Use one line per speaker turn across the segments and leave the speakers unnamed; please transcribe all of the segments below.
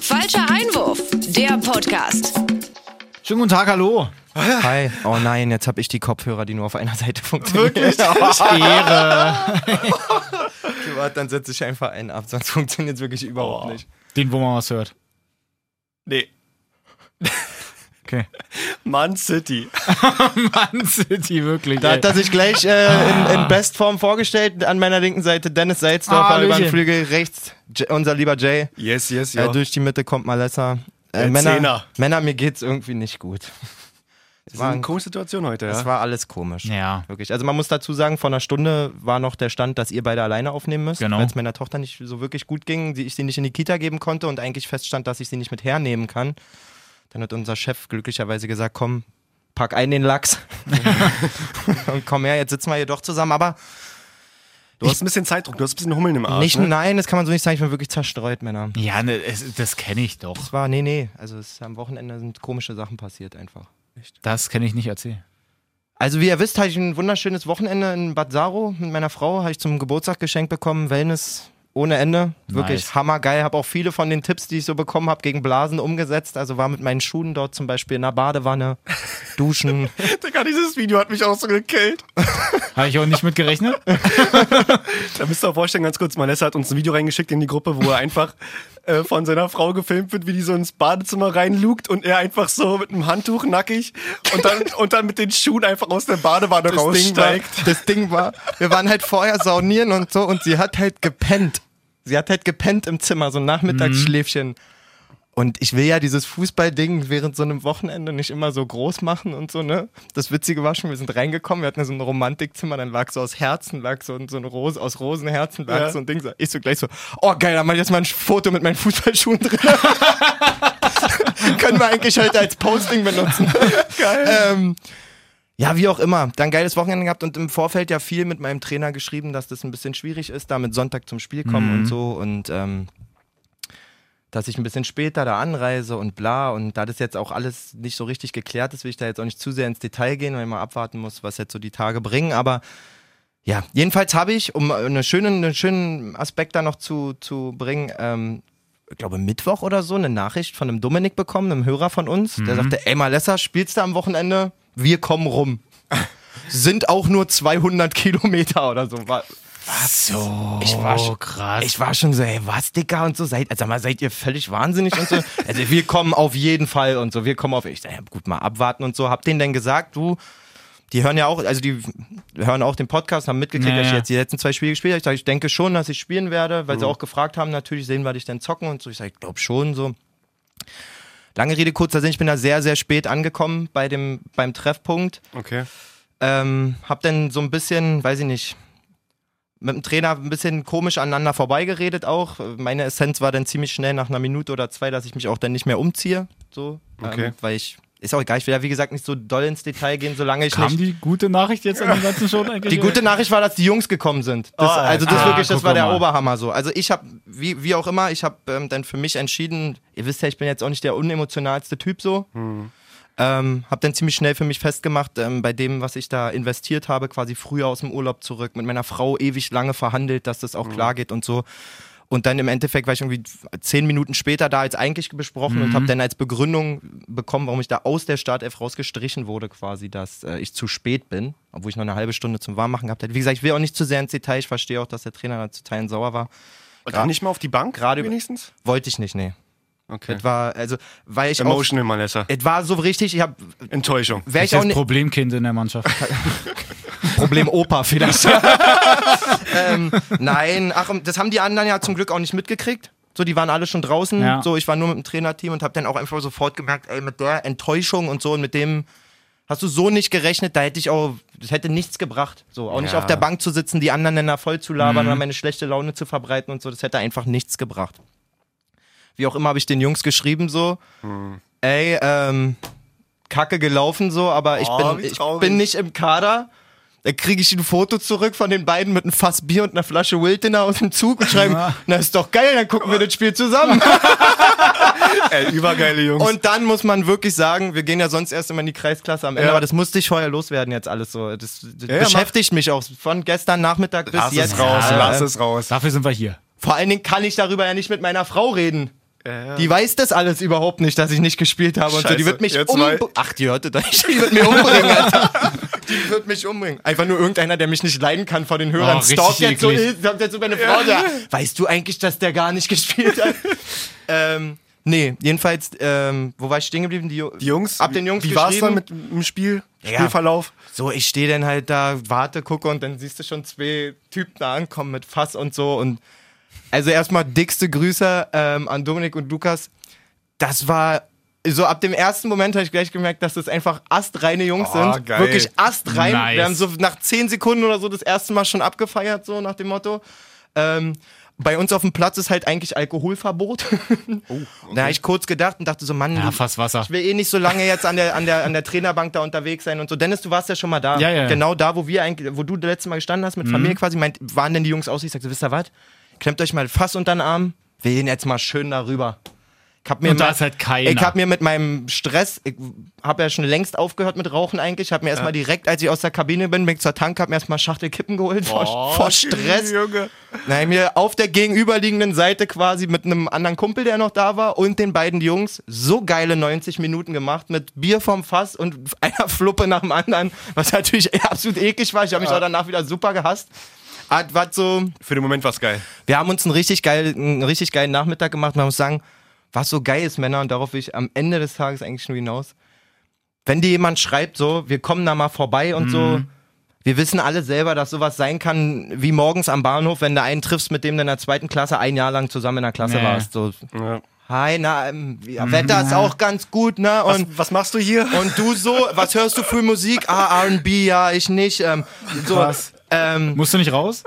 Falscher Einwurf, der Podcast.
Schönen guten Tag, hallo.
Hi. Oh nein, jetzt habe ich die Kopfhörer, die nur auf einer Seite funktionieren. Wirklich?
Ehre.
Dann setze ich einfach einen ab, sonst funktioniert es wirklich überhaupt nicht.
Den, wo man was hört.
Nee,
Okay.
Man City.
Man City, wirklich.
Da
ey.
hat er sich gleich äh, in, in Bestform vorgestellt. An meiner linken Seite Dennis Seitzdorfer
Hallöchen.
über den Flügel, rechts J unser lieber Jay.
Yes, yes,
Äh, durch die Mitte kommt Malessa. Äh,
Der
Männer,
Zehner.
Männer, mir geht's irgendwie nicht gut.
das war eine komische Situation heute,
Es
ja.
war alles komisch.
ja.
Wirklich. Also man muss dazu sagen, vor einer Stunde war noch der Stand, dass ihr beide alleine aufnehmen müsst,
Genau.
weil es meiner Tochter nicht so wirklich gut ging, die- ich sie nicht in die Kita geben konnte und eigentlich feststand, dass ich sie nicht mit hernehmen kann. Dann hat unser Chef glücklicherweise gesagt, komm, pack ein den Lachs und komm her, jetzt sitzen wir hier doch zusammen. Aber
Du hast ein bisschen Zeitdruck, du hast ein bisschen Hummeln im Arsch.
nicht,
ne?
nein, das kann man so nicht sagen, ich bin wirklich zerstreut, Männer.
Ja, ne, es, das kenne ich doch.
Es war, nee, nee, also es, am Wochenende sind komische Sachen passiert einfach.
Das kann ich nicht erzählen.
Also wie ihr wisst, hatte ich ein wunderschönes Wochenende in Bad Saro mit meiner Frau, habe ich zum Geburtstag geschenkt bekommen, Wellness ohne Ende, wirklich
Nice.
hammergeil, habe auch viele von den Tipps, die ich so bekommen habe, gegen Blasen umgesetzt, also war mit meinen Schuhen dort zum Beispiel in der Badewanne, duschen,
Digga, dieses Video hat mich auch so gekillt.
Habe ich auch nicht mit gerechnet?
Da müsst ihr euch vorstellen, ganz kurz, Malessa hat uns ein Video reingeschickt in die Gruppe, wo er einfach äh, von seiner Frau gefilmt wird, wie die so ins Badezimmer reinlugt und er einfach so mit einem Handtuch nackig und dann, und dann mit den Schuhen einfach aus der Badewanne
Ding
raussteigt.
war, das Ding war, wir waren halt vorher saunieren und so und sie hat halt gepennt. Sie hat halt gepennt im Zimmer, so ein Nachmittagsschläfchen. Und ich will ja dieses Fußballding während so einem Wochenende nicht immer so groß machen und so, ne? Das Witzige war schon, wir sind reingekommen, wir hatten ja so ein Romantikzimmer, dann lag so aus Herzen, lag so, so ein Rose, aus Rosenherzen lag
Ja.
so ein Ding. so- Ich so gleich so, oh geil, da mach ich jetzt mal ein Foto mit meinen Fußballschuhen drin. Können wir eigentlich heute als Posting benutzen. Ähm, ja, wie auch immer. Dann geiles Wochenende gehabt und im Vorfeld ja viel mit meinem Trainer geschrieben, dass das ein bisschen schwierig ist, damit Sonntag zum Spiel kommen und so und ähm, dass ich ein bisschen später da anreise und bla. Und da das jetzt auch alles nicht so richtig geklärt ist, will ich da jetzt auch nicht zu sehr ins Detail gehen, weil ich mal abwarten muss, was jetzt so die Tage bringen. Aber ja, jedenfalls habe ich, um einen schönen, einen schönen Aspekt da noch zu, zu bringen, ähm, ich glaube Mittwoch oder so, eine Nachricht von einem Dominik bekommen, einem Hörer von uns, der sagte, ey Malessa, spielst du am Wochenende? Wir kommen rum. Sind auch nur 200 Kilometer oder so. War,
So
Ich war schon-
Oh, krass.
ich war schon so, ey, was, Digga? Und so, seid, sag mal, seid ihr völlig wahnsinnig und so? Also, wir kommen auf jeden Fall und so, wir kommen auf, ich sag, ja, gut, mal abwarten und so. Hab denen denn gesagt, du, die hören ja auch, also die hören auch den Podcast, haben mitgekriegt,
Ja,
dass ich
ja. Mhm.
jetzt die letzten zwei Spiele gespielt habe. Ich sag, ich denke schon, dass ich spielen werde, weil sie auch gefragt haben, natürlich sehen wir dich denn zocken und so. Ich sag, ich glaub schon, so. Lange Rede, kurzer Sinn, ich bin da sehr, sehr spät angekommen bei dem, beim Treffpunkt.
Okay.
Ähm, hab dann so ein bisschen, weiß ich nicht, mit dem Trainer ein bisschen komisch aneinander vorbeigeredet auch. Meine Essenz war dann ziemlich schnell nach einer Minute oder zwei, dass ich mich auch dann nicht mehr umziehe. So,
Okay.
ähm, weil ich, ist auch egal, ich will ja wie gesagt nicht so doll ins Detail gehen, solange ich
Kam
nicht...
die gute Nachricht jetzt an den ganzen schon eigentlich?
Die gute Nachricht war, dass die Jungs gekommen sind. Das,
Ah,
also das
ah,
wirklich, das
guck
war der
mal.
Oberhammer so. Also ich habe, wie, wie auch immer, ich habe ähm, dann für mich entschieden, ihr wisst ja, ich bin jetzt auch nicht der unemotionalste Typ so.
Hm.
Ähm, hab dann ziemlich schnell für mich festgemacht, ähm, bei dem, was ich da investiert habe, quasi früher aus dem Urlaub zurück, mit meiner Frau ewig lange verhandelt, dass das auch
Hm.
klar geht und so. Und dann im Endeffekt war ich irgendwie zehn Minuten später da als eigentlich besprochen und habe dann als Begründung bekommen, warum ich da aus der Startelf rausgestrichen wurde, quasi, dass äh, ich zu spät bin, obwohl ich noch eine halbe Stunde zum Warmmachen gehabt hätte. Wie gesagt, ich will auch nicht zu sehr ins Detail. Ich verstehe auch, dass der Trainer da zu Teilen sauer war.
Und dann nicht mal auf die Bank
Gerade über-
wenigstens?
Wollte ich nicht, nee.
Okay.
Es war, also, weil ich
Emotional, Malessa.
auch. Es war so richtig, ich habe.
Äh, Enttäuschung.
Wäre
ich
ich auch
das
nicht.
Problemkind in der Mannschaft.
Problem Opa vielleicht. ähm, nein, ach, das haben die anderen ja zum Glück auch nicht mitgekriegt. So, die waren alle schon draußen.
Ja.
So, ich war nur mit dem Trainerteam und habe dann auch einfach sofort gemerkt, ey, mit der Enttäuschung und so und mit dem hast du so nicht gerechnet, da hätte ich auch, das hätte nichts gebracht. So, auch nicht
Ja.
auf der Bank zu sitzen, die anderen dann da voll zu labern oder meine schlechte Laune zu verbreiten und so, das hätte einfach nichts gebracht. Wie auch immer habe ich den Jungs geschrieben so, ey, ähm, Kacke gelaufen so, aber ich,
Oh,
bin,
wie
ich
traurig.
bin nicht im Kader. Da kriege ich ein Foto zurück von den beiden mit einem Fass Bier und einer Flasche Wildener aus dem Zug und schreiben, na ist doch geil, dann gucken wir das Spiel zusammen.
Ey, übergeile Jungs.
Und dann muss man wirklich sagen, wir gehen ja sonst erst immer in die Kreisklasse am Ende,
Ja.
aber das musste ich vorher loswerden jetzt alles so. Das, das
ja,
beschäftigt mich auch von gestern Nachmittag bis
lass
jetzt.
es raus,
Ja.
lass es raus.
Dafür sind wir hier.
Vor allen Dingen kann ich darüber ja nicht mit meiner Frau reden. Die weiß das alles überhaupt nicht, dass ich nicht gespielt habe. Und so, die
Scheiße,
wird mich
jetzt
umbringen.
wei-
Ach, die hörte da nicht. Die wird mich umbringen, Alter. Die wird mich umbringen. Einfach nur irgendeiner, der mich nicht leiden kann vor den Hörern.
Oh, richtig
stalkt jetzt so,
eklig.
stalkt jetzt so meine Frau da. Weißt du eigentlich, dass der gar nicht gespielt hat? ähm, nee, jedenfalls, ähm, wo war ich stehen geblieben? Die, Ju-
Die Jungs,
Ab den Jungs
wie war es
geschrieben?
dann mit dem Spiel,
Ja.
Spielverlauf?
So, ich stehe dann halt da, warte, gucke und dann siehst du schon zwei Typen da ankommen mit Fass und so. Und also erstmal dickste Grüße ähm, an Dominik und Lukas. Das war. So, ab dem ersten Moment habe ich gleich gemerkt, dass das einfach astreine Jungs
Oh,
sind.
geil.
Wirklich astrein.
Nice.
Wir haben so nach zehn Sekunden oder so das erste Mal schon abgefeiert, so nach dem Motto. Ähm, bei uns auf dem Platz ist halt eigentlich Alkoholverbot. Da habe ich kurz gedacht und dachte so, Mann,
Ja,
die-
fast Wasser.
ich will eh nicht so lange jetzt an der, an der, an der Trainerbank da unterwegs sein und so. Dennis, du warst ja schon mal da.
Ja, Mhm. ja, ja.
Genau da, wo wir eigentlich, wo du das letzte Mal gestanden hast mit Familie quasi, meint, waren denn die Jungs aus? Ich sagte, wisst ihr was? Klemmt euch mal Fass unter den Arm. Wir gehen jetzt mal schön darüber. Ich hab mir
Und da
mal-
ist halt keiner.
Ich habe mir mit meinem Stress, ich habe ja schon längst aufgehört mit Rauchen eigentlich, habe mir erstmal direkt, als ich aus der Kabine bin, bin ich zur Tank, habe mir erstmal Schachtel Kippen geholt vor, vor Stress.
Oh, Junge.
Nein, mir auf der gegenüberliegenden Seite quasi mit einem anderen Kumpel, der noch da war, und den beiden Jungs so geile 90 Minuten gemacht mit Bier vom Fass und einer Fluppe nach dem anderen, was natürlich absolut eklig war. Ich habe mich auch danach wieder super gehasst. Aber was so,
Für den Moment war es geil.
wir haben uns einen richtig, geil, einen richtig geilen Nachmittag gemacht. Man muss sagen, was so geil ist, Männer, und darauf will ich am Ende des Tages eigentlich nur hinaus. Wenn dir jemand schreibt, so, wir kommen da mal vorbei und so,
Mhm.
wir wissen alle selber, dass sowas sein kann, wie morgens am Bahnhof, wenn du einen triffst, mit dem du in der zweiten Klasse ein Jahr lang zusammen in der Klasse
Nee.
warst. So,
Ja. Mhm.
hi, na, ähm, ja, Wetter ist auch ganz gut, ne?
Was,
Und
was machst du hier?
und du so, was hörst du für Musik? Ah, RB, ja, ich nicht. Ähm, so,
Krass.
ähm,
Musst du nicht raus?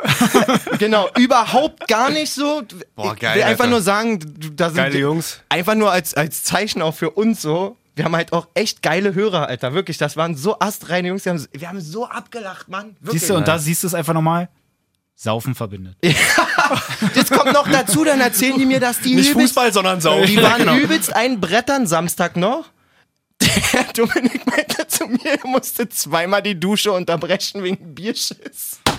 Genau, überhaupt gar nicht so.
Boah,
ich
geil,
will einfach
Alter.
nur sagen, du- da sind
Geile
die-
Jungs.
einfach nur als, als Zeichen auch für uns so. Wir haben halt auch echt geile Hörer, Alter. Wirklich, das waren so astreine Jungs. Wir haben, wir haben so abgelacht, Mann. Wirklich.
Siehst du, und da siehst du es einfach nochmal. Saufen verbindet.
Jetzt kommt noch dazu, dann erzählen die mir, dass die
Nicht
übelst,
Fußball, Genau. sondern Sau.
die waren übelst ein Brettern Samstag noch. Der Dominik meinte zu mir, er musste zweimal die Dusche unterbrechen wegen Bierschiss.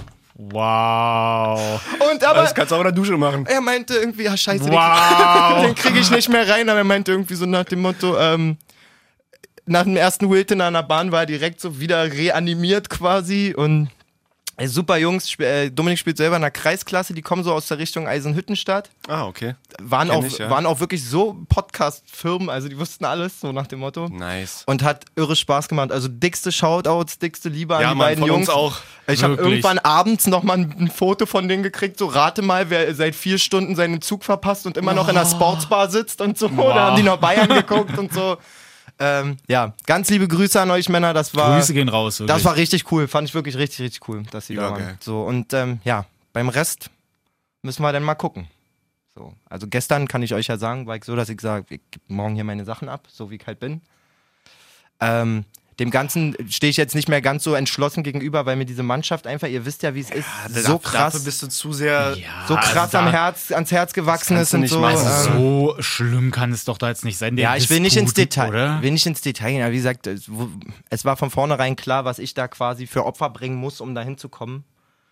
Wow.
Und aber
Das kannst du auch in der Dusche machen.
er meinte irgendwie, ja scheiße, den
Oh.
Wow.
den kriege ich nicht mehr rein, aber er meinte irgendwie so nach dem Motto, ähm, nach dem ersten Wilton an der Bahn war er direkt so wieder reanimiert quasi und äh, super Jungs, sp- äh, Dominik spielt selber in der Kreisklasse, die kommen so aus der Richtung Eisenhüttenstadt,
Ah, okay.
waren,
Kenn
auch,
ich, ja.
waren auch wirklich so Podcast-Firmen, also die wussten alles, so nach dem Motto.
Nice.
Und hat irre Spaß gemacht. Also dickste Shoutouts, dickste Liebe an
Ja,
die
Mann,
beiden
von
Jungs.
uns auch.
Ich habe
Wirklich.
irgendwann abends nochmal ein ein Foto von denen gekriegt. So rate mal, wer seit vier Stunden seinen Zug verpasst und immer noch in der
Oh.
Sportsbar sitzt und so. Da haben die noch Bayern geguckt und so. Ähm, ja, ganz liebe Grüße an euch Männer. Das war,
Grüße gehen raus. Wirklich.
das war richtig cool. Fand ich wirklich richtig, richtig cool, dass die da
Ja,
waren.
geil.
So, und ähm, ja, beim Rest müssen wir dann mal gucken. So, also gestern kann ich euch ja sagen, war ich so, dass ich sage, ich gebe morgen hier meine Sachen ab, so wie ich halt bin. Ähm, dem Ganzen stehe ich jetzt nicht mehr ganz so entschlossen gegenüber, weil mir diese Mannschaft einfach, ihr wisst ja, wie es ist, so
Dafür- Dafür
krass,
bist du Ah, zu sehr.
ja,
so krass
also da-
am Herz, ans Herz gewachsen
kannst
ist
du
und
nicht
so.
machen.
ähm,
Also so schlimm kann es doch da jetzt nicht sein. der
ja, ich will nicht ins
Disput,
Detail.
Oder?
Will nicht ins Detail gehen. Aber wie gesagt, es, wo- es war von vornherein klar, was ich da quasi für Opfer bringen muss, um da hinzukommen.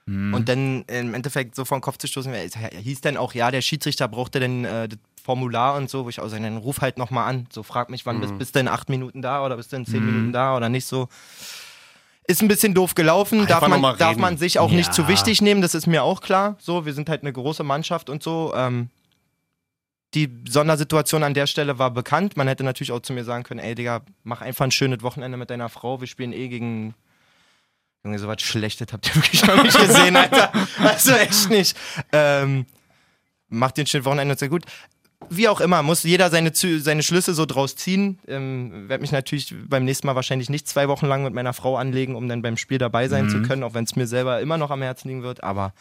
Mhm.
Und dann im Endeffekt so vor den Kopf zu stoßen, es hieß dann auch, ja, der Schiedsrichter brauchte dann äh, das Formular und so, wo ich auch sage, dann ruf halt nochmal an. So frag mich, wann
Mhm.
bist, bist du in acht Minuten da oder bist du in zehn Minuten da oder nicht so. Ist ein bisschen doof gelaufen, darf
Einfach noch
man,
mal
darf
reden.
man sich auch nicht
Ja.
zu wichtig nehmen, das ist mir auch klar. So, wir sind halt eine große Mannschaft und so. Ähm, die Sondersituation an der Stelle war bekannt. Man hätte natürlich auch zu mir sagen können, ey Digga, mach einfach ein schönes Wochenende mit deiner Frau. Wir spielen eh gegen... Junge, sowas Schlechtes habt ihr wirklich noch nicht gesehen, Alter. Also echt nicht. Ähm, macht den schönen Wochenende und sehr gut. Wie auch immer, muss jeder seine, Zü- seine Schlüsse so draus ziehen. Ähm, werde mich natürlich beim nächsten Mal wahrscheinlich nicht zwei Wochen lang mit meiner Frau anlegen, um dann beim Spiel dabei sein
Mhm.
zu können, auch wenn es mir selber immer noch am Herzen liegen wird. Aber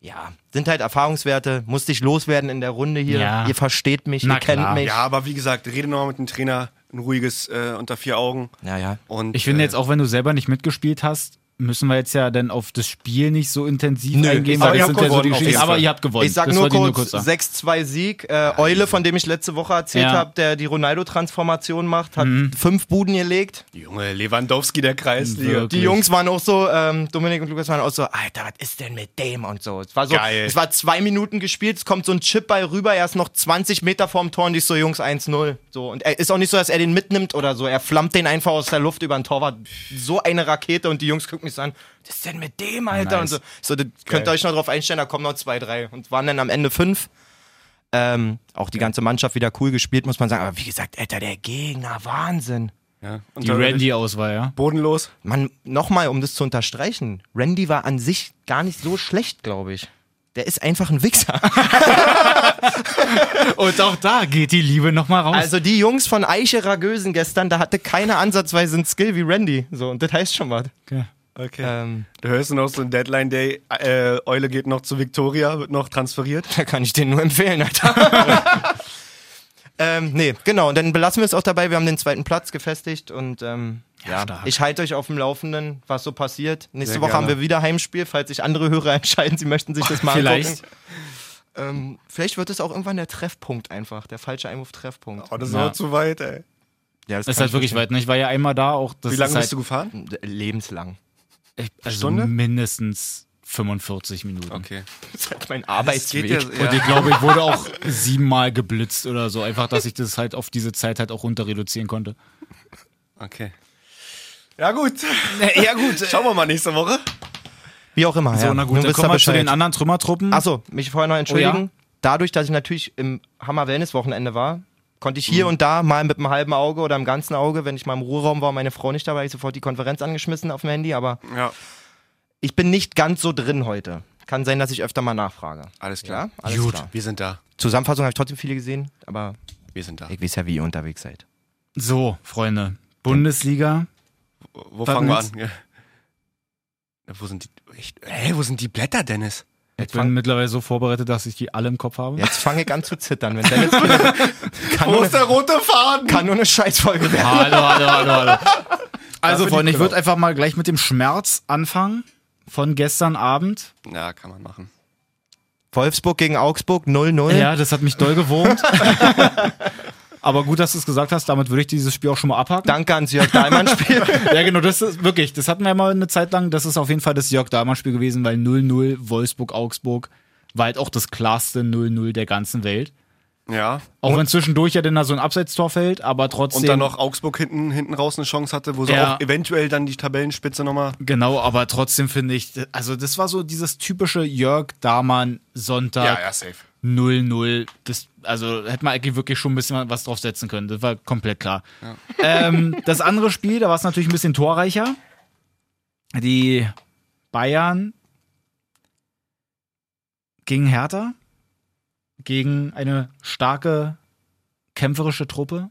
ja, sind halt Erfahrungswerte. Musste ich loswerden in der Runde hier.
Ja.
Ihr versteht mich,
Na
ihr kennt
klar.
mich.
Ja, aber wie gesagt, rede nochmal mit dem Trainer. Ein ruhiges äh, unter vier Augen.
Naja.
Und,
Ich finde
äh,
jetzt auch, wenn du selber nicht mitgespielt hast, müssen wir jetzt ja dann auf das Spiel nicht so intensiv
Nö,
eingehen,
aber
weil
ihr
das
habt
sind ja so die
gewonnen, auf jeden
Geschichten. Aber
Fall.
ihr habt gewonnen.
Ich sag
das
nur
wollte ich
kurz,
sagen.
6-2 Sieg. Äh, Eule, von dem ich letzte Woche erzählt
Ja. Mhm.
habe, der die Ronaldo-Transformation macht, hat fünf Buden gelegt.
Junge, Lewandowski der Kreisliga.
Wirklich.
Die Jungs waren auch so, ähm, Dominik und Lukas waren auch so, Alter, was ist denn mit dem und so. Es war so,
Geil.
es war zwei Minuten gespielt, es kommt so ein Chipball rüber, er ist noch 20 Meter vorm Tor und ich so, Jungs, 1-0. So, und er ist auch nicht so, dass er den mitnimmt oder so, er flammt den einfach aus der Luft über den Torwart. So eine Rakete und die Jungs gucken mich so an, was ist denn mit dem, Alter?
Nice.
Und so, so das könnt ihr euch noch drauf einstellen, da kommen noch zwei, drei. Und waren dann am Ende fünf. Ähm, auch die ganze Mannschaft wieder cool gespielt, muss man sagen. Aber wie gesagt, Alter, der Gegner, Wahnsinn.
Ja. Und
Die
dann
Randy-Auswahl, ja.
Bodenlos.
Man, nochmal, um das zu unterstreichen, Randy war an sich gar nicht so schlecht, glaube ich. Der ist einfach ein Wichser.
Und auch da geht die Liebe nochmal raus.
Also die Jungs von Eiche Ragösen gestern, da hatte keiner ansatzweise einen Skill wie Randy. So, und das heißt schon was.
okay.
Okay.
Ähm,
Du hörst noch so ein Deadline Day. Äh, Eule geht noch zu Victoria, wird noch transferiert.
da kann ich den nur empfehlen, Alter. ähm, nee, genau. Und dann belassen wir es auch dabei. Wir haben den zweiten Platz gefestigt und ähm, ja,
stark.
ich halte euch auf dem Laufenden, was so passiert. Nächste
Sehr
Woche
gerne.
haben wir wieder Heimspiel, falls sich andere Hörer entscheiden, sie möchten sich das mal angucken.
Vielleicht.
Ähm, vielleicht wird es auch irgendwann der Treffpunkt einfach, der falsche Einwurf-Treffpunkt.
Oh, das ist
Ja.
auch zu weit, ey.
Ja, das
Das ist
kann
halt
ich
wirklich
verstehen.
weit. Ne? Ich war ja einmal da, auch das
Wie lange
ist halt
bist du gefahren?
Lebenslang.
Ich- also
Stunde?
mindestens 45 Minuten.
Okay.
Das ist halt mein
Es geht
Arbeitsweg.
ja,
Und ich
ja.
glaube, ich wurde auch siebenmal geblitzt oder so, einfach, dass ich das halt auf diese Zeit halt auch runter reduzieren konnte.
Okay. Ja, gut. Ja, gut. Schauen wir mal nächste Woche.
Wie auch immer.
So,
ja.
na
Nun
gut, dann
wisst ihr
kommen wir zu
Bescheid.
den anderen Trümmertruppen.
Achso, mich vorher noch entschuldigen.
Oh ja.
Dadurch, dass ich natürlich im Hammer-Wellness-Wochenende war, konnte ich hier
Mhm.
und da mal mit einem halben Auge oder im ganzen Auge, wenn ich mal im Ruheraum war und meine Frau nicht dabei, ich sofort die Konferenz angeschmissen auf dem Handy. Aber
Ja.
ich bin nicht ganz so drin heute. Kann sein, dass ich öfter mal nachfrage.
Ah.
Alles klar.
Ja, alles
gut.
klar.
Wir sind da.
Zusammenfassung habe ich trotzdem viele gesehen, aber
Wir sind da.
ich weiß ja, wie ihr unterwegs seid.
So, Freunde, Bundesliga.
Wo
Warten
fangen wir
jetzt.
an? Ja. Na, Wo sind die. Ich, hä, wo sind die Blätter, Dennis?
Ich bin
fang-
mittlerweile so vorbereitet, dass ich die alle im Kopf habe.
Jetzt fange ich an zu zittern, wenn Dennis kann,
Wo
nur
ist der
eine,
rote Faden?
kann nur eine Scheißfolge werden.
Ah, Hallo, hallo, hallo, hallo. Also,
die
Freunde, ich
Brille
würde einfach mal gleich mit dem Schmerz anfangen von gestern Abend.
Ja, kann man machen.
Wolfsburg gegen Augsburg 0-0.
Ja, das hat mich doll gewurmt. Aber gut, dass du es gesagt hast, damit würde ich dieses Spiel auch schon mal abhaken.
Danke ans Jörg Dahlmann-Spiel.
Ja, genau, das ist wirklich, das hatten wir mal eine Zeit lang. Das ist auf jeden Fall das Jörg Dahlmann-Spiel gewesen, weil 0-0 Wolfsburg-Augsburg war halt auch das klarste 0-0 der ganzen Welt.
Ja.
Auch wenn zwischendurch ja dann da so ein Abseitstor fällt, aber trotzdem.
Und dann noch Augsburg hinten, hinten raus eine Chance hatte, wo sie
Ja.
auch eventuell dann die Tabellenspitze nochmal.
Genau, aber trotzdem finde ich, also das war so dieses typische Jörg Dahlmann Sonntag
safe.
0-0. Das, also hätte man eigentlich wirklich schon ein bisschen was draufsetzen können. Das war komplett klar. Ähm, das andere Spiel, da war es natürlich ein bisschen torreicher. Die Bayern gegen Hertha, gegen eine starke kämpferische Truppe,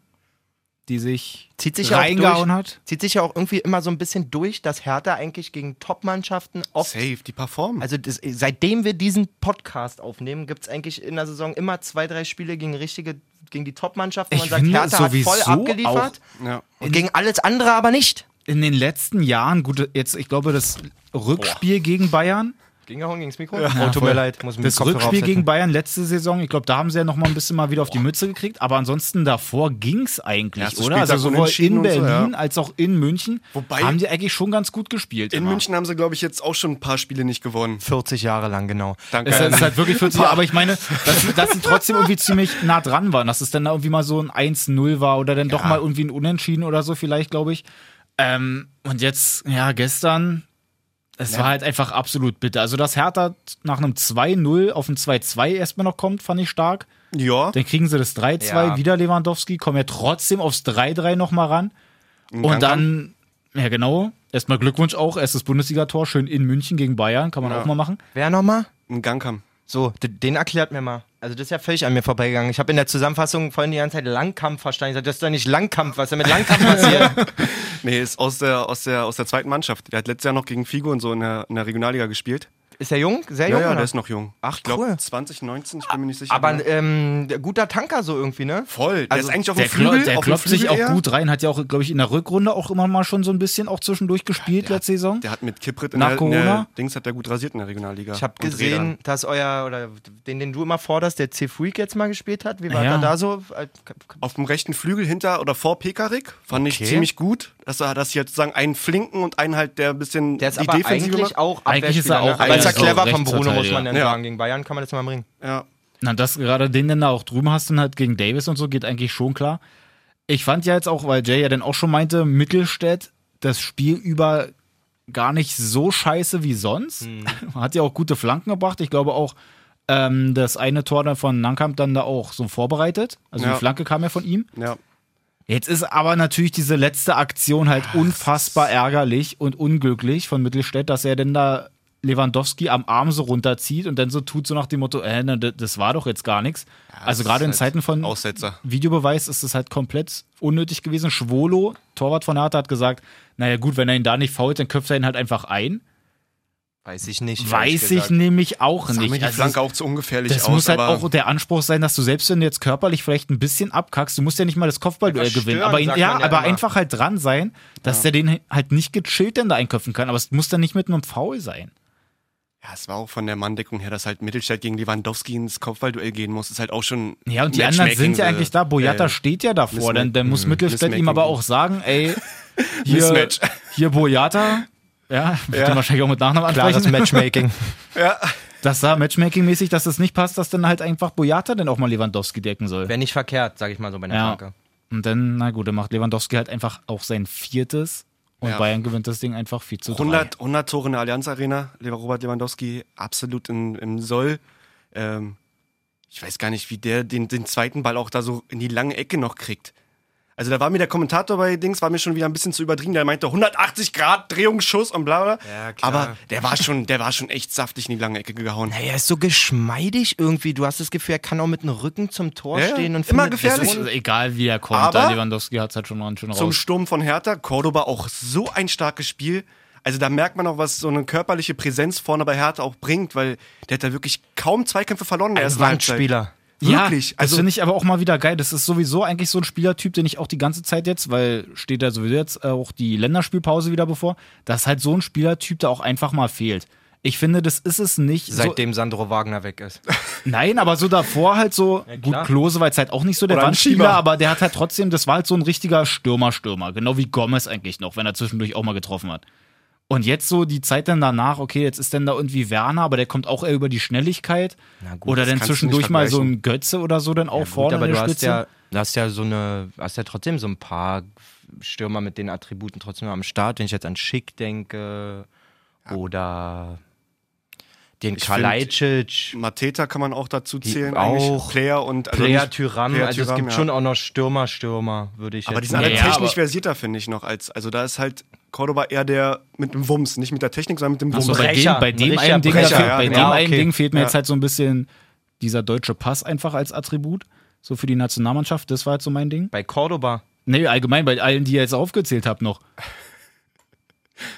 die sich
Zieht sich ja auch
reingehauen
durch.
hat.
Zieht sich ja auch irgendwie immer so ein bisschen durch, dass Hertha eigentlich gegen Top-Mannschaften oft.
Safe, die performen.
Also das, seitdem wir diesen Podcast aufnehmen, gibt es eigentlich in der Saison immer zwei, drei Spiele gegen richtige, gegen die Top-Mannschaften, wo man
Ich
sagt,
finde
Hertha hat voll
sowieso
abgeliefert.
ja.
Gegen alles andere aber nicht.
in den letzten Jahren, gut, jetzt, ich glaube, das Rückspiel gegen Bayern,
Ging ja gegen das Mikro? oh, tut
voll.
mir leid, muss mir
das
den Kopfhörer
Rückspiel gegen
aufsetzen.
Bayern letzte Saison, ich glaube, da haben sie ja noch mal ein bisschen mal wieder auf die Mütze gekriegt, aber ansonsten davor ging's eigentlich,
Erstes
oder? Also
Spieltag
sowohl
unentschieden
in
und so,
Berlin
ja.
als auch in München
Wobei-
haben die eigentlich schon ganz gut gespielt.
In
immer.
München haben sie, glaube ich, jetzt auch schon ein paar Spiele nicht gewonnen.
40 Jahre lang, genau.
Danke.
Es ist, es ist halt wirklich 40 Jahre, aber ich meine, dass, dass sie trotzdem irgendwie ziemlich nah dran waren, dass es dann da irgendwie mal so ein 1-0 war oder dann doch mal irgendwie ein Unentschieden oder so vielleicht, glaube ich. Ähm, und jetzt, ja, gestern, es war halt einfach absolut bitter. Also, dass Hertha nach einem 2-0 auf ein 2-2 erstmal noch kommt, fand ich stark.
ja.
Dann kriegen sie das 3-2,
Ja.
wieder Lewandowski, kommen ja trotzdem aufs 3-3 nochmal ran. Und dann, ja genau, erstmal Glückwunsch auch, erstes Bundesligator, schön in München gegen Bayern, kann man
Ja.
auch mal machen.
Wer nochmal?
Ein Gangkamm.
So, d- den erklärt mir mal. Also das ist ja völlig an mir vorbeigegangen. Ich habe in der Zusammenfassung vorhin die ganze Zeit Langkampf verstanden. Ich sag, das ist doch nicht Langkampf, was ist denn mit Langkampf passiert?
Nee, ist aus der, aus der, aus der zweiten Mannschaft. Der hat letztes Jahr noch gegen Figo und so in der, in der Regionalliga gespielt.
Ist er jung? Sehr jung?
Ja, ja,
oder?
der ist noch jung.
Ach,
ich glaube
cool.
2019, ich bin mir nicht ne? sicher.
Aber ähm, der guter Tanker so irgendwie, ne?
voll. Der
also
ist eigentlich auf
Der,
dem
Flügel,
Flügel.
der
auf dem
klopft sich
Flügel
auch
eher.
gut rein, hat ja auch, glaube ich, in der Rückrunde auch immer mal schon so ein bisschen auch zwischendurch gespielt letzte Saison.
Der hat mit Kiprit in
Nach
der, in der
Corona?
Dings hat der gut rasiert in der Regionalliga.
Ich habe
Und
gesehen,
Rädern.
dass euer, oder den, den du immer forderst, der C-Freak jetzt mal gespielt hat. Wie war
Ja.
der da so? Äh, k- k-
Auf dem rechten Flügel hinter oder vor Pekarik fand ich
Okay.
ziemlich gut, dass er dass sie jetzt sozusagen einen flinken und einen halt der ein bisschen
Der ist
die
aber
Defensive
eigentlich
macht.
auch
Eigentlich ist er
Abwehrspieler,
auch
ne? Aber ist
eigentlich
ja clever
so
von Bruno, muss man
Rechtsverteidiger.
dann
Ja.
sagen. Gegen Bayern kann man das mal bringen.
Ja.
Na, dass gerade den denn da auch drüben hast, dann halt gegen Davis und so, geht eigentlich schon klar. Ich fand ja jetzt auch, weil Jay ja dann auch schon meinte, Mittelstädt das Spiel über gar nicht so scheiße wie sonst. Hat ja auch gute Flanken gebracht. Ich glaube auch, ähm, das eine Tor dann von Nankamp dann da auch so vorbereitet. Also
Ja.
die Flanke kam ja von ihm.
Ja.
Jetzt ist aber natürlich diese letzte Aktion halt unfassbar ärgerlich und unglücklich von Mittelstädt, dass er denn da Lewandowski am Arm so runterzieht und dann so tut, so nach dem Motto, äh, na, d- das war doch jetzt gar nichts. also gerade in
Halt
Zeiten von
Aussetzer.
Videobeweis ist es halt komplett unnötig gewesen. Schwolo, Torwart von Hertha, hat gesagt, naja gut, wenn er ihn da nicht fault, dann köpft er ihn halt einfach ein.
Weiß ich nicht.
Weiß ich nämlich auch
Sah mir
nicht.
die
Also
Flanke auch zu ungefährlich
das
aus.
muss halt
aber
auch der Anspruch sein, dass du selbst wenn du jetzt körperlich vielleicht ein bisschen abkackst, du musst ja nicht mal das Kopfballduell
Einfach
gewinnen,
stören,
aber ihn,
sagt
ja,
man ja
aber
immer.
einfach halt dran sein, dass der den halt nicht gechillt denn da einköpfen kann, aber es muss dann nicht mit einem Foul sein.
Ja, es war auch von der Manndeckung her, dass halt Mittelstadt gegen Lewandowski ins Kopfballduell gehen muss, ist halt auch schon. äh,
Ja, und die anderen sind ja eigentlich da. Boyata steht ja davor. Dann, dann muss Mittelstädt ihm
Mismatching.
aber auch sagen, ey, hier,
Mismatch.
hier Boyata, ja, wird ja. wahrscheinlich auch mit Nachnamen
Klar, das
ansprechen,
Matchmaking.
dass da Matchmaking-mäßig, dass das nicht passt, dass dann halt einfach Boyata dann auch mal Lewandowski decken soll.
Wäre nicht verkehrt, sag ich mal so bei der
Ja.
Flanke.
Und dann, na gut, dann macht Lewandowski halt einfach auch sein viertes und
Ja.
Bayern gewinnt das Ding einfach viel zu
100, 100 Tore in der Allianz Arena. Lew- Robert Lewandowski absolut in, im Soll. Ähm, ich weiß gar nicht, wie der den, den zweiten Ball auch da so in die lange Ecke noch kriegt. Also da war mir der Kommentator bei Dings, war mir schon wieder ein bisschen zu übertrieben. Der meinte 180 Grad Drehungsschuss und bla bla. bla.
Ja, klar.
Aber der war schon, der war schon echt saftig in die lange Ecke gehauen.
Ey, er ist so geschmeidig irgendwie. Du hast das Gefühl, er kann auch mit dem Rücken zum Tor
Ja, ja.
stehen und
Immer
findet-
drei. Es
gefährlich.
ist egal, wie er kommt.
Aber
da Lewandowski hat es halt schon ganz schön
zum
raus.
Sturm von Hertha. Cordoba auch so ein starkes Spiel. Also da merkt man auch, was so eine körperliche Präsenz vorne bei Hertha auch bringt, weil der hat da wirklich kaum Zweikämpfe verloren in der
Das ist
ersten
ein
Halbzeit.
Wandspieler.
Wirklich.
Ja, das
also
finde ich aber auch mal wieder geil. Das ist sowieso eigentlich so ein Spielertyp, den ich auch die ganze Zeit jetzt, weil steht da sowieso jetzt äh, auch die Länderspielpause wieder bevor, dass halt so ein Spielertyp da auch einfach mal fehlt. Ich finde, das ist es nicht.
Seitdem Sandro Wagner weg ist.
So, nein, aber so davor halt so,
klar.
gut, Klose war jetzt halt auch nicht so der
Oder ein
Wandspieler,
Schieber.
aber der hat halt trotzdem, das war halt so ein richtiger Stürmer-Stürmer. Genau wie Gomez eigentlich noch, wenn er zwischendurch auch mal getroffen hat. Und jetzt so die Zeit dann danach, okay, jetzt ist dann da irgendwie Werner, aber der kommt auch eher über die Schnelligkeit.
gut,
oder dann
das kannst du nicht
zwischendurch mal so
vergleichen.
ein Götze oder so dann auch vorne
aber
in
du
der
hast
Spitze.
ja, du hast ja so eine, hast ja trotzdem so ein paar Stürmer mit den Attributen trotzdem am Start, wenn ich jetzt an Schick denke oder den
Ich
Kalajdzic,
Mateta kann man auch dazu zählen.
auch.
Eigentlich Player und also
Player
nicht-
Tyram,
Player
also es
Thuram,
gibt
ja.
schon auch noch Stürmer, Stürmer, würde ich
Aber die
jetzt
sind alle
Ja,
technisch
aber-
versierter, finde ich noch. Als, also da ist halt Cordoba eher der mit dem Wumms, nicht mit der Technik, sondern mit dem Wumms.
Achso, bei
Brecher,
dem, bei
ein
dem
richtiger
einen, Ding,
Brecher,
da fehlt-
ja,
bei
ja,
dem einen
okay.
Ding fehlt mir
Ja.
jetzt halt so ein bisschen dieser deutsche Pass einfach als Attribut. So für die Nationalmannschaft, das war halt so mein Ding.
bei Cordoba.
Nee, allgemein bei allen, die ihr jetzt aufgezählt habt noch.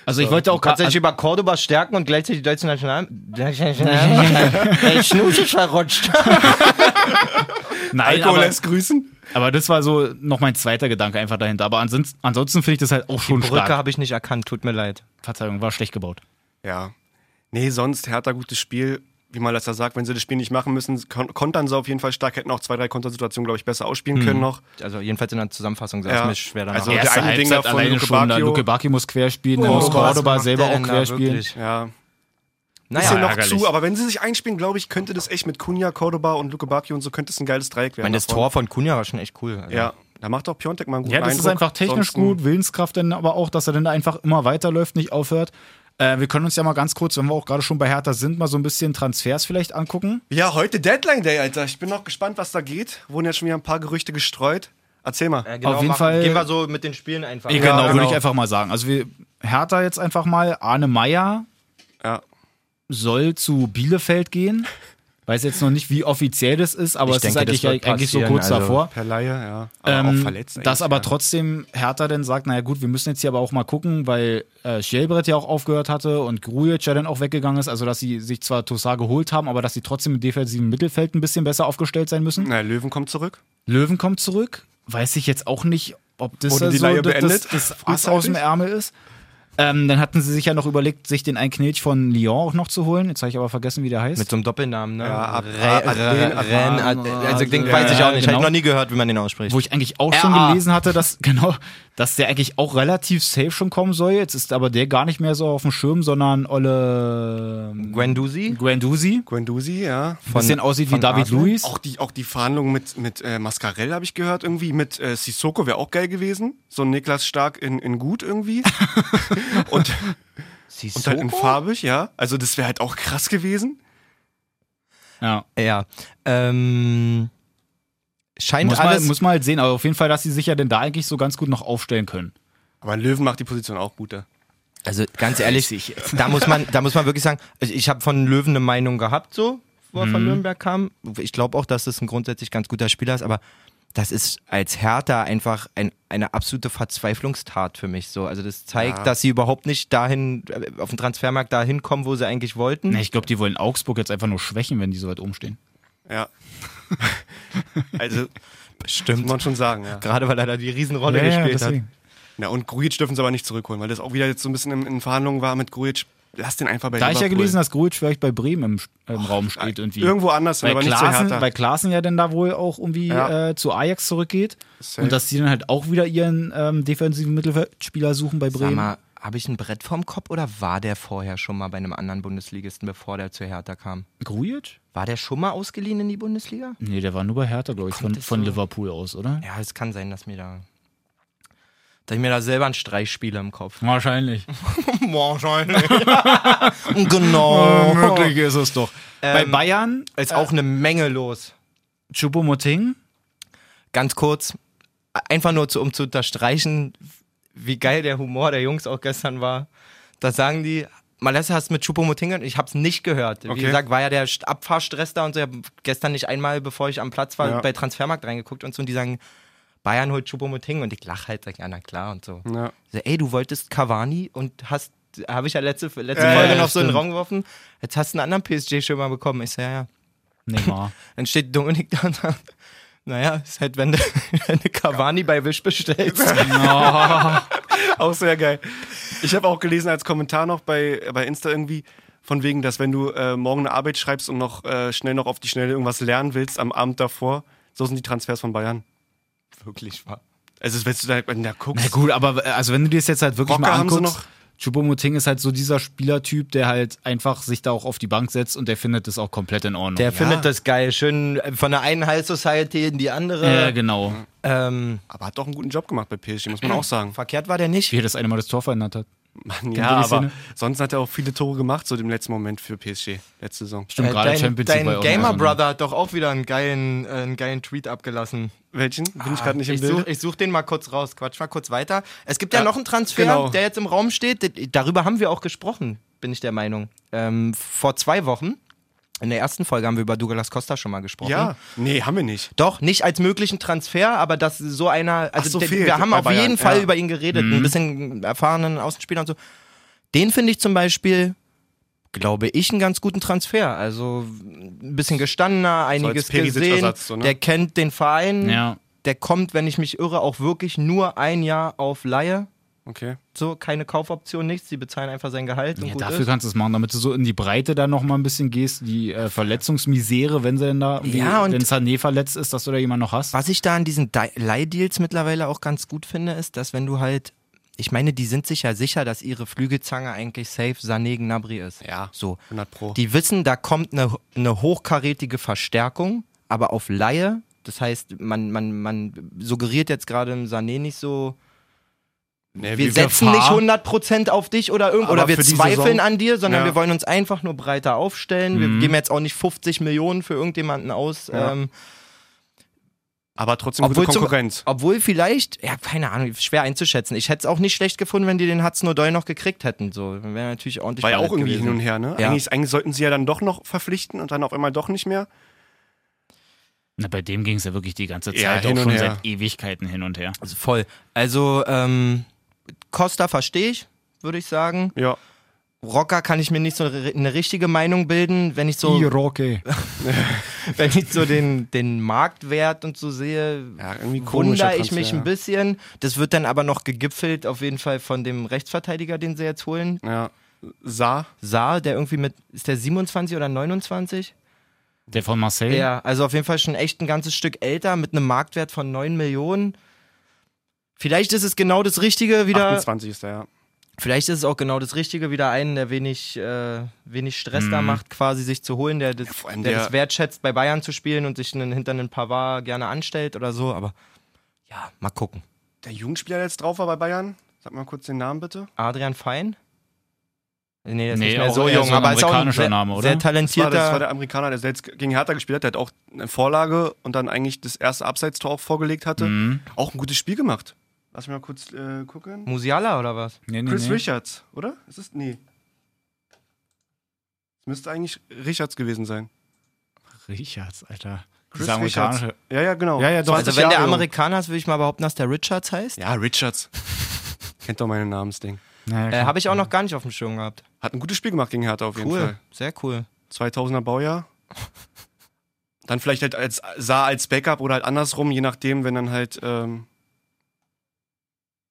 Also ich wollte
Du
auch
kannst dich
also,
über Cordoba stärken und gleichzeitig die deutsche National... Ey, Schnute ist verrutscht.
also, nein,
Alkohol
aber,
lässt grüßen.
aber das war so noch mein zweiter Gedanke einfach dahinter. Aber ansonsten, ansonsten finde ich das halt auch schon
Brücke
stark.
habe ich nicht erkannt, tut mir leid.
Verzeihung, war schlecht gebaut.
Ja. Nee, sonst Hertha gutes Spiel. Wie man das da sagt, wenn sie das Spiel nicht machen müssen, kon kontern sie auf jeden Fall stark, hätten auch zwei, drei Kontersituationen, glaube ich, besser ausspielen
Mhm.
können noch.
Also jedenfalls in der Zusammenfassung sah es
Ja.
mir schwer danach.
Also- der eine
halt
Ding da von Luke
da.
Bacchio.
Luke Bacchio muss querspielen, dann
Oh,
muss
was
Cordoba
macht
selber
der
auch
denn da
querspielen.
wirklich?
Ja.
Naja,
bisschen noch
ärgerlich.
zu, aber wenn sie sich einspielen, glaube ich, könnte das echt mit Kunja, Cordoba und Luke Bacchio und so könnte es ein geiles Dreieck
Ich
werden.
meine, das
davon.
Tor von Kunja war schon echt cool. Also,
Ja, da macht auch Piontek mal einen guten
Ja, das
Eindruck.
ist einfach technisch
Sonst ein-
gut, Willenskraft dann aber auch, dass er dann einfach immer weiterläuft, nicht aufhört. Äh, wir können uns ja mal ganz kurz, wenn wir auch gerade schon bei Hertha sind, mal so ein bisschen Transfers vielleicht angucken.
Ja, heute Deadline Day, Alter. Ich bin noch gespannt, was da geht. Wurden ja schon wieder ein paar Gerüchte gestreut. Erzähl mal.
Äh, genau,
Auf jeden
machen-
Fall-
Gehen wir so mit den Spielen einfach.
Ja,
genau,
würde
genau.
ich einfach mal sagen. Also wir, Hertha jetzt einfach mal, Arne Meyer
Ja.
soll zu Bielefeld gehen. weiß jetzt noch nicht, wie offiziell das ist, aber
Ich
es
denke,
ist
das
eigentlich,
wird
eigentlich so
passieren,
kurz
also-
davor.
Per Laie, ja.
Ähm,
Aber auch verletzt.
dass
eigentlich,
aber
ja.
trotzdem Hertha dann sagt, naja gut, wir müssen jetzt hier aber auch mal gucken, weil äh, Schielbrett ja auch aufgehört hatte und Grujic ja dann auch weggegangen ist, also dass sie sich zwar Tossar geholt haben, aber dass sie trotzdem im defensiven Mittelfeld ein bisschen besser aufgestellt sein müssen.
Na, Löwen kommt zurück.
Löwen kommt zurück, weiß ich jetzt auch nicht, ob das
Wurde die
so
Leihe
das,
beendet?
das Ass aus dem Ärmel ist. Ähm, dann hatten sie sich ja noch überlegt, sich den Einknilch von Lyon auch noch zu holen. Jetzt habe ich aber vergessen, wie der heißt.
Mit so einem Doppelnamen, ne?
Ja, Ab-
Re-
Ab-
Re-
Ab-
Ren-
Ab-
Ad- also den
Ja,
weiß ich auch nicht. Habe
genau.
ich noch nie gehört, wie man den ausspricht.
wo ich eigentlich auch schon
RA.
gelesen hatte, dass genau, dass der eigentlich auch relativ safe schon kommen soll. Jetzt ist aber der gar nicht mehr so auf dem Schirm, sondern Olle ähm,
Guendouzi?
Guendouzi,
Guendouzi, ja.
Von-
bisschen aussieht wie
von
David
Arsenal?
Luiz.
Auch die, auch die Verhandlungen mit, mit äh, Mascarell habe ich gehört irgendwie. Mit äh, Sissoko wäre auch geil gewesen. So ein Niklas Stark in, in gut irgendwie. und, und halt dann in farbig, ja. Also das wäre halt auch krass gewesen.
Ja.
Ja. Ähm, scheint
Muss, man,
alles.
muss man halt sehen, aber auf jeden Fall, dass sie sich ja denn da eigentlich so ganz gut noch aufstellen können.
Aber ein Löwen macht die Position auch gut. Ja.
also ganz ehrlich, da muss man, da muss man wirklich sagen, also ich habe von Löwen eine Meinung gehabt, so, wo er von Nürnberg kam. Ich glaube auch, dass das ein grundsätzlich ganz guter Spieler ist, aber das ist als Hertha einfach ein, eine absolute Verzweiflungstat für mich. So, also das zeigt,
Ja.
dass sie überhaupt nicht dahin äh, auf dem Transfermarkt dahin kommen, wo sie eigentlich wollten.
Ne, ich glaube, die wollen Augsburg jetzt einfach nur schwächen, wenn die so weit oben stehen.
ja. also, muss
Stimmt.
man schon sagen, ja.
Gerade weil er da die Riesenrolle gespielt hat.
Na, und Grujic dürfen sie aber nicht zurückholen, weil das auch wieder jetzt so ein bisschen in, in Verhandlungen war mit Grujic. Lass den einfach bei
Da ich ja
Liverpool. äh,
gelesen, dass Grujic vielleicht bei Bremen im, im Raum steht irgendwie.
Irgendwo anders,
Weil
aber nicht zu
Klaassen,
Hertha.
weil Klaassen ja dann da wohl auch irgendwie
Ja.
äh, zu Ajax zurückgeht.
Safe.
Und dass die dann halt auch wieder ihren ähm, defensiven Mittelfeldspieler suchen bei
Sag
Bremen.
mal, habe ich ein Brett vorm Kopf oder war der vorher schon mal bei einem anderen Bundesligisten, bevor der zu Hertha kam?
Grujic?
War der schon mal ausgeliehen in die Bundesliga?
Nee, der war nur bei Hertha, glaube ich, von,
Kommt das
von
so?
Liverpool aus, oder?
Ja, es kann sein, dass mir da. Dass ich mir da selber einen Streich spiele im Kopf.
Wahrscheinlich.
Wahrscheinlich. genau.
ist es doch.
Ähm.
bei Bayern,
Ist auch eine Menge los.
Choupo-Moting.
Ganz kurz, einfach nur zu, um zu unterstreichen, wie geil der Humor der Jungs auch gestern war. Da sagen die, Malessa hast du mit Choupo-Moting und ich hab's nicht gehört. Wie
Okay.
gesagt, war ja der St- Abfahrstress da und so. Ich hab gestern nicht einmal, bevor ich am Platz war,
Ja.
bei Transfermarkt reingeguckt und so. Und die sagen, Bayern holt Choupo-Moting und ich lache halt, sag, ja, na klar und so.
ja.
So, ey, du wolltest Cavani und hast, habe ich ja letzte, letzte
Ja,
Folge
ja,
noch so in den
stimmt.
Raum geworfen, jetzt hast du einen anderen PSG-Schirmer bekommen. Ich so, ja, ja.
Neymar.
Dann steht Dominik da und sagt, naja, ist halt, wenn du, wenn du Cavani bei Wish bestellst.
Auch sehr geil. Ich habe auch gelesen als Kommentar noch bei, bei Insta irgendwie, von wegen, dass wenn du äh, morgen eine Arbeit schreibst und noch äh, schnell noch auf die Schnelle irgendwas lernen willst am Abend davor, so sind die Transfers von Bayern.
Wirklich wahr.
Also wenn du da, wenn du da guckst,
Na gut, aber äh, also wenn du dir das jetzt halt wirklich
Rocker
mal
haben sie
anguckst,
noch.
Choupo-Moting ist halt so dieser Spielertyp, der halt einfach sich da auch auf die Bank setzt und der findet das auch komplett in Ordnung.
Der findet das geil. Schön äh, von der einen High Society in die
ja,
andere.
genau.
Mhm.
ähm,
aber hat doch einen guten Job gemacht bei PSG, muss man auch sagen.
verkehrt war der nicht.
Wie er das eine Mal das Tor verändert hat.
Mann,
ihr
ja,
die
aber
Szene?
sonst hat er auch viele Tore gemacht, so im letzten Moment für PSG, letzte Saison.
Stimmt,
Äh,
gerade
dein
Champions League also. war ja auch noch
dein
so
Gamer
ein-
Brother hat doch auch wieder einen geilen, äh, einen geilen Tweet abgelassen.
Welchen? Bin ich gerade nicht im
Ah, ich
Bild.
suche such den mal kurz raus. Quatsch mal kurz weiter. Es gibt ja,
Ja,
noch einen Transfer,
genau.
der jetzt im Raum steht. D- Darüber haben wir auch gesprochen, bin ich der Meinung. Ähm, vor zwei Wochen, in der ersten Folge, haben wir über Douglas Costa schon mal gesprochen.
Ja, nee, haben wir nicht.
Doch, nicht als möglichen Transfer, aber dass so einer. Also
so,
der-
fehlt
wir haben
bei
auf
Bayern,
jeden Fall
ja. Mhm.
über ihn geredet. Ein bisschen erfahrenen Außenspieler und so. Den finde ich zum Beispiel. Glaube ich, einen ganz guten Transfer. Also ein bisschen gestandener, einiges gesehen.
Perisic-Ersatz, so, ne?
Der kennt den Verein
Ja.
der kommt, wenn ich mich irre, auch wirklich nur ein Jahr auf Laie.
Okay.
So, keine Kaufoption, nichts. Sie bezahlen einfach sein Gehalt. Und
Ja,
gut
dafür
ist.
kannst du es machen, damit du so in die Breite dann nochmal ein bisschen gehst, die äh, Verletzungsmisere, wenn sie denn da, irgendwie-
Ja, und-
wenn Sané verletzt ist, dass du da jemanden noch hast.
Was ich da an diesen Di- Leihdeals mittlerweile auch ganz gut finde, ist, dass wenn du halt, ich meine, die sind sich ja sicher, dass ihre Flügelzange eigentlich safe Sané Gnabry ist.
Ja.
So.
100 Pro.
Die wissen, da kommt eine, eine hochkarätige Verstärkung, aber auf Laie. Das heißt, man, man, man suggeriert jetzt gerade im Sané nicht so,
nee,
wir
wie-
setzen
Gefahr.
nicht 100% auf dich oder irgend
Aber
oder wir
für die
zweifeln
Saison-
an dir, sondern
Ja. Mhm.
wir wollen uns einfach nur breiter ähm, aufstellen. Wir geben jetzt auch nicht 50 Millionen für irgendjemanden aus.
Ja.
Ähm,
Aber trotzdem gute
zum-
Konkurrenz.
obwohl vielleicht, ja, keine Ahnung, schwer einzuschätzen. Ich hätte es auch nicht schlecht gefunden, wenn die den Hudson O'Doy noch gekriegt hätten. So, wäre natürlich ordentlich.
War ja auch
ballert
irgendwie
gewesen.
hin und her, ne?
Ja.
Eigentlich, eigentlich sollten sie ja dann doch noch verpflichten und dann auf einmal doch nicht mehr.
Na, bei dem ging es ja wirklich die ganze Zeit
Ja, hin
auch
und
schon
her.
seit Ewigkeiten hin und her.
Also voll. Also, ähm, Costa verstehe ich, würde ich sagen.
Ja.
Rocker kann ich mir nicht so ri- eine richtige Meinung bilden, wenn ich so,
Rocky.
wenn ich so den, den Marktwert und so sehe.
Ja, irgendwie komischer
Wunder ich
Transfer,
mich ein
ja.
bisschen. Das wird dann aber noch gegipfelt, auf jeden Fall von dem Rechtsverteidiger, den sie jetzt holen.
Ja. Saar.
Saar, der irgendwie mit, ist der 27 oder 29?
Der von Marseille?
Ja, also auf jeden Fall schon echt ein ganzes Stück älter mit einem Marktwert von 9 Millionen. Vielleicht ist es genau das Richtige wieder.
28 ist der, ja.
Vielleicht ist es auch genau das Richtige wieder einen, der wenig, äh, wenig Stress
Hm.
da macht, quasi sich zu holen, der das,
vor
der,
allem der-
das wertschätzt, bei Bayern zu spielen und sich einen, hinter einen Pavard gerne anstellt oder so. Aber ja, mal gucken.
Der Jugendspieler, der jetzt drauf war bei Bayern. Sag mal kurz den Namen bitte.
Adrian Fein? Nee, der ist
Nee,
nicht mehr
auch
so
eher
jung,
so ein
aber ist auch ein
amerikanischer
sehr,
Name, oder?
sehr
Das war,
talentierter.
das war der Amerikaner, der selbst gegen Hertha gespielt hat. Der hat auch eine Vorlage und dann eigentlich das erste Abseitstor auch vorgelegt hatte.
Mhm.
Auch ein gutes Spiel gemacht. Lass mich mal kurz äh, gucken.
Musiala oder was?
Nee, nee,
Chris
nee.
Richards, oder? Ist es? Nee. Es müsste eigentlich Richards gewesen sein.
Richards, Alter.
Chris
Dieser
Richards.
amerikanische-
Ja, ja, genau.
Ja, ja, doch.
20
Also wenn der
Jahre jung.
Amerikaner ist, würde ich mal behaupten, dass der Richards heißt.
Ja, Richards. Kennt doch meinen Namensding.
Naja,
Äh,
klar.
Habe ich auch noch gar nicht auf dem Schirm gehabt.
Hat ein gutes Spiel gemacht gegen Hertha auf jeden
Cool,
Fall.
sehr cool.
2000er Baujahr. Dann vielleicht halt als Saar als Backup oder halt andersrum, je nachdem, wenn dann halt ähm,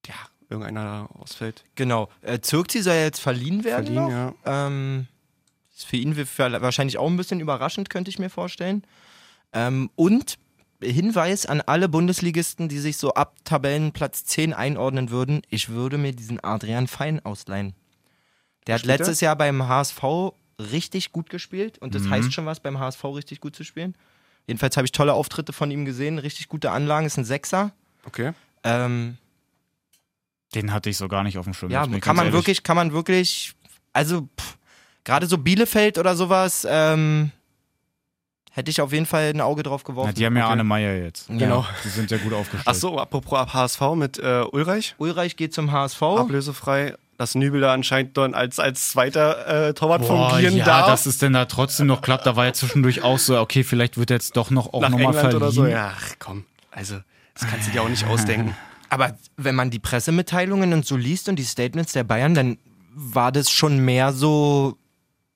ja, irgendeiner da ausfällt.
Genau. Äh, Zirkzee soll ja jetzt verliehen werden.
Berlin,
noch?
ja.
Ähm, ist für ihn wi- ver- wahrscheinlich auch ein bisschen überraschend, könnte ich mir vorstellen. Ähm, und Hinweis an alle Bundesligisten, die sich so ab Tabellenplatz 10 einordnen würden, ich würde mir diesen Adrian Fein ausleihen. Der hat
Spielt er?
letztes Jahr beim HSV richtig gut gespielt und das heißt schon was, beim HSV richtig gut zu spielen. Jedenfalls habe ich tolle Auftritte von ihm gesehen, richtig gute Anlagen, ist ein Sechser.
Okay.
Ähm,
Den hatte ich so gar nicht auf dem Schirm.
ja,
jetzt bin ich
kann
ganz
man
ehrlich.
wirklich, kann man wirklich, also pff, gerade so Bielefeld oder sowas, ähm, hätte ich auf jeden Fall ein Auge drauf
Na,
geworfen.
die haben ja Arne Meier jetzt.
Genau.
Die sind ja gut aufgestellt.
Ach so, apropos ab HSV mit äh, Ulreich,
Ulreich geht zum HSV.
ablösefrei, dass Nübel da anscheinend dann als, als zweiter äh, Torwart
Boah,
fungieren
ja,
darf.
dass es denn da trotzdem noch klappt. Da war ja zwischendurch auch so, okay, vielleicht wird er jetzt doch noch auch
nach
nochmal
England
verliehen.
oder so. Ja, ach, komm, also das kannst du dir auch nicht ausdenken.
Aber wenn man die Pressemitteilungen und so liest und die Statements der Bayern, dann war das schon mehr so,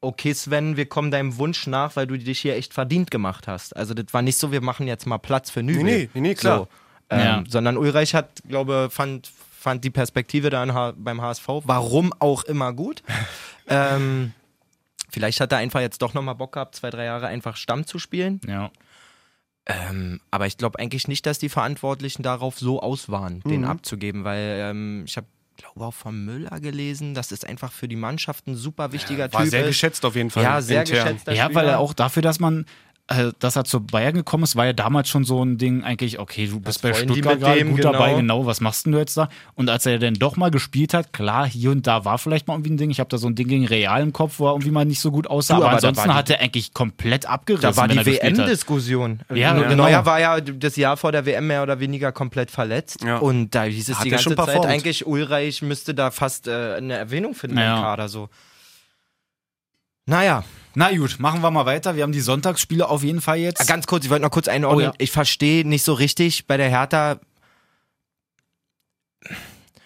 okay Sven, wir kommen deinem Wunsch nach, weil du dich hier echt verdient gemacht hast. Also das war nicht so, wir machen jetzt mal Platz für Nübel.
Nee, nee, nee, klar.
So, ähm,
Ja.
Sondern Ulreich hat, glaube fand fand die Perspektive da in H beim HSV, warum auch immer gut. ähm, vielleicht hat er einfach jetzt doch nochmal Bock gehabt, zwei, drei Jahre einfach Stamm zu spielen.
Ja.
Ähm, aber ich glaube eigentlich nicht, dass die Verantwortlichen darauf so aus waren, den
Mhm.
abzugeben, weil ähm, ich habe, glaube auch von Müller gelesen, dass es einfach für die Mannschaft ein super wichtiger
War
Typ
sehr
ist.
geschätzt auf jeden Fall.
ja, sehr
intern.
geschätzter
ja,
Spieler.
weil er auch dafür, dass man, äh, dass er zu Bayern gekommen ist, war ja damals schon so ein Ding, eigentlich, okay, du bist bei
wollen die
Stuttgart
mit
gerade
dem,
gut
genau?
dabei, genau, was machst denn du jetzt da? Und als er dann doch mal gespielt hat, klar, hier und da war vielleicht mal irgendwie ein Ding. Ich habe da so ein Ding gegen Real im Kopf, wo er irgendwie mal nicht so gut aussah,
Du,
aber,
aber da
ansonsten
war die-
hat er eigentlich komplett abgerissen.
Da war
wenn
die
er gespielt hat.
WM-Diskussion.
Ja,
Nur
genau.
Neuer war ja das Jahr vor der WM mehr oder weniger komplett verletzt.
Ja.
Und da hieß es
Hat
die
er
ganze
schon
Zeit
performt.
eigentlich, Ulreich müsste da fast äh, eine Erwähnung finden
Ja.
im Kader. So. Naja,
Na gut, machen wir mal weiter. Wir haben die Sonntagsspiele auf jeden Fall jetzt.
Ah, ganz kurz, ich wollte noch kurz einordnen.
Oh ja.
Ich verstehe nicht so richtig bei der Hertha.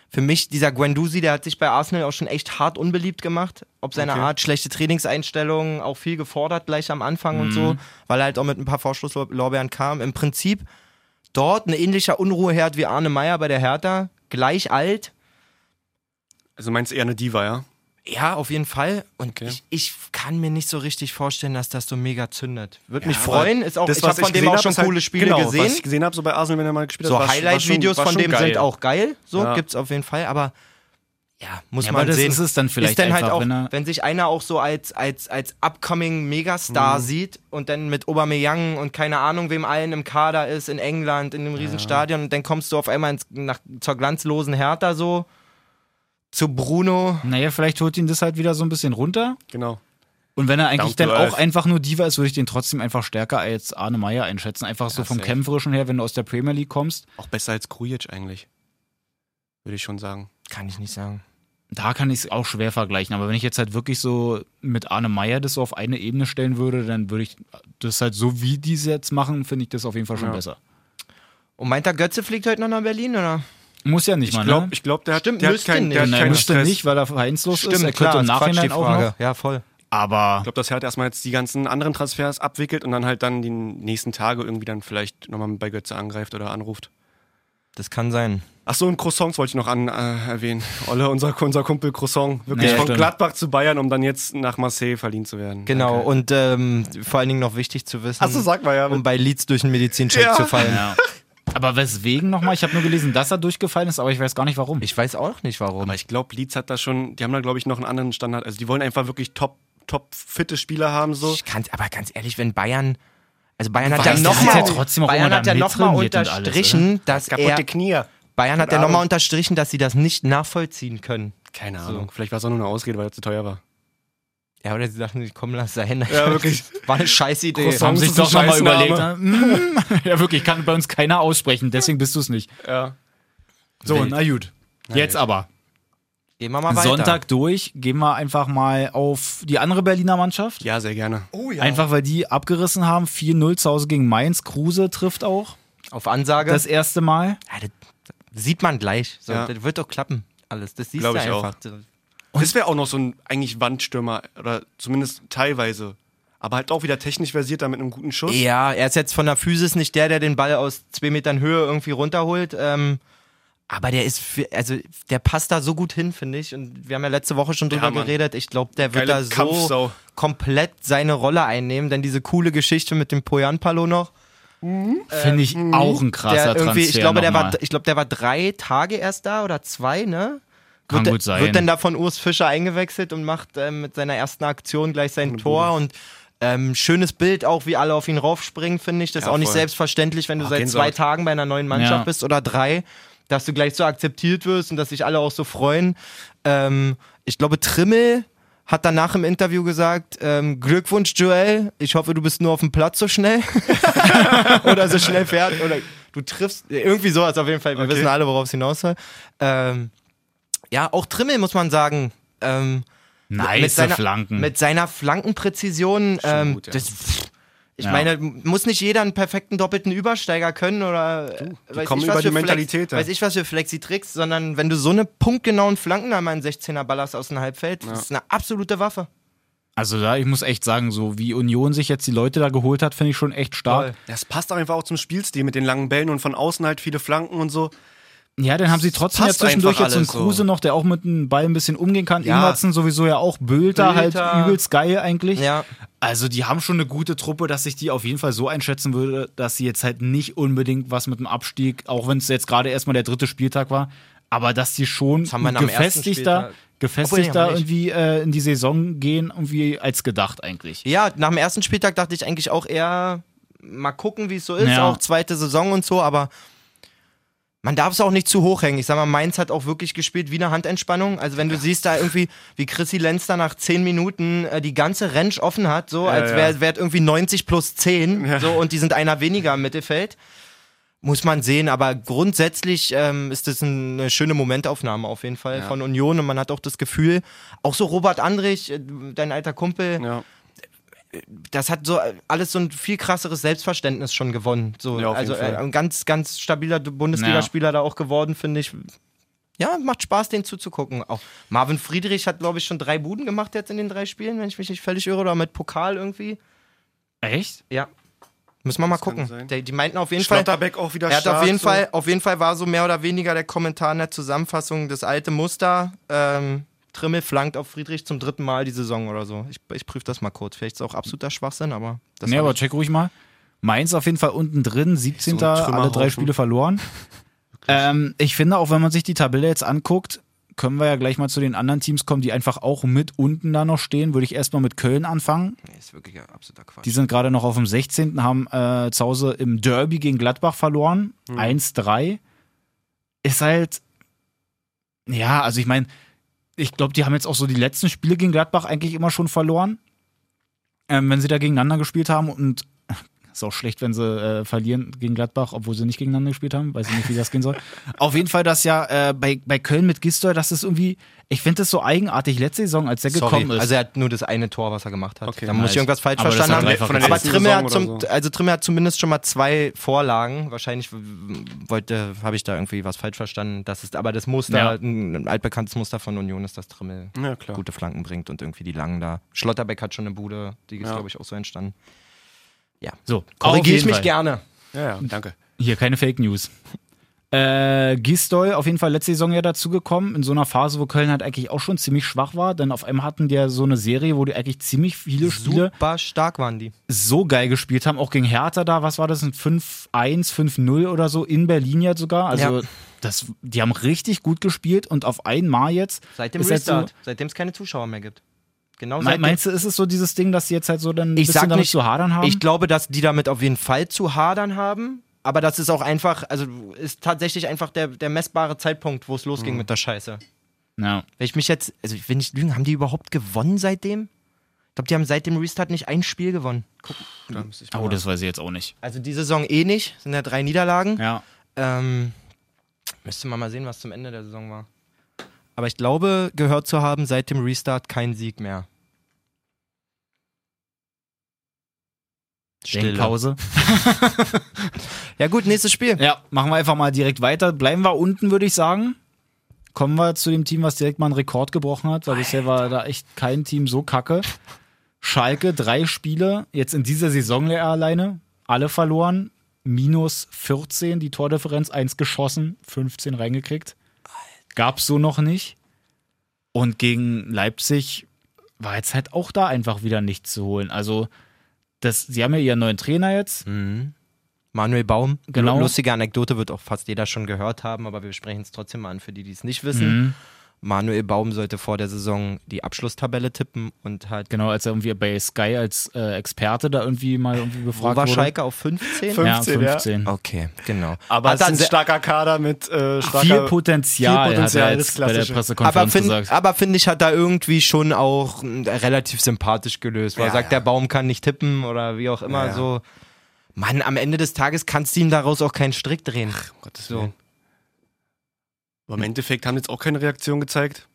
Für mich, dieser Guendouzi, der hat sich bei Arsenal auch schon echt hart unbeliebt gemacht. Ob seine
Okay.
Art, schlechte Trainingseinstellungen, auch viel gefordert gleich am Anfang und so,
Mhm.
weil er halt auch mit ein paar Vorschusslorbeeren kam. Im Prinzip dort ein ähnlicher Unruheherd wie Arne Meyer bei der Hertha. Gleich alt,
Also meinst du eher eine Diva, ja?
ja, auf jeden Fall. Und
Okay.
ich, ich kann mir nicht so richtig vorstellen, dass das so mega zündet. Würde mich
Ja,
freuen.
aber
Ist auch,
das,
ich habe
was
von dem
gesehen
auch
hab,
schon
ist halt-
coole Spiele
genau,
gesehen.
Was ich gesehen habe, so bei Arsenal, wenn er mal gespielt
So
hat. war- war schon-
Highlight-Videos
war
von
schon
dem
geil.
sind auch geil. So
Ja.
gibt's auf jeden Fall, aber ja, muss
ja,
man
aber das
sehen.
ist es dann vielleicht
ist dann
einfach,
halt auch,
wenn
wenn,
er,
sich einer auch so als, als, als upcoming Megastar
Mhm.
sieht und dann mit Aubameyang und keine Ahnung wem allen im Kader ist, in England, in einem riesen Stadion und dann kommst du auf einmal ins, nach, zur glanzlosen Hertha so, zu Bruno.
naja, vielleicht holt ihn das halt wieder so ein bisschen runter.
Genau.
Und wenn er eigentlich
Down
dann
to
auch
earth.
einfach nur Diva ist, würde ich den trotzdem einfach stärker als Arne Meyer einschätzen. Einfach so
Ja,
vom
safe.
Kämpferischen her, wenn du aus der Premier League kommst.
Auch besser als Krujic eigentlich. Würde ich schon sagen.
Kann ich nicht sagen.
Da kann ich es auch schwer vergleichen. Aber wenn ich jetzt halt wirklich so mit Arne Meyer das so auf eine Ebene stellen würde, dann würde ich das halt so, wie die es jetzt machen, finde ich das auf jeden Fall schon
Ja.
besser.
Und meint der Götze fliegt heute noch nach Berlin, oder?
Muss ja nicht
Ich
mal,
glaube,
ne?
ich glaub, der hat,
Stimmt,
der hat
müsste
keinen
nicht.
der hat
Na,
keinen
müsste
Stress.
nicht, weil er vereinslos ist. Er könnte im
ist Quatsch,
Nachhinein
die
auch noch.
Frage. Ja, voll.
Aber
Ich glaube, das Hertha erstmal jetzt die ganzen anderen Transfers abwickelt und dann halt dann die nächsten Tage irgendwie dann vielleicht nochmal bei Götze angreift oder anruft.
Das kann sein.
Ach so, und Croissants wollte ich noch an, äh, erwähnen. Olle, unser, unser Kumpel Croissant. Wirklich
Ja,
von
stimmt.
Gladbach zu Bayern, um dann jetzt nach Marseille verliehen zu werden.
Genau,
Danke.
und ähm, vor allen Dingen noch wichtig zu wissen,
Ach so, sag mal, ja.
um bei Leeds durch einen Medizincheck
Ja.
zu fallen.
Ja. Aber weswegen nochmal? Ich habe nur gelesen, dass er durchgefallen ist, aber ich weiß gar nicht warum.
Ich weiß auch nicht, warum.
Aber ich glaube, Leeds hat da schon, die haben da, glaube ich, noch einen anderen Standard. Also die wollen einfach wirklich top, top fitte Spieler haben, so.
Ich kann's, aber ganz ehrlich, wenn Bayern... Also Bayern hat ja
weißt, das ist
nochmal
ja trotzdem auch
Bayern
immer
hat ja
da
noch mal
mittrainiert und alles,
unterstrichen, dass er, Genau.
Knie.
Bayern hat ja nochmal unterstrichen, dass sie das nicht nachvollziehen können.
Keine Ahnung. Vielleicht war es auch nur eine Ausrede, weil er zu teuer war.
Ja, oder sie dachten, komm, lass sein.
Ja, wirklich.
War eine scheiß Idee.
Croissant.
Haben
Das
sich
ist
doch
ein
nochmal
Scheißname.
überlegt. ne? Mm. ja, wirklich, kann bei uns keiner aussprechen, deswegen bist du es nicht.
Ja.
So, na gut. Jetzt aber.
Gehen wir mal weiter.
Sonntag durch, gehen wir einfach mal auf die andere Berliner Mannschaft.
Ja, sehr gerne.
Oh
Einfach weil die abgerissen haben. 4-0 zu Hause gegen Mainz. Kruse trifft auch
Auf Ansage.
das erste Mal.
ja, das sieht man gleich. So,
Ja.
Das wird doch klappen. Alles. Das siehst
Glaub
du
ich auch.
einfach.
das wäre auch noch so ein eigentlich Wandstürmer oder zumindest teilweise. Aber halt auch wieder technisch versiert da mit einem guten Schuss.
Ja, er ist jetzt von der Physis nicht der, der den Ball aus zwei Metern Höhe irgendwie runterholt. Ähm, aber der ist, für, also der passt da so gut hin, finde ich. Und wir haben ja letzte Woche schon drüber
Mann.
geredet. Ich glaube, der wird
Geile
da so
Kampfsau.
komplett seine Rolle einnehmen. Denn diese coole Geschichte mit dem Poyanpalo noch,
Äh, Finde ich auch ein krasser
mhm. der irgendwie,
Transfer.
ich glaube, der war,
nochmal.
ich glaube, der war drei Tage erst da oder zwei, ne?
Kann
wird,
gut sein.
Wird dann da von Urs Fischer eingewechselt und macht ähm, mit seiner ersten Aktion gleich sein Tor und ähm, schönes Bild auch, wie alle auf ihn raufspringen, finde ich. Das ist
Ja,
auch nicht
voll.
selbstverständlich, wenn du
Ah,
seit
Gänsehaut.
zwei Tagen bei einer neuen Mannschaft
Ja.
bist oder drei, dass du gleich so akzeptiert wirst und dass sich alle auch so freuen. Ähm, ich glaube, Trimmel hat danach im Interview gesagt, ähm, Glückwunsch Joel, ich hoffe, du bist nur auf dem Platz so schnell oder so schnell fährt oder du triffst irgendwie sowas auf jeden Fall. Wir wissen alle, worauf es hinaus soll. Ähm, ja, auch Trimmel muss man sagen. Ähm,
nice Flanken.
Mit seiner Flankenpräzision. Ähm,
gut, ja.
das, pff, ich
Ja.
meine, muss nicht jeder einen perfekten doppelten Übersteiger können oder äh, weiß
kommen
ich, was
über die
für Flex-
Mentalität, ja.
Weiß ich was für Flexi-Tricks, sondern wenn du so eine punktgenauen Flanken einmal in 16er ballerst aus dem Halbfeld, das ist eine absolute Waffe.
Also da, ich muss echt sagen, so wie Union sich jetzt die Leute da geholt hat, finde ich schon echt stark.
Voll.
Das passt auch einfach auch zum Spielstil mit den langen Bällen und von außen halt viele Flanken und so.
Ja, dann haben sie trotzdem ja
passt
zwischendurch
einfach
jetzt so einen
alles so.
Kruse noch, der auch mit dem Ball ein bisschen umgehen kann.
Ja.
Ingwertsen sowieso ja auch, Bülter,
Bülter.
halt übelst geil eigentlich.
Ja.
Also die haben schon eine gute Truppe, dass ich die auf jeden Fall so einschätzen würde, dass sie jetzt halt nicht unbedingt was mit dem Abstieg, auch wenn es jetzt gerade erstmal der dritte Spieltag war, aber dass die schon
haben wir am ersten
gefestigter,
Spieltag. Obwohl,
gefestigter
nee, haben
irgendwie äh, in die Saison gehen, irgendwie als gedacht eigentlich.
Ja, nach dem ersten Spieltag dachte ich eigentlich auch eher, mal gucken, wie es so ist,
Ja.
auch zweite Saison und so, aber man darf es auch nicht zu hoch hängen. Ich sag mal, Mainz hat auch wirklich gespielt wie eine Handentspannung. Also wenn du siehst, da irgendwie, wie Chrissy Lenz da nach 10 Minuten äh, die ganze Range offen hat, so als
ja.
wäre wär irgendwie 90 plus 10 so, und die sind einer weniger im Mittelfeld. Muss man sehen, aber grundsätzlich ähm, ist das eine schöne Momentaufnahme auf jeden Fall von Union und man hat auch das Gefühl, auch so Robert Andrich, äh, dein alter Kumpel,
Ja.
das hat so alles so ein viel krasseres Selbstverständnis schon gewonnen. So,
Ja, auf
also
jeden Fall.
äh, ein ganz, ganz stabiler D- Bundesligaspieler da auch geworden, finde ich. Ja, macht Spaß, den zuzugucken. Auch Marvin Friedrich hat, glaube ich, schon drei Buden gemacht jetzt in den drei Spielen, wenn ich mich nicht völlig irre, oder mit Pokal irgendwie.
Echt?
Ja. Müssen wir mal gucken.
sein.
Die, die meinten auf jeden Fall.
Schlotterbeck auch wieder
Er hat auf
stark,
jeden,
so.
Fall, auf jeden Fall war so mehr oder weniger der Kommentar in der Zusammenfassung das alte Muster. Ähm, Trimmel flankt auf Friedrich zum dritten Mal die Saison oder so. Ich, ich prüfe das mal kurz. Vielleicht ist es auch absoluter Schwachsinn, aber das
Nee,
hab
aber
ich-
check ruch mal. Mainz auf jeden Fall unten drin, 17.
So ein
alle drei
Trümmerhaufen.
Spiele verloren. ähm, ich finde auch, wenn man sich die Tabelle jetzt anguckt, können wir ja gleich mal zu den anderen Teams kommen, die einfach auch mit unten da noch stehen. Würde ich erstmal mit Köln anfangen.
Nee, ist wirklich ein absoluter Quatsch.
Die sind gerade noch auf dem 16., haben äh, zu Hause im Derby gegen Gladbach verloren.
Mhm.
1-3. Ist halt. Ja, also ich meine, ich glaube, die haben jetzt auch so die letzten Spiele gegen Gladbach eigentlich immer schon verloren. ähm, wenn sie da gegeneinander gespielt haben und ist auch schlecht, wenn sie äh, verlieren gegen Gladbach, obwohl sie nicht gegeneinander gespielt haben. Weiß ich nicht, wie das gehen soll. Auf jeden Fall, das ja äh, bei, bei Köln mit Gisdol, das ist irgendwie, ich finde das so eigenartig. Letzte Saison, als der gekommen ist.
Also er hat nur das eine Tor, was er gemacht hat.
Okay,
da muss
nice.
ich irgendwas falsch
Aber das
verstanden
hat dreifach
haben. Aber,
jetzt. Letzte
Trimme hat
Saison
zum,
oder so.
also Trimme hat zumindest schon mal zwei Vorlagen. Wahrscheinlich w- w- wollte, habe ich da irgendwie was falsch verstanden. Das ist aber das Muster,
Ja.
ein, ein altbekanntes Muster von Union ist, dass Trimme
Ja, klar.
gute Flanken bringt und irgendwie die langen da. Schlotterbeck hat schon eine Bude, die ist
Ja.
glaube ich auch so entstanden. Ja,
so,
korrigiere
auf
ich
jeden
mich
Fall.
gerne.
Ja, ja, danke.
Hier, keine Fake News. Äh, Gistol auf jeden Fall letzte Saison ja dazugekommen, in so einer Phase, wo Köln halt eigentlich auch schon ziemlich schwach war. Denn auf einmal hatten die ja so eine Serie, wo die eigentlich ziemlich viele Spiele
Super stark waren die.
so geil gespielt haben. Auch gegen Hertha da, was war das, ein 5-1, 5-0 oder so, in Berlin ja sogar. Also,
Ja.
das, die haben richtig gut gespielt und auf einmal jetzt.
Seit dem
ist halt
Restart,
So,
seitdem es keine Zuschauer mehr gibt. Genau
Me-
seit dem
meinst du, ist es so dieses Ding, dass sie jetzt halt so dann ein
ich
bisschen
sag
damit
nicht,
zu hadern haben?
Ich glaube, dass die damit auf jeden Fall zu hadern haben. Aber das ist auch einfach, also ist tatsächlich einfach der, der messbare Zeitpunkt, wo es
Mhm.
losging mit der Scheiße.
ja.
Wenn ich mich jetzt, also ich will nicht lügen, haben die überhaupt gewonnen seitdem? Ich glaube, die haben seit dem Restart nicht ein Spiel gewonnen. Guck,
Da müsste ich mal-
Oh, das weiß ich jetzt auch nicht.
Also die Saison eh nicht, sind ja drei Niederlagen.
Ja.
Ähm, müsste man mal sehen, was zum Ende der Saison war. Aber ich glaube, gehört zu haben, seit dem Restart kein Sieg mehr.
Denkpause.
Ja gut, nächstes Spiel.
Ja, machen wir einfach mal direkt weiter. Bleiben wir unten, würde ich sagen. Kommen wir zu dem Team, was direkt mal einen Rekord gebrochen hat, weil bisher war da echt kein Team so kacke. Schalke, drei Spiele, jetzt in dieser Saison alleine, alle verloren, minus 14, die Tordifferenz, eins geschossen, 15 reingekriegt. Gab's so noch nicht. Und gegen Leipzig war jetzt halt auch da einfach wieder nichts zu holen. Also, das, sie haben ja ihren neuen Trainer jetzt.
Manuel Baum.
Genau.
Lu- Lustige Anekdote wird auch fast jeder schon gehört haben, aber wir sprechen es trotzdem mal an für die, die es nicht wissen.
Mhm.
Manuel Baum sollte vor der Saison die Abschlusstabelle tippen und hat.
Genau, als er irgendwie bei Sky als äh, Experte da irgendwie mal irgendwie
Wo
befragt
war
wurde.
Schalke auf 15?
Fünf-
Ja,
15, ja.
15.
Okay, genau.
Aber
Hat
es
dann
ist
se-
ein starker Kader mit äh, starker.
Viel Potenzial,
Viel Potenzial,
hat er
das
jetzt bei der
Klassische.
Pressekonferenz
aber finde
gesagt.
find ich, hat da irgendwie schon auch mh, relativ sympathisch gelöst, weil er
Ja,
sagt,
ja.
der Baum kann nicht tippen oder wie auch immer
Ja, ja.
so. Mann, am Ende des Tages kannst du ihm daraus auch keinen Strick drehen.
um Gottes
So.
Willen. Aber im Endeffekt haben jetzt auch keine Reaktion gezeigt.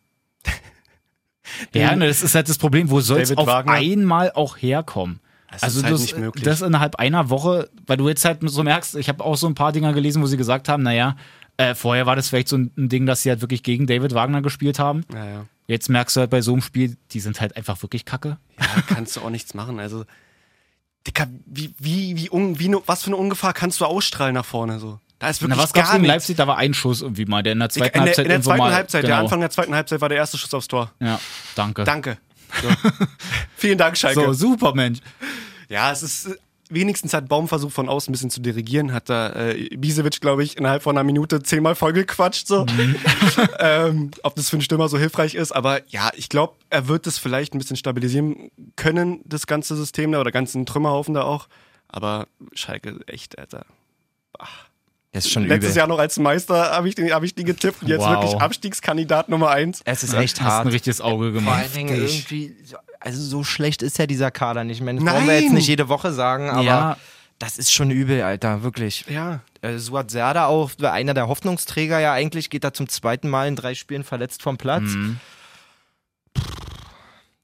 ja, ne, das ist halt das Problem, wo soll es
Ah, David
auf
Wagner.
einmal auch herkommen?
Das
Also
ist halt
das,
nicht möglich.
das innerhalb einer Woche, weil du jetzt halt so merkst, ich habe auch so ein paar Dinger gelesen, wo sie gesagt haben, naja, äh, vorher war das vielleicht so ein ein Ding, dass sie halt wirklich gegen David Wagner gespielt haben.
ja, ja.
Jetzt merkst du halt bei so einem Spiel, die sind halt einfach wirklich kacke.
Da kannst du auch nichts machen. Also, Dicker, wie, wie, wie, un, wie, ne- was für eine Ungefahr kannst du ausstrahlen nach vorne so? Da ist
Na,
wirklich
was gab's
gar
gegen
nichts.
Leipzig? Da war ein Schuss irgendwie mal, der in der
Dicker,
zweiten
In der,
Halbzeit
in der
irgendwo
zweiten
mal,
Halbzeit,
genau.
der Anfang der zweiten Halbzeit war der erste Schuss aufs Tor.
Ja, danke.
Danke. Vielen Dank, Schalke.
So, super Mensch.
Ja, es ist. äh, Wenigstens hat Baum versucht, von außen ein bisschen zu dirigieren. Hat da äh, Ibisevic, glaube ich, innerhalb von einer Minute zehnmal vollgequatscht, so. ähm, ob das für einen Stürmer so hilfreich ist. Aber ja, ich glaube, er wird das vielleicht ein bisschen stabilisieren können, das ganze System da oder ganzen Trümmerhaufen da auch. Aber Schalke, echt, Alter.
Das ist schon
Letztes Jahr noch als Meister habe ich, den- hab ich die getippt und jetzt
Wow.
wirklich Abstiegskandidat Nummer eins.
Es ist
Ja,
echt
Hast
hart.
ein richtiges Auge
Vor
gemacht.
allen Dingen irgendwie, so- also so schlecht ist ja dieser Kader nicht. Ich meine, das
Nein!
wollen wir jetzt nicht jede Woche sagen, aber
Ja.
das ist schon übel, Alter, wirklich.
Ja.
Äh, Suat Serda auch, einer der Hoffnungsträger ja eigentlich, geht da zum zweiten Mal in drei Spielen verletzt vom Platz.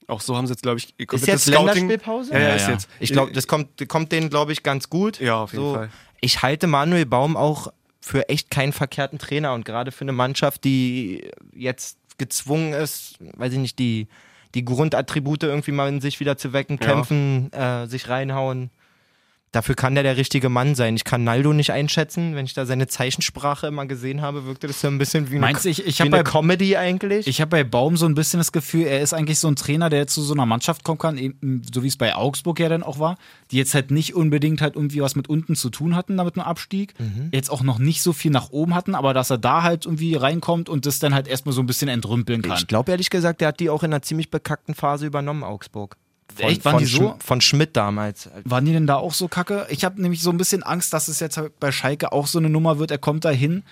Auch so haben sie jetzt, glaube ich,
Ist
komplett
jetzt
das Scouting-
Länderspielpause?
Ja, ja,
Ja,
ist
ja.
jetzt.
Ich glaube, das kommt, kommt denen, glaube ich, ganz gut.
Äh, Ja, auf jeden
so.
Fall.
Ich halte Manuel Baum auch für echt keinen verkehrten Trainer und gerade für eine Mannschaft, die jetzt gezwungen ist, weiß ich nicht, die, die Grundattribute irgendwie mal in sich wieder zu wecken,
Ja.
kämpfen, äh, sich reinhauen. Dafür kann der der richtige Mann sein. Ich kann Naldo nicht einschätzen. Wenn ich da seine Zeichensprache immer gesehen habe, wirkte das so ein bisschen wie eine,
Meinst du, ich- ich
wie
hab bei-
eine Comedy eigentlich.
Ich habe bei Baum so ein bisschen das Gefühl, er ist eigentlich so ein Trainer, der zu so einer Mannschaft kommen kann, eben, so wie es bei Augsburg ja dann auch war, die jetzt halt nicht unbedingt halt irgendwie was mit unten zu tun hatten, damit nur Abstieg,
Mhm.
jetzt auch noch nicht so viel nach oben hatten, aber dass er da halt irgendwie reinkommt und das dann halt erstmal so ein bisschen entrümpeln kann.
Ich glaube ehrlich gesagt, der hat die auch in einer ziemlich bekackten Phase übernommen, Augsburg. Von,
Echt? Waren
von
die so?
Schm- von Schmidt damals.
Waren die denn da auch so kacke? Ich habe nämlich so ein bisschen Angst, dass es jetzt halt bei Schalke auch so eine Nummer wird. Er kommt da hin,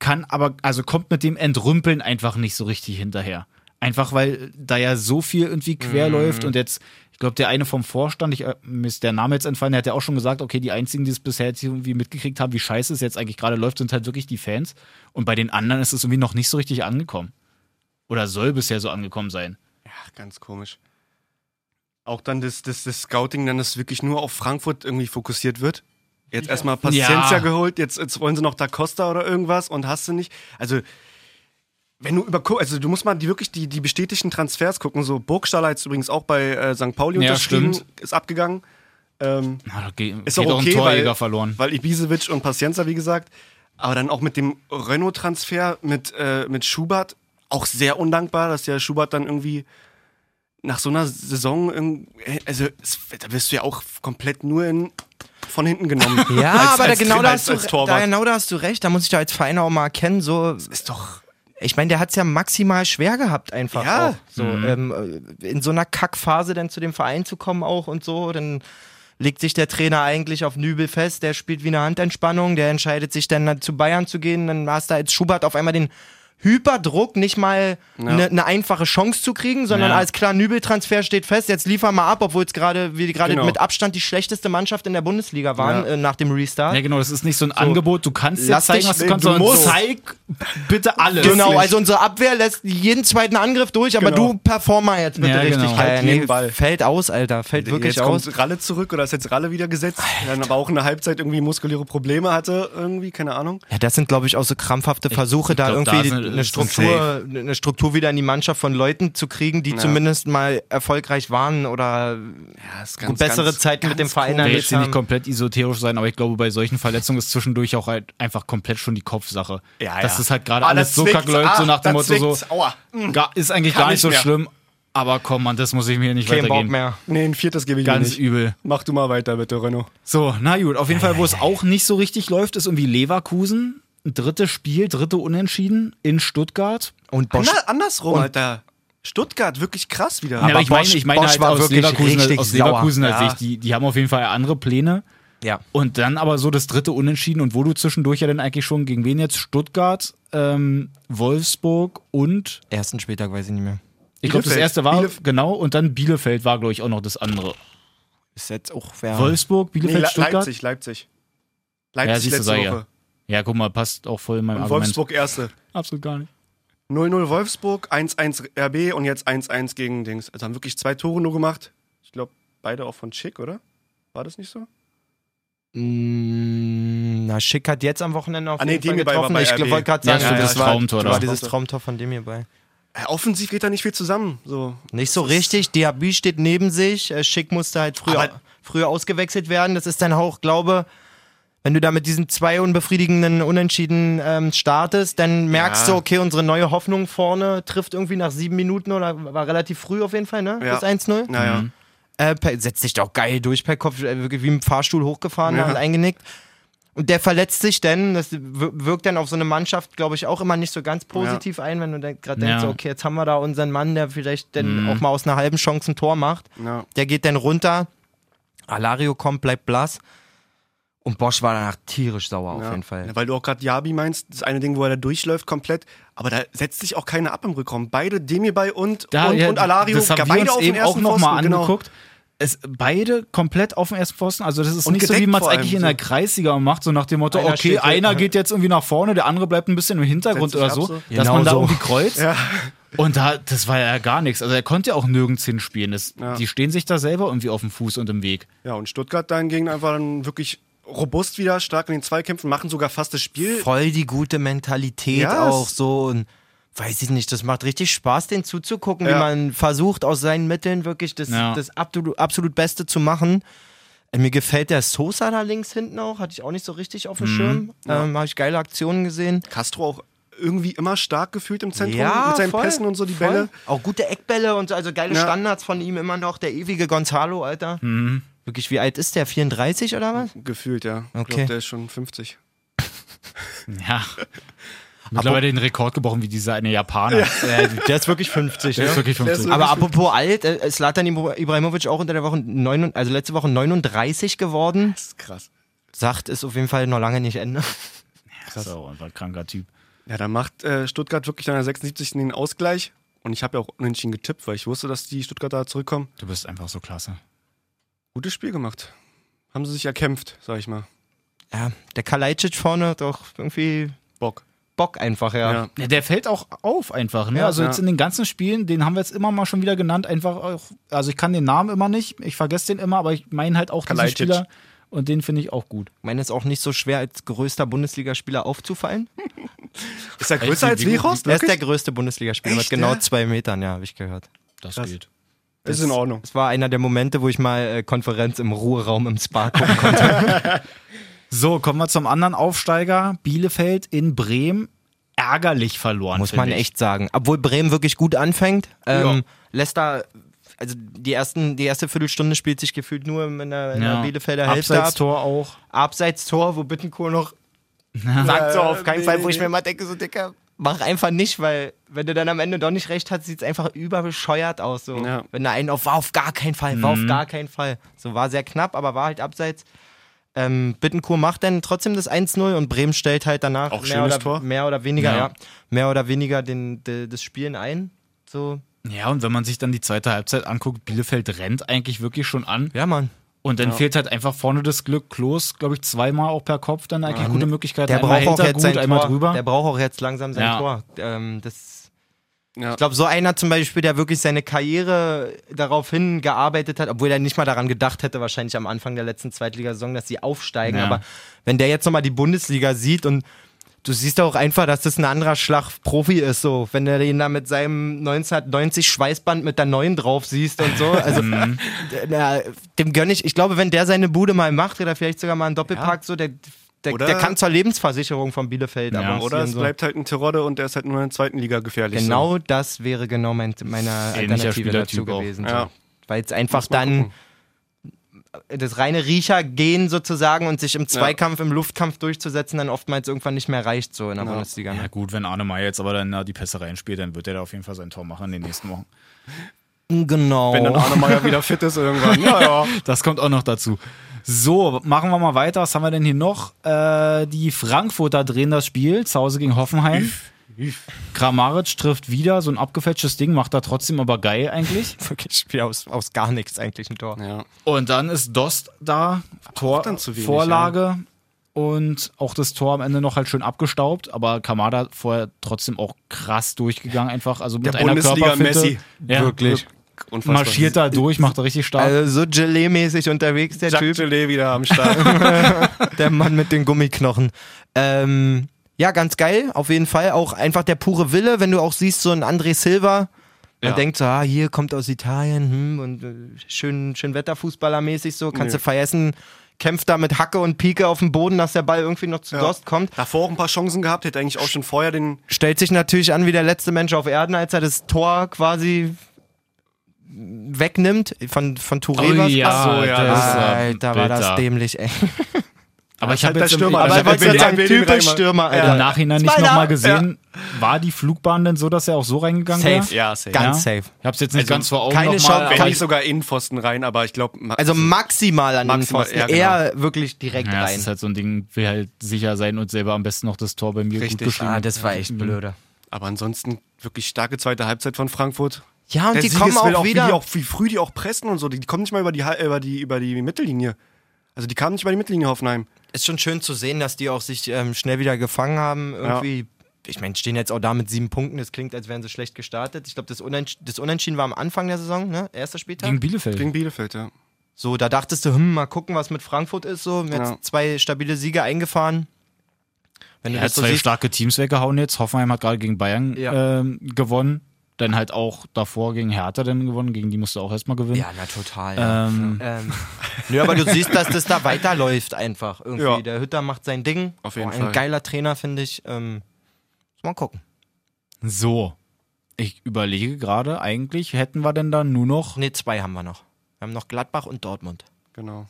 kann aber, also kommt mit dem Entrümpeln
Mhm.
einfach nicht so richtig hinterher. Einfach weil da ja so viel irgendwie quer läuft und jetzt, ich glaube, der eine vom Vorstand, ich, äh, mir ist der Name jetzt entfallen, der hat ja auch schon gesagt, okay, die einzigen, die es bisher jetzt irgendwie mitgekriegt haben, wie scheiße es jetzt eigentlich gerade läuft, sind halt wirklich die Fans. Und bei den anderen ist es irgendwie noch nicht so richtig angekommen. Oder soll bisher so angekommen sein.
Ach, ganz komisch. Auch dann das, das, das Scouting, dann das wirklich nur auf Frankfurt irgendwie fokussiert wird. Jetzt erstmal Paciencia
Ja.
geholt, jetzt, jetzt wollen sie noch Da Costa oder irgendwas und hast du nicht. Also, wenn du über, Ko- also du musst mal die, wirklich die, die bestätigten Transfers gucken. So Burgstaller jetzt übrigens auch bei äh, St. Pauli
Ja,
unterschrieben,
stimmt.
ist abgegangen. Ähm,
Na, da ge
ist
geht
auch okay,
ein Torjäger
weil,
verloren.
weil Ibisevic und Paciencia, wie gesagt. Aber dann auch mit dem Renault-Transfer mit, äh, mit Schubert, auch sehr undankbar, dass ja Schubert dann irgendwie nach so einer Saison, irgend- also es, da wirst du ja auch komplett nur in, von hinten genommen.
Ja,
Als-
aber da
als-
genau, da
als-
hast
als
du, da
Torwart.
genau da hast du recht. Da muss ich da als Verein auch mal erkennen, so
Ist doch
ich meine, der hat es ja maximal schwer gehabt, einfach
Ja. Mhm.
auch. So, ähm, in so einer Kackphase dann zu dem Verein zu kommen auch und so, dann legt sich der Trainer eigentlich auf Nübel fest, der spielt wie eine Handentspannung, der entscheidet sich dann zu Bayern zu gehen, dann hast du als Schubert auf einmal den Hyperdruck, nicht mal eine ne einfache Chance zu kriegen, sondern
Ja.
als klar Nübel-Transfer steht fest, jetzt liefern wir ab, obwohl es gerade, wir gerade
Genau.
mit Abstand die schlechteste Mannschaft in der Bundesliga waren
Ja.
äh, nach dem Restart.
Ja, genau, das ist nicht so ein Angebot, du kannst dir
Lass
zeigen,
dich-
was du kannst,
du
sondern
musst.
zeig bitte alles.
Genau, also unsere Abwehr lässt jeden zweiten Angriff durch, aber
Genau.
du performer jetzt bitte
Ja,
richtig.
genau.
Alter,
Halt jeden Ball.
Fällt aus, Alter. Fällt wirklich
jetzt
aus.
kommt Ralle zurück oder ist jetzt Ralle wieder gesetzt, der dann aber auch in der Halbzeit irgendwie muskuläre Probleme hatte, irgendwie, keine Ahnung.
Ja, das sind, glaube ich, auch so krampfhafte Versuche,
ich glaub,
da
da
irgendwie
ist eine-
eine
ist ein
Struktur, eine Struktur wieder in die Mannschaft von Leuten zu kriegen, die zumindest mal erfolgreich waren oder
Ja, ist
bessere Zeiten mit dem Verein
will jetzt
erlebt
hier nicht
haben.
komplett esoterisch sein, aber ich glaube, bei solchen Verletzungen ist zwischendurch auch halt einfach komplett schon die Kopfsache.
Ja, ja.
Dass es halt gerade
Ah,
alles
das
so
zwickt.
kacke läuft, so
Ah,
nach dem
das
Motto so, mm,
zwickt. Aua.
Hm.
ga- ist eigentlich gar nicht
nicht
so
mehr.
schlimm, aber komm, Mann, das muss ich mir nicht
kein Bock
weitergeben.
mehr.
Nee, ein viertes gebe ich
Ganz
mir nicht.
übel.
Mach du mal weiter bitte, Renault.
So, na gut, auf jeden Fall, wo es auch nicht so richtig läuft, ist irgendwie Leverkusen. Drittes Spiel, dritte Unentschieden in Stuttgart.
Und Bosch,
andersrum, Alter. Stuttgart, wirklich krass wieder.
Ja, aber ich meine,
Bosch-
ich meine
Bosch
halt
war
aus
wirklich
Leverkusen,
richtig
aus Leverkusen
sauer.
als
Ja.
ich, die, die haben auf jeden Fall andere Pläne.
ja.
Und dann aber so das dritte Unentschieden und wo du zwischendurch ja dann eigentlich schon gegen wen jetzt? Stuttgart, ähm, Wolfsburg und
Ersten Spieltag weiß ich nicht mehr.
ich glaube das
Bielefeld.
erste war
Bielef-
genau und dann Bielefeld war glaube ich auch noch das andere.
Ist jetzt auch wer.
Wolfsburg,
Ah. nee,
Bielefeld,
Le
Stuttgart.
Leipzig, Leipzig. Leipzig
siehst du,
letzte
sag ich ja.
Woche.
Ja, guck mal, passt auch voll in meinem
Und
Argument.
Wolfsburg erste.
absolut gar nicht.
0-0 Wolfsburg, 1-1 RB und jetzt 1-1 gegen Dings. Also haben wirklich zwei Tore nur gemacht. Ich glaube, beide auch von Schick, oder? War das nicht so?
Mm, Na, Schick hat jetzt am Wochenende auf
Ah, nee,
jeden Fall
Demirbay war
getroffen.
bei
ich
RB.
wollte gerade
Ja,
sagen,
stimmt,
das,
das
war,
Traumtor
das war
da.
dieses Traumtor von Demirbay.
Äh, Offensiv geht da nicht viel zusammen. So.
Nicht so richtig. Diaby steht neben sich. Äh, Schick musste halt früher,
Aber-
früher ausgewechselt werden. Das ist dann auch, glaube wenn du da mit diesen zwei unbefriedigenden Unentschieden ähm, startest, dann merkst
Ja.
du, okay, unsere neue Hoffnung vorne trifft irgendwie nach sieben Minuten oder war relativ früh auf jeden Fall, ne?
Ja.
Das 1-0.
Naja.
Mhm.
Äh, per- setzt sich doch geil durch per Kopf, äh, wirklich wie im Fahrstuhl hochgefahren
Ja.
und eingenickt. Und der verletzt sich denn, das wir- wirkt dann auf so eine Mannschaft, glaube ich, auch immer nicht so ganz positiv ein, wenn du dann gerade denkst,
Ja.
okay, jetzt haben wir da unseren Mann, der vielleicht dann
Mhm.
auch mal aus einer halben Chance ein Tor macht.
Ja.
Der geht dann runter, Alario kommt, bleibt blass. Und Bosch war danach tierisch sauer auf
Ja.
jeden Fall.
Ja, weil du auch gerade Yabi meinst, das eine Ding, wo er da durchläuft komplett, aber da setzt sich auch keiner ab im Rückraum. Beide, Demirbay und,
Da,
und,
ja,
und Alario,
das haben wir
beide
uns
auf den
eben auch
ersten
nochmal
Pfosten, genau.
angeguckt. Es, beide komplett auf dem ersten Pfosten. Also, das ist
Und
nicht so, wie
gedeckt
man es
vor
eigentlich
allem,
in der
so. halt
Kreisliga macht, so nach dem Motto,
Einer
okay,
steht-
einer geht jetzt irgendwie nach vorne, der andere bleibt ein bisschen im Hintergrund
Setzt sich
oder
ab
so,
so.
dass
Genau
man da
so.
irgendwie kreuzt.
Genau. Ja.
Und da, das war ja gar nichts. Also er konnte ja auch nirgends hinspielen. Das, Die stehen sich da selber irgendwie auf dem Fuß und im Weg.
ja, und Stuttgart dahingegen einfach dann wirklich robust wieder, stark in den Zweikämpfen, machen sogar fast das Spiel.
Voll die gute Mentalität
Äh, Ja,
auch
es-
so und weiß ich nicht, das macht richtig Spaß, den zuzugucken, wie
Ja.
man versucht, aus seinen Mitteln wirklich das,
Ja.
das absolut, absolut Beste zu machen. Äh, Mir gefällt der Sosa da links hinten auch, hatte ich auch nicht so richtig auf dem Schirm. Ähm, Habe ich geile Aktionen gesehen.
Castro auch irgendwie immer stark gefühlt im Zentrum
Ja,
mit seinen
voll,
Pässen und so die
voll.
Bälle.
Auch gute Eckbälle und so, also geile
Ja.
Standards von ihm immer noch. Der ewige Gonzalo, Alter. Wirklich, wie alt ist der? 34 oder was?
Gefühlt, ja. Ich
Okay.
glaube, der ist schon 50.
Ja. Mittlerweile den Rekord gebrochen wie dieser eine Japaner.
Äh, der ist wirklich 50,
Der ist
ne?
wirklich 50.
Aber apropos alt, äh, Slatan Ibrahimovic auch unter der Woche, neun, also letzte Woche 39 geworden.
Das ist krass.
Sagt, ist auf jeden Fall noch lange nicht Ende.
So, einfach ein kranker Typ.
Ja, da macht äh, Stuttgart wirklich dann in der 76. den Ausgleich. Und ich habe ja auch unentschieden getippt, weil ich wusste, dass die Stuttgarter zurückkommen.
Du bist einfach so klasse.
Gutes Spiel gemacht. Haben sie sich erkämpft, sag ich mal.
Ja, der Kalajdzic vorne hat auch irgendwie
Bock.
Bock einfach, ja.
Ja.
Ja, der fällt auch auf einfach. Ne?
Ja,
also
ja.
jetzt in den ganzen Spielen, den haben wir jetzt immer mal schon wieder genannt. Einfach auch, also ich kann den Namen immer nicht, ich vergesse den immer, aber ich meine halt auch diesen
Kalajdzic.
Spieler und den finde ich auch gut.
Ich meine, es ist auch nicht so schwer, als größter Bundesligaspieler aufzufallen.
Ist er größer als
wie- wie-
Vichos?
Er ist der
Wirklich?
größte Bundesligaspieler mit
Echt,
genau
ja?
zwei Metern, ja, habe ich gehört.
Das
Krass.
geht.
Ist in Ordnung.
Es war einer der Momente, wo ich mal äh, Konferenz im Ruheraum im Spa gucken konnte.
So, kommen wir zum anderen Aufsteiger. Bielefeld in Bremen ärgerlich verloren.
Muss
finde
man
ich.
echt sagen. Obwohl Bremen wirklich gut anfängt, ähm, Leicester, also die, ersten, die erste Viertelstunde spielt sich gefühlt nur in der, in
Ja.
der ne? Bielefelder Hälfte ab.
Abseitstor auch.
Abseits-Tor, wo Bittenkur noch sagt so auf keinen
nee,
Fall, wo ich
nee.
mir mal denke, so dicker, mach einfach nicht, weil wenn du dann am Ende doch nicht recht hast, sieht es einfach überbescheuert aus. So.
Ja.
Wenn da einen auf, war auf gar keinen Fall, war
Mhm.
auf gar keinen Fall. So war sehr knapp, aber war halt abseits. Ähm, Bittenkur macht dann trotzdem das 1-0 und Bremen stellt halt danach
Auch
mehr,
schönes
oder,
Tor.
mehr oder weniger,
Ja.
ja. mehr oder weniger den, de, das Spielen ein. So.
Ja, und wenn man sich dann die zweite Halbzeit anguckt, Bielefeld rennt eigentlich wirklich schon an.
Ja, Mann.
Und dann fehlt halt einfach vorne das Glück. Klos, glaube ich, zweimal auch per Kopf dann eigentlich gute Möglichkeit.
Der
Einmal
braucht auch
hinter
jetzt
gut,
sein
einmal
Tor.
drüber.
Der braucht auch jetzt langsam sein
Ja.
Tor. Ähm, das
Ja.
Ich glaube, so einer zum Beispiel, der wirklich seine Karriere darauf hingearbeitet hat, obwohl er nicht mal daran gedacht hätte, wahrscheinlich am Anfang der letzten Zweitligasaison, dass sie aufsteigen.
Ja.
Aber wenn der jetzt nochmal die Bundesliga sieht und du siehst auch einfach, dass das ein anderer Schlag Profi ist, so. Wenn du den da mit seinem 1990 Schweißband mit der neuen drauf siehst und so. Also,
Mhm.
na, dem gönn ich. Ich glaube, wenn der seine Bude mal macht oder vielleicht sogar mal einen Doppelpack, so, der, der,
Oder-
der kann zur Lebensversicherung von Bielefeld
Ja,
avancieren,
Oder es
so.
bleibt halt ein Terodde und der ist halt nur in der zweiten Liga gefährlich.
Genau das wäre genau mein, meine
Ähnlicher
Alternative dazu
Spielertyp auch.
gewesen.
Ja.
Weil es einfach
Muss man
dann das reine Riecher-Gehen sozusagen und sich im Zweikampf, im Luftkampf durchzusetzen, dann oftmals irgendwann nicht mehr reicht, so in der Bundesliga.
Ja,
Ne?
gut, wenn Arne Meyer jetzt aber dann da die Pässe reinspielt, dann wird er da auf jeden Fall sein Tor machen in den nächsten Wochen.
Genau.
So. Wenn dann Arne Meyer wieder fit ist irgendwann. Ja, ja.
Das kommt auch noch dazu. So, machen wir mal weiter. Was haben wir denn hier noch? Äh, die Frankfurter drehen das Spiel zu Hause gegen Hoffenheim. Kramaric trifft wieder so ein abgefälschtes Ding, macht da trotzdem aber geil eigentlich.
wirklich Spiel aus, aus gar nichts eigentlich ein Tor.
ja.
Und dann ist Dost da, Tor,
dann zu wenig,
Vorlage und auch das Tor am Ende noch halt schön abgestaubt. Aber Kamada vorher trotzdem auch krass durchgegangen einfach. Also mit
Der
einer
Bundesliga
Körperfitte.
Messi.
Äh,
Ja,
Wirklich.
Unfassbar.
Marschiert da durch, macht da richtig stark.
Also so Gelee-mäßig unterwegs, der Typ.
Jacques Gelee wieder am Start.
Der Mann mit den Gummiknochen. Ähm, ja, ganz geil, auf jeden Fall. Auch einfach der pure Wille, wenn du auch siehst, so ein André Silva, man
Ja.
denkt so, ah, hier kommt aus Italien hm, und äh, schön, schön Wetterfußballermäßig so, kannst
Nee.
du vergessen, kämpft da mit Hacke und Pike auf dem Boden, dass der Ball irgendwie noch zu
Ja.
Dost kommt.
Davor auch ein paar Chancen gehabt, hätte eigentlich auch schon vorher den.
Stellt sich natürlich an wie der letzte Mensch auf Erden, als er das Tor quasi wegnimmt von, von Touré. war's.
Ach so, ja, das ist,
Alter, war das
bitter.
dämlich, ey.
Aber ich habe
der
jetzt im,
Stürmer.
ich
Aber
Also,
ich
hab
wollte
jetzt im,
gerade
wenn der
sagen,
will, den
typisch
Reimer.
Stürmer, Alter.
im Nachhinein nicht
Zweiter!
nochmal gesehen, war die Flugbahn denn so, dass er auch so reingegangen wäre?
Safe.
Ja, safe.
Ganz
Ja?
safe.
Ich habe es jetzt nicht
Also,
ganz vor Augen.
keine
noch
Chance,
mal,
Wenn
aber
nicht sogar Innenpfosten rein, aber ich glaube.
Also maximal an
Maximal,
den Pfosten.
ja, genau.
Eher wirklich direkt
ja, das
rein.
ist halt so ein Ding, will halt sicher sein und selber am besten noch das Tor bei mir
Richtig. Mhm.
gut Mhm. geschrieben.
ah, das war echt blöde.
aber ansonsten wirklich starke zweite Halbzeit von Frankfurt.
Ja, und
Der
die
Siegeswille
kommen auch
wie
wieder.
Die auch, wie früh die auch pressen und so. Die kommen nicht mal über die, Hal- über die, über die Mittellinie. Also die kamen nicht über die Mittellinie Hoffenheim.
Ist schon schön zu sehen, dass die auch sich ähm, schnell wieder gefangen haben. Irgendwie. Ich meine, stehen jetzt auch da mit sieben Punkten. Das klingt, als wären sie schlecht gestartet. Ich glaube, das, Unentsch das Unentschieden war am Anfang der Saison, ne? Erster Spieltag.
Gegen Bielefeld.
Gegen Bielefeld, ja.
So, da dachtest du, hm, mal gucken, was mit Frankfurt ist. So, jetzt
Ja.
zwei stabile Siege eingefahren. Wenn du
er hat
das so
zwei
siehst,
starke Teams weggehauen jetzt. Hoffenheim hat gerade gegen Bayern
Ja.
ähm, gewonnen. Dann halt auch davor gegen Hertha dann gewonnen. Gegen die musst du auch erstmal gewinnen.
Ja, na total. Ja.
Ähm.
Ähm, nö, aber du siehst, dass das da weiterläuft einfach irgendwie.
Ja.
Der Hütter macht sein Ding.
Auf jeden
ein
Fall.
geiler Trainer, finde ich. Ähm, mal gucken.
So. Ich überlege gerade, eigentlich hätten wir denn dann nur noch
Ne, zwei haben wir noch. Wir haben noch Gladbach und Dortmund.
Genau.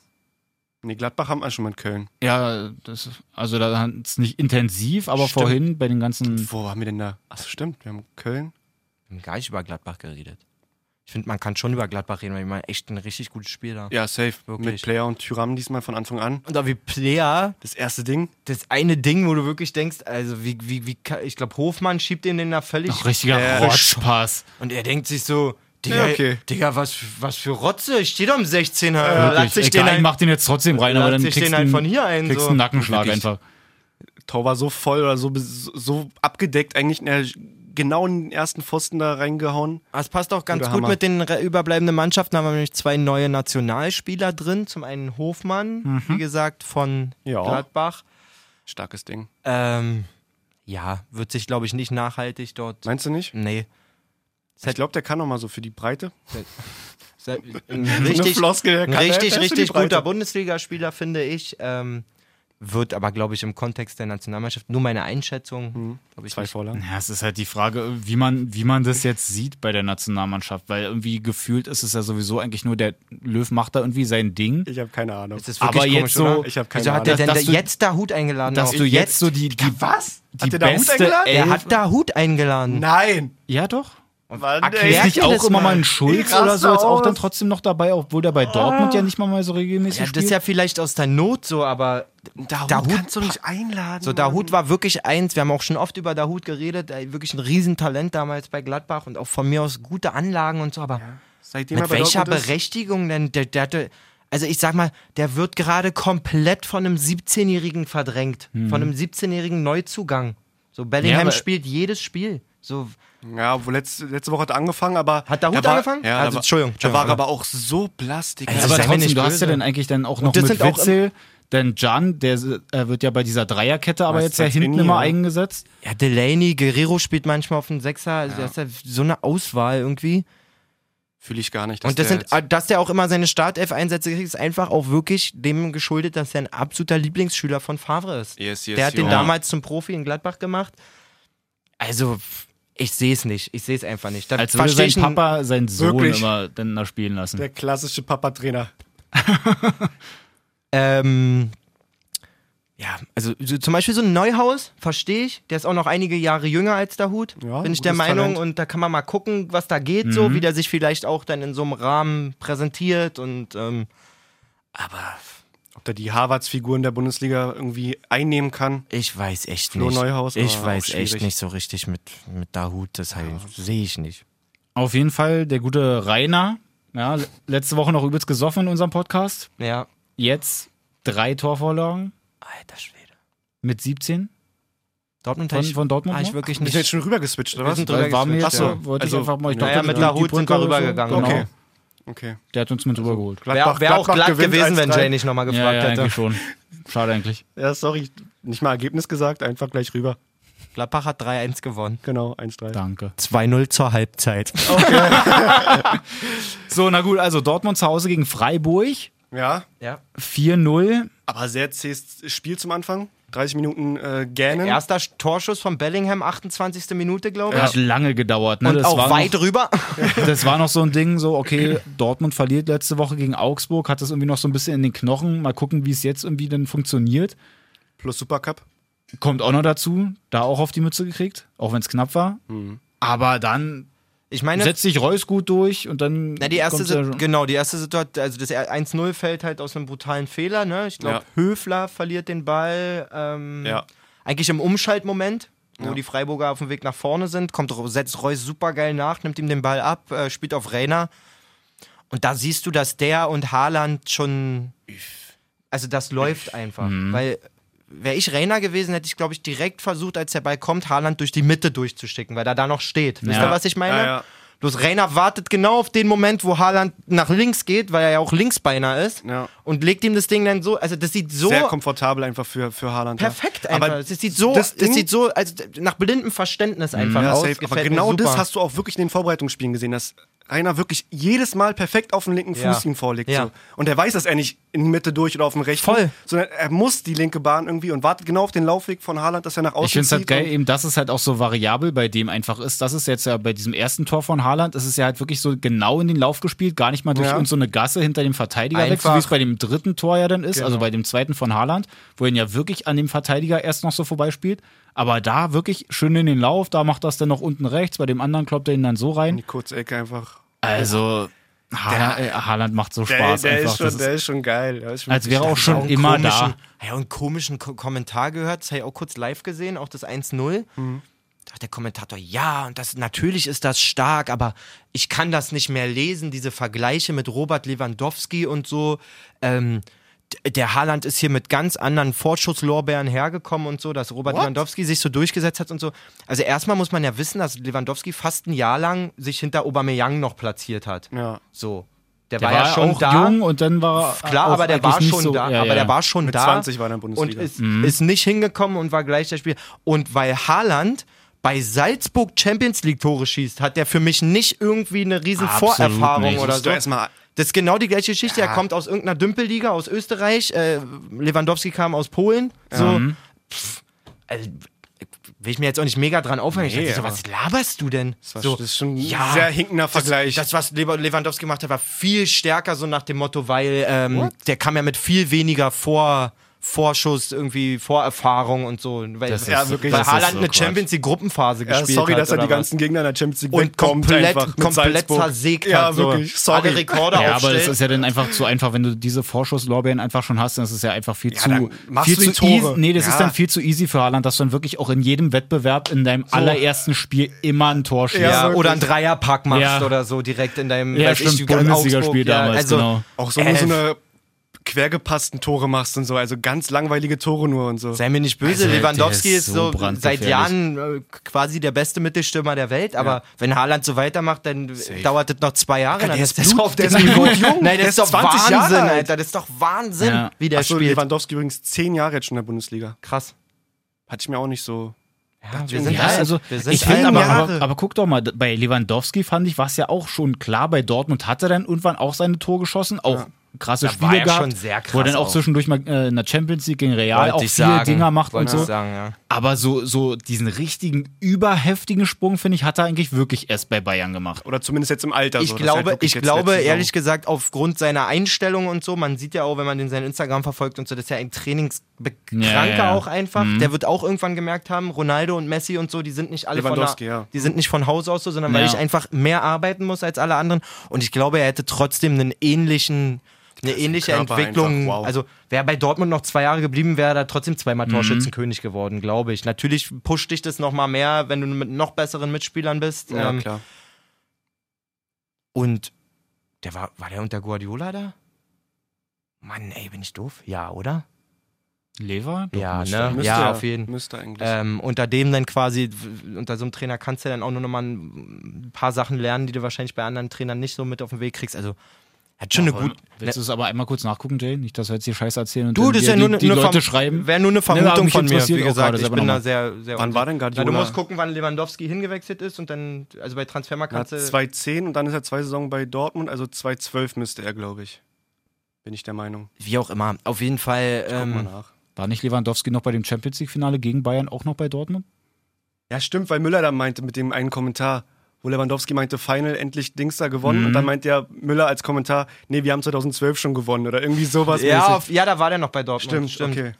Nee, Gladbach haben wir schon mal in Köln.
Ja, das, also da hat's nicht intensiv, aber
Stimmt.
vorhin bei den ganzen.
Wo haben wir denn da? Achso, stimmt. Wir haben Köln.
Wir haben gar nicht über Gladbach geredet. ich finde, man kann schon über Gladbach reden, weil die machen echt ein richtig gutes Spiel da.
Ja, safe.
Wirklich.
Mit Player und Tyram diesmal von Anfang an.
Und da wie Player,
Das erste Ding.
das eine Ding, wo du wirklich denkst, also wie, wie, wie ka- ich glaube, Hofmann schiebt den den da völlig.
Ach, richtiger
Äh,
Rotschpass.
Und er denkt sich so, Digga,
Ja, okay.
Digga was, was für Rotze, ich stehe doch um 16er. Ja,
Wirklich. Egal, ich mach den jetzt trotzdem rein, aber
lass
dann
ich
kriegst
den halt
einen-
von hier ein,
kriegst
so.
einen Nackenschlag
Wirklich.
einfach.
Tor war so voll oder so, bes- so abgedeckt, eigentlich in der, genau in den ersten Pfosten da reingehauen.
Ah, Es passt auch ganz
Guter
gut
Hammer.
mit den re- überbleibenden Mannschaften. Da haben wir nämlich zwei neue Nationalspieler drin. Zum einen Hofmann, wie gesagt, von
Mhm. Ja.
Gladbach.
Starkes Ding.
Ähm, ja, wird sich, glaube ich, nicht nachhaltig dort.
Meinst du nicht?
Nee.
Ich glaube, der kann noch mal so für die Breite.
Se- Ein richtig,
Floskel, der
ein
kann- der
richtig,
ist für die
richtig
Breite.
guter Bundesligaspieler, finde ich. Ähm, wird aber, glaube ich, im Kontext der Nationalmannschaft nur meine Einschätzung. Glaube ich
Mhm. Zwei
nicht.
Vorlagen.
Ja, es ist halt die Frage, wie man, wie man das jetzt sieht bei der Nationalmannschaft, weil irgendwie gefühlt ist es ja sowieso eigentlich nur der Löw macht da irgendwie sein Ding.
Ich habe keine Ahnung.
Das ist
Aber
wirklich
jetzt
komisch,
so-
oder?
Ich hab keine
Wieso hat der
Ahnung.
denn
Dass-
da
dass du-
jetzt da Hut eingeladen?
Dass
auf?
du jetzt so die, die
Was?
die
Hat der da Hut
beste
eingeladen?
Elf-
Er hat da Hut eingeladen.
Nein!
Ja, doch.
Mann,
Ist
Merkt
nicht
ihr
auch
das
immer
mal?
mal ein Schulz
Ich raste
oder so jetzt auch
aus.
dann trotzdem noch dabei, obwohl der bei Dortmund ja nicht mal, mal so regelmäßig
Ja, das ist
spielt?
ja vielleicht aus der Not so, aber
Dahut,
Dahut-
kannst du nicht einladen.
so Dahut war wirklich eins. Wir haben auch schon oft über Dahut geredet, ey, wirklich ein Riesentalent damals bei Gladbach und auch von mir aus gute Anlagen und so, aber
Seitdem er
mit
bei
welcher
Dortmund ist-
Berechtigung denn der, der hatte also ich sag mal, der wird gerade komplett von einem 17-jährigen verdrängt, von einem 17-jährigen Neuzugang. So
Hm. Ja,
Bellingham
aber-
spielt jedes Spiel. So
Ja, wo letzte, letzte Woche hat er angefangen, aber.
Hat Dahut
da war,
angefangen?
Ja,
Also,
da war,
Entschuldigung,
Da war er
Entschuldigung,
aber auch so plastik.
Also,
aber
sei mir
trotzdem,
nicht
du hast
böse.
ja dann eigentlich dann auch noch
das
mit
sind auch im-
Witzel, denn Can, der äh, wird ja bei dieser Dreierkette aber
Was
jetzt ja
als
hinten
Inni,
immer
ja.
eingesetzt.
Ja, Delaney, Guerrero spielt manchmal auf den Sechser. Also das ist ja so eine Auswahl irgendwie.
Fühle ich gar nicht.
Und das
der
sind,
jetzt-
ah, dass der auch immer seine Startelf-Einsätze kriegt, ist einfach auch wirklich dem geschuldet, dass er ein absoluter Lieblingsschüler von Favre ist.
Yes, yes,
der hat den
ja.
damals zum Profi in Gladbach gemacht. Also, pf, ich sehe es nicht. Ich sehe es einfach nicht. Dann
Als würde
versteh
sein
ich ihn-
Papa seinen Sohn
Wirklich?
immer dann da spielen lassen.
Der klassische Papa-Trainer.
Ähm, ja, also so, zum Beispiel so ein Neuhaus, verstehe ich. Der ist auch noch einige Jahre jünger als der Hut,
Ja,
bin ich der
gutes
Meinung.
Talent.
Und da kann man mal gucken, was da geht,
Mhm.
so wie der sich vielleicht auch dann in so einem Rahmen präsentiert. Und ähm,
Ob der die Harvards-Figuren der Bundesliga irgendwie einnehmen kann.
ich weiß echt
Flo
nicht.
Neuhaus,
ich
aber auch
weiß echt
schwierig.
nicht so richtig mit, mit der Hut, das halt, sehe ich nicht.
Auf jeden Fall der gute Rainer, ja, letzte Woche noch übelst gesoffen in unserem Podcast.
Ja,
Jetzt drei Torvorlagen
alter Schwede.
mit 17
Dortmund
von,
hab ich,
von Dortmund.
hab ich
noch.
wirklich
Wir
nicht.
sind jetzt schon rüber geswitcht, oder was?
sind
Weil war mir
drüber
jetzt,
geswitcht,
so,
ja.
wollte
Also,
ich einfach mal. Ich
naja,
dachte,
mit La
die
Hut sind
Brücke
wir
oder
rübergegangen,
So. Genau.
Okay. Okay.
Der hat uns mit rübergeholt.
Wäre wär auch glatt
gewinnt
gewesen, wenn
1-3.
Jay nicht nochmal
Ja,
gefragt
ja,
hätte.
eigentlich schon. Schade eigentlich.
Ja, sorry, nicht mal Ergebnis gesagt, einfach gleich rüber.
Gladbach hat 3-1 gewonnen.
Genau, 1-3.
Danke.
2-0 zur Halbzeit.
So, na gut, also Dortmund zu Hause gegen Freiburg.
Ja,
Ja.
4-0.
aber sehr zähes Spiel zum Anfang. 30 Minuten äh, gähnen.
Erster Torschuss von Bellingham, 28. Minute, glaube ich.
Hat lange gedauert. Ne?
Und
das,
auch
war
weit
noch,
rüber.
das war noch so ein Ding, so, okay, Dortmund verliert letzte Woche gegen Augsburg, hat das irgendwie noch so ein bisschen in den Knochen. Mal gucken, wie es jetzt irgendwie dann funktioniert.
Plus Supercup.
Kommt auch noch dazu, da auch auf die Mütze gekriegt, auch wenn es knapp war.
Mhm.
Aber dann
Ich meine,
setzt sich Reus gut durch und dann.
Ne. na, die erste,
kommt's ja
Sit-
schon.
genau, die erste Situation, also das 1-0 fällt halt aus einem brutalen Fehler. Ne? Ich glaube,
Ja.
Höfler verliert den Ball. Ähm,
Ja.
Eigentlich im Umschaltmoment, wo die Freiburger auf dem Weg nach vorne sind, kommt, setzt Reus supergeil nach, nimmt ihm den Ball ab, äh, spielt auf Reiner. Und da siehst du, dass der und Haaland schon. Also das läuft einfach.
Mhm.
Weil wäre ich Reiner gewesen, hätte ich, glaube ich, direkt versucht, als der Ball kommt, Haaland durch die Mitte durchzusticken, weil er da noch steht. Wisst
Ja.
ihr, was ich meine?
Ja, ja.
Bloß Reiner wartet genau auf den Moment, wo Haaland nach links geht, weil er ja auch Linksbeiner ist.
Ja.
Und legt ihm das Ding dann so, also das sieht so
Sehr komfortabel einfach für, für Haaland. ja.
perfekt einfach.
Aber
Aber es sieht so,
das
es
Ding-
sieht so also nach blindem Verständnis einfach
Ja,
aus.
safe. Aber
Gefällt mir
genau das
super.
hast du auch wirklich in den Vorbereitungsspielen gesehen, dass Rainer wirklich jedes Mal perfekt auf den linken
Ja.
Fuß ihm vorlegt.
Ja.
So. Und er weiß, dass er nicht in die Mitte durch oder auf den rechten,
Voll.
sondern er muss die linke Bahn irgendwie und wartet genau auf den Laufweg von Haaland, dass er nach außen
Ich finde es halt
zieht
geil,
und-
eben, dass es halt auch so variabel bei dem einfach ist. Das ist jetzt ja bei diesem ersten Tor von Haaland, ist es ja halt wirklich so genau in den Lauf gespielt, gar nicht mal durch
Ja.
uns so eine Gasse hinter dem Verteidiger weg, so
Einfach. Genau.
wie es bei dem dritten Tor ja dann ist, also bei dem zweiten von Haaland, wo er ihn ja wirklich an dem Verteidiger erst noch so vorbeispielt. Aber da wirklich schön in den Lauf, da macht das dann noch unten rechts, bei dem anderen kloppt er ihn dann so
In
rein.
die Kurzecke einfach.
Also, Haaland, äh, Haaland macht so
Der,
Spaß
der,
einfach.
ist schon,
das
der
ist,
ist schon geil. Der ist schon
als wäre auch
Auch
schon
einen
immer
komischen,
da.
Ja, und einen komischen Ko Kommentar gehört, das habe ich auch kurz live gesehen, auch das 1-0.
Mhm.
Da hat der Kommentator, ja, und das natürlich ist das stark, aber ich kann das nicht mehr lesen, diese Vergleiche mit Robert Lewandowski und so. Ähm, d- der Haaland ist hier mit ganz anderen Vorschusslorbeeren hergekommen und so, dass Robert Lewandowski sich so durchgesetzt hat und so. Also erstmal muss man ja wissen, dass Lewandowski fast ein Jahr lang sich hinter Aubameyang noch platziert hat.
Ja.
So. Der,
Der
war, ja schon
auch
da
jung und dann war er
klar,
auch
aber der
eigentlich
war
nicht
schon
so,
da.
ja,
aber
ja. Mhm.
der war schon
Mit
da.
20 war er in der Bundesliga.
Und ist, ist nicht hingekommen und war gleich der Spieler. Und weil Haaland bei Salzburg Champions League Tore schießt, hat der für mich nicht irgendwie eine riesen
Absolut
Vorerfahrung
nicht.
oder
oder
musst du
so.
erstmal
Das ist genau die gleiche Geschichte. Er kommt aus irgendeiner Dümpelliga aus Österreich. Äh, Lewandowski kam aus Polen. So.
Mhm.
Pff, also, will ich mir jetzt auch nicht mega dran aufhängen.
Nee,
ich dachte so,
aber-
was laberst du denn?
war-
so,
das ist schon ein sehr hinkender
das-
Vergleich.
Das, was Lew- Lewandowski gemacht hat, war viel stärker, so nach dem Motto, weil ähm, der kam ja mit viel weniger Vor, Vorschuss, irgendwie Vorerfahrung und so. Weil,
Das
Ja,
ist,
wirklich.
das
weil
ist
Haaland
so
eine
Quatsch.
Champions League Gruppenphase
Ja,
gespielt
sorry,
halt,
hat.
dass er die
oder was?
ganzen Gegner in der Champions League
und
wegkommt
komplett,
einfach mit
komplett
Salzburg.
zersägt
ja,
hat. So.
wirklich, sorry.
Alle Rekorde
Ja, aber
aufstellt.
das ist ja dann einfach zu einfach, wenn du diese Vorschusslorbeeren einfach schon hast, dann ist es ja einfach viel zu
dann machst
viel
du die
zu
Tore.
easy. Nee, das
Ja.
ist dann viel zu easy für Haaland, dass du dann wirklich auch in jedem Wettbewerb in deinem allerersten Spiel immer ein Tor schießt.
ja,
Ja,
oder einen Dreierpack machst
Ja.
oder so direkt in deinem
Ja,
weiß ich,
stimmt, Bundesligaspiel
Augsburg, ja,
damals,
also,
genau.
Auch so,
Äh,
nur so eine quergepassten Tore machst und so, also ganz langweilige Tore nur und so.
Sei mir nicht böse,
Also, der
Lewandowski
ist
ist
so
so
brandgefährlich.
seit Jahren äh, quasi der beste Mittelstürmer der Welt, aber wenn Haaland so weitermacht, dann dauert das noch zwei Jahre. dann
der ist
doch
blut-
auf
der
dem
ist
Niveau.
blutjung.
Nein, das
Der
ist
ist
doch
20
Wahnsinn,
Jahre alt.
Alter. Das ist doch Wahnsinn,
Ja.
wie der
Achso,
spielt.
Lewandowski übrigens zehn Jahre jetzt schon in der Bundesliga.
Krass.
Hatte ich mir auch nicht so.
Ja, wir
Ja,
sind
Ja,
alt.
also
wir sind halt
ich finde
alt.
aber,
Jahre.
aber, aber guck doch mal, d- bei Lewandowski fand ich, war es ja auch schon klar, bei Dortmund hat er dann irgendwann auch seine Tor geschossen, auch krasse
Da
Spiele
war er
gehabt,
schon sehr krass
wo er dann auch,
auch.
zwischendurch mal äh, in der Champions League gegen Real
Wollte
auch
ich
viele
sagen.
Dinger macht
Wollte
und so.
ich sagen, ja.
Aber so, so diesen richtigen, überheftigen Sprung, finde ich, hat er eigentlich wirklich erst bei Bayern gemacht.
Oder zumindest jetzt im Alter.
Ich
so. Das ist halt
glaube,
wirklich
ich
jetzt
glaube
letzte Saison.
ehrlich gesagt, aufgrund seiner Einstellung und so, man sieht ja auch, wenn man den sein Instagram verfolgt und so, das ist ja ein Trainingskranker
Ja, ja, ja.
auch einfach.
Mhm.
Der wird auch irgendwann gemerkt haben, Ronaldo und Messi und so, die sind nicht alle von, der,
Lewandowski, ja.
die sind nicht von Haus aus so, sondern weil
Ja.
ich einfach mehr arbeiten muss als alle anderen. Und ich glaube, er hätte trotzdem einen ähnlichen, eine ähnliche
Körper
Entwicklung.
einfach, wow. Mhm.
Also wäre bei Dortmund noch zwei Jahre geblieben, wäre er da trotzdem zweimal Torschützenkönig geworden, glaube ich. Natürlich pusht dich das nochmal mehr, wenn du mit noch besseren Mitspielern bist.
Ja,
Ähm,
klar.
und der war, war der unter Guardiola da? Mann, ey, bin ich doof? Ja, oder?
Lever?
Ja,
Dortmund,
ne?
stimmt.
ja,
er-
auf jeden.
Müsste eigentlich.
Ähm, unter dem dann quasi, w- unter so einem Trainer kannst du dann auch nur noch mal ein ein paar Sachen lernen, die du wahrscheinlich bei anderen Trainern nicht so mit auf den Weg kriegst. Also, hat schon eine
Aber
gute.
Willst du es aber einmal kurz nachgucken, Jay? Nicht, dass wir jetzt hier Scheiße erzählen und
Du,
dann
das ist
wir
ja nur
die,
eine
die
eine
Leute
Verm-
schreiben.
Wäre nur eine
aber
Vermutung
mich
von mir,
interessiert
wie
auch gerade
gesagt. Ich
selber
bin
noch
da
mal.
sehr, sehr
Wann
unsicher.
war denn
Na,
Guardiola?
du musst gucken, wann Lewandowski hingewechselt ist und dann, also bei Transfermarkt
er hat
kannst du.
2010 und dann ist er zwei Saison bei Dortmund, also 2012 müsste er, glaube ich. Bin ich der Meinung.
Wie auch immer. Auf jeden Fall.
Guck mal
Ähm,
nach.
War nicht Lewandowski noch bei dem Champions League-Finale gegen Bayern auch noch bei Dortmund?
Ja, stimmt, weil Müller da meinte mit dem einen Kommentar, wo Lewandowski meinte, Final endlich Dings da gewonnen. Und dann
Mhm.
meinte ja Müller als Kommentar, nee, wir haben 2012 schon gewonnen oder irgendwie sowas.
ja,
mäßig.
auf, ja, da war der noch bei Dortmund.
stimmt, okay.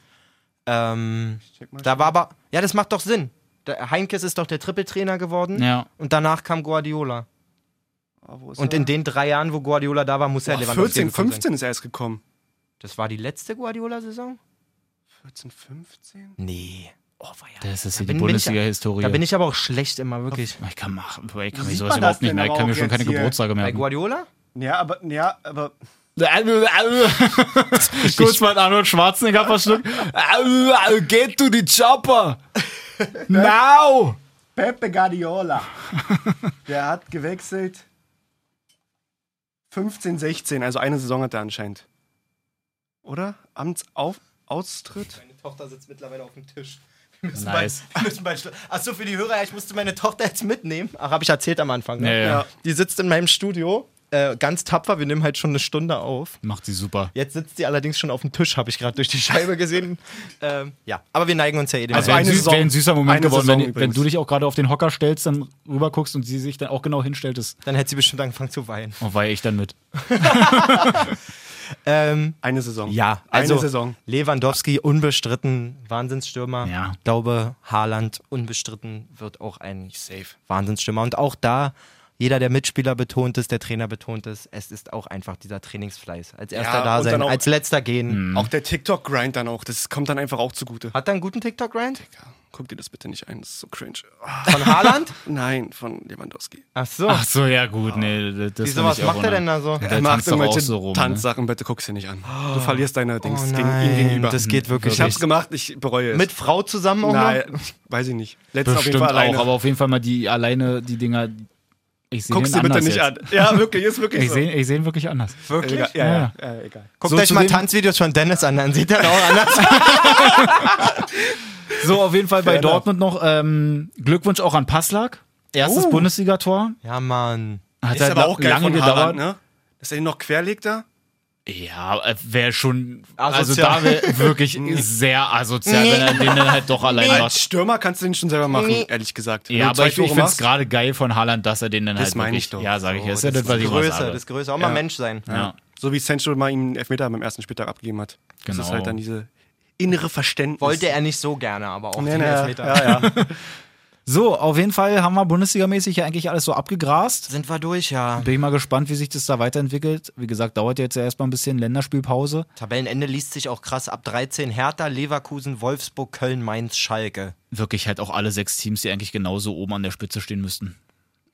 Ähm,
Check mal.
da war aber, ja, das macht doch Sinn. Der Heinkes ist doch der Triple-Trainer geworden
Ja.
und danach kam Guardiola.
Ah, wo ist
Und
er?
in den drei Jahren, wo Guardiola da war, muss er
Boah,
Lewandowski
14,
gekommen sein.
15 ist er erst gekommen.
Das war die letzte Guardiola-Saison?
14, 15?
Nee. Oh, war ja.
Das ist hier
Da
die
bin- bin ich-
Bundesliga-Historie.
Da bin ich aber auch schlecht immer, wirklich.
Ich kann, mach, ich kann mir sowas
Sieht man das
überhaupt nicht
denn
mehr. Ich
aber
kann mir
auch
schon keine
jetzt hier?
Geburtstage
Bei
merken.
Guardiola?
Ja, aber, ja, aber
Kurz mal Arnold Schwarzenegger verschluckt. Get to the chopper! Now!
Pepe Guardiola, der hat gewechselt 15, 16, also eine Saison hat er anscheinend. Oder? Amtsaustritt? Austritt?
Meine Tochter sitzt mittlerweile auf dem Tisch. Wir müssen
Nice.
bei- wir müssen bei Schla- Ach so, für die Hörer, ich musste meine Tochter jetzt mitnehmen. Ach, habe ich erzählt am Anfang. Ne?
Ja, ja.
Ja.
Die sitzt in meinem Studio, äh, ganz tapfer. Wir nehmen halt schon eine Stunde auf.
Macht sie super.
Jetzt sitzt sie allerdings schon auf dem Tisch, habe ich gerade durch die Scheibe gesehen. ähm, ja, aber wir neigen uns ja eh dem
Also
Also
wäre ein,
eine
süß,
Saison-
wär ein süßer Moment
eine
geworden,
Saison
wenn, wenn
übrigens.
du dich auch gerade auf den Hocker stellst, dann rüberguckst und sie sich dann auch genau hinstellt, ist,
Dann hätte sie bestimmt angefangen zu weinen.
oh, war ich dann mit.
Ähm,
Eine Saison.
ja, also
eine Saison.
Lewandowski unbestritten, Wahnsinnsstürmer.
Ja.
Ich glaube, Haaland unbestritten wird auch ein Wahnsinnsstürmer. Und auch da Jeder der Mitspieler betont es, der Trainer betont es. Es ist auch einfach dieser Trainingsfleiß. Als erster
Ja,
da
und
sein,
dann auch- Hm.
als letzter gehen.
Auch der TikTok-Grind dann auch, das kommt dann einfach auch zugute.
Mhm. Hat er einen guten TikTok-Grind?
Guck dir das bitte nicht ein, das ist so cringe.
Von Haaland?
Nein, von Lewandowski.
Ach so.
Ach so, ja gut, nee, das- das
Wieso,
will
was
ich auch
macht er denn
nicht.
da so?
Der tanzt doch auch so rum. Ne?
Tanzsachen, bitte guck's dir nicht an. Du verlierst deine Dings
Oh
gegen ihn
nein,
gegenüber.
das geht wirklich
Ich hab's
nicht.
gemacht, ich bereue es.
Mit Frau zusammen auch
Nein,
noch?
ich- weiß ich nicht. Letztens auf jeden
Bestimmt
Fall
auch,
alleine.
aber auf jeden Fall mal die alleine die Dinger. Ich sehe
Guck's dir bitte nicht an. Ja, wirklich, ist wirklich
Ich
so.
sehe ich seh ihn wirklich anders.
Wirklich?
Ja, ja, ja, ja, egal.
Guckt
So
euch
zu
mal
sehen-
Tanzvideos von Dennis an, dann sieht er auch anders.
So, auf jeden Fall bei
Fair enough.
Dortmund noch ähm, Glückwunsch auch an Passlack. Erstes
Oh.
Bundesligator.
ja, Mann.
Hat
Ist aber auch geil
lange
von
gedauert.
Haaland, ne? Dass er den noch querlegt da.
Ja, wäre schon. Also
Asozial.
da wäre wirklich sehr asozial, wenn er den dann halt doch allein
Als
macht.
Stürmer kannst du den schon selber machen, ehrlich gesagt. Wenn
Ja,
du zwei
aber ich,
Tore
ich finde es
machst-
gerade geil von Haaland, dass er den dann
Das
halt.
meine
wirklich,
ich doch.
Ja, sage ich. ja.
Oh,
ist ja das, was
das
ich immer
Größe,
sage.
das Größe. Auch mal
Ja.
Mensch sein.
ja.
So wie Sancho mal ihm einen Elfmeter beim ersten Spieltag abgegeben hat. Das
Genau.
ist halt dann diese innere Verständnis.
Wollte er nicht so gerne, aber auch
Nee,
den
nee,
Elfmeter.
ja, ja.
So, auf jeden Fall haben wir Bundesligamäßig ja eigentlich alles so abgegrast.
Sind wir durch, ja.
Bin ich mal gespannt, wie sich das da weiterentwickelt. Wie gesagt, dauert jetzt ja erstmal ein bisschen Länderspielpause.
Tabellenende liest sich auch krass ab 13 Hertha, Leverkusen, Wolfsburg, Köln, Mainz, Schalke.
Wirklich halt auch alle sechs Teams, die eigentlich genauso oben an der Spitze stehen müssten.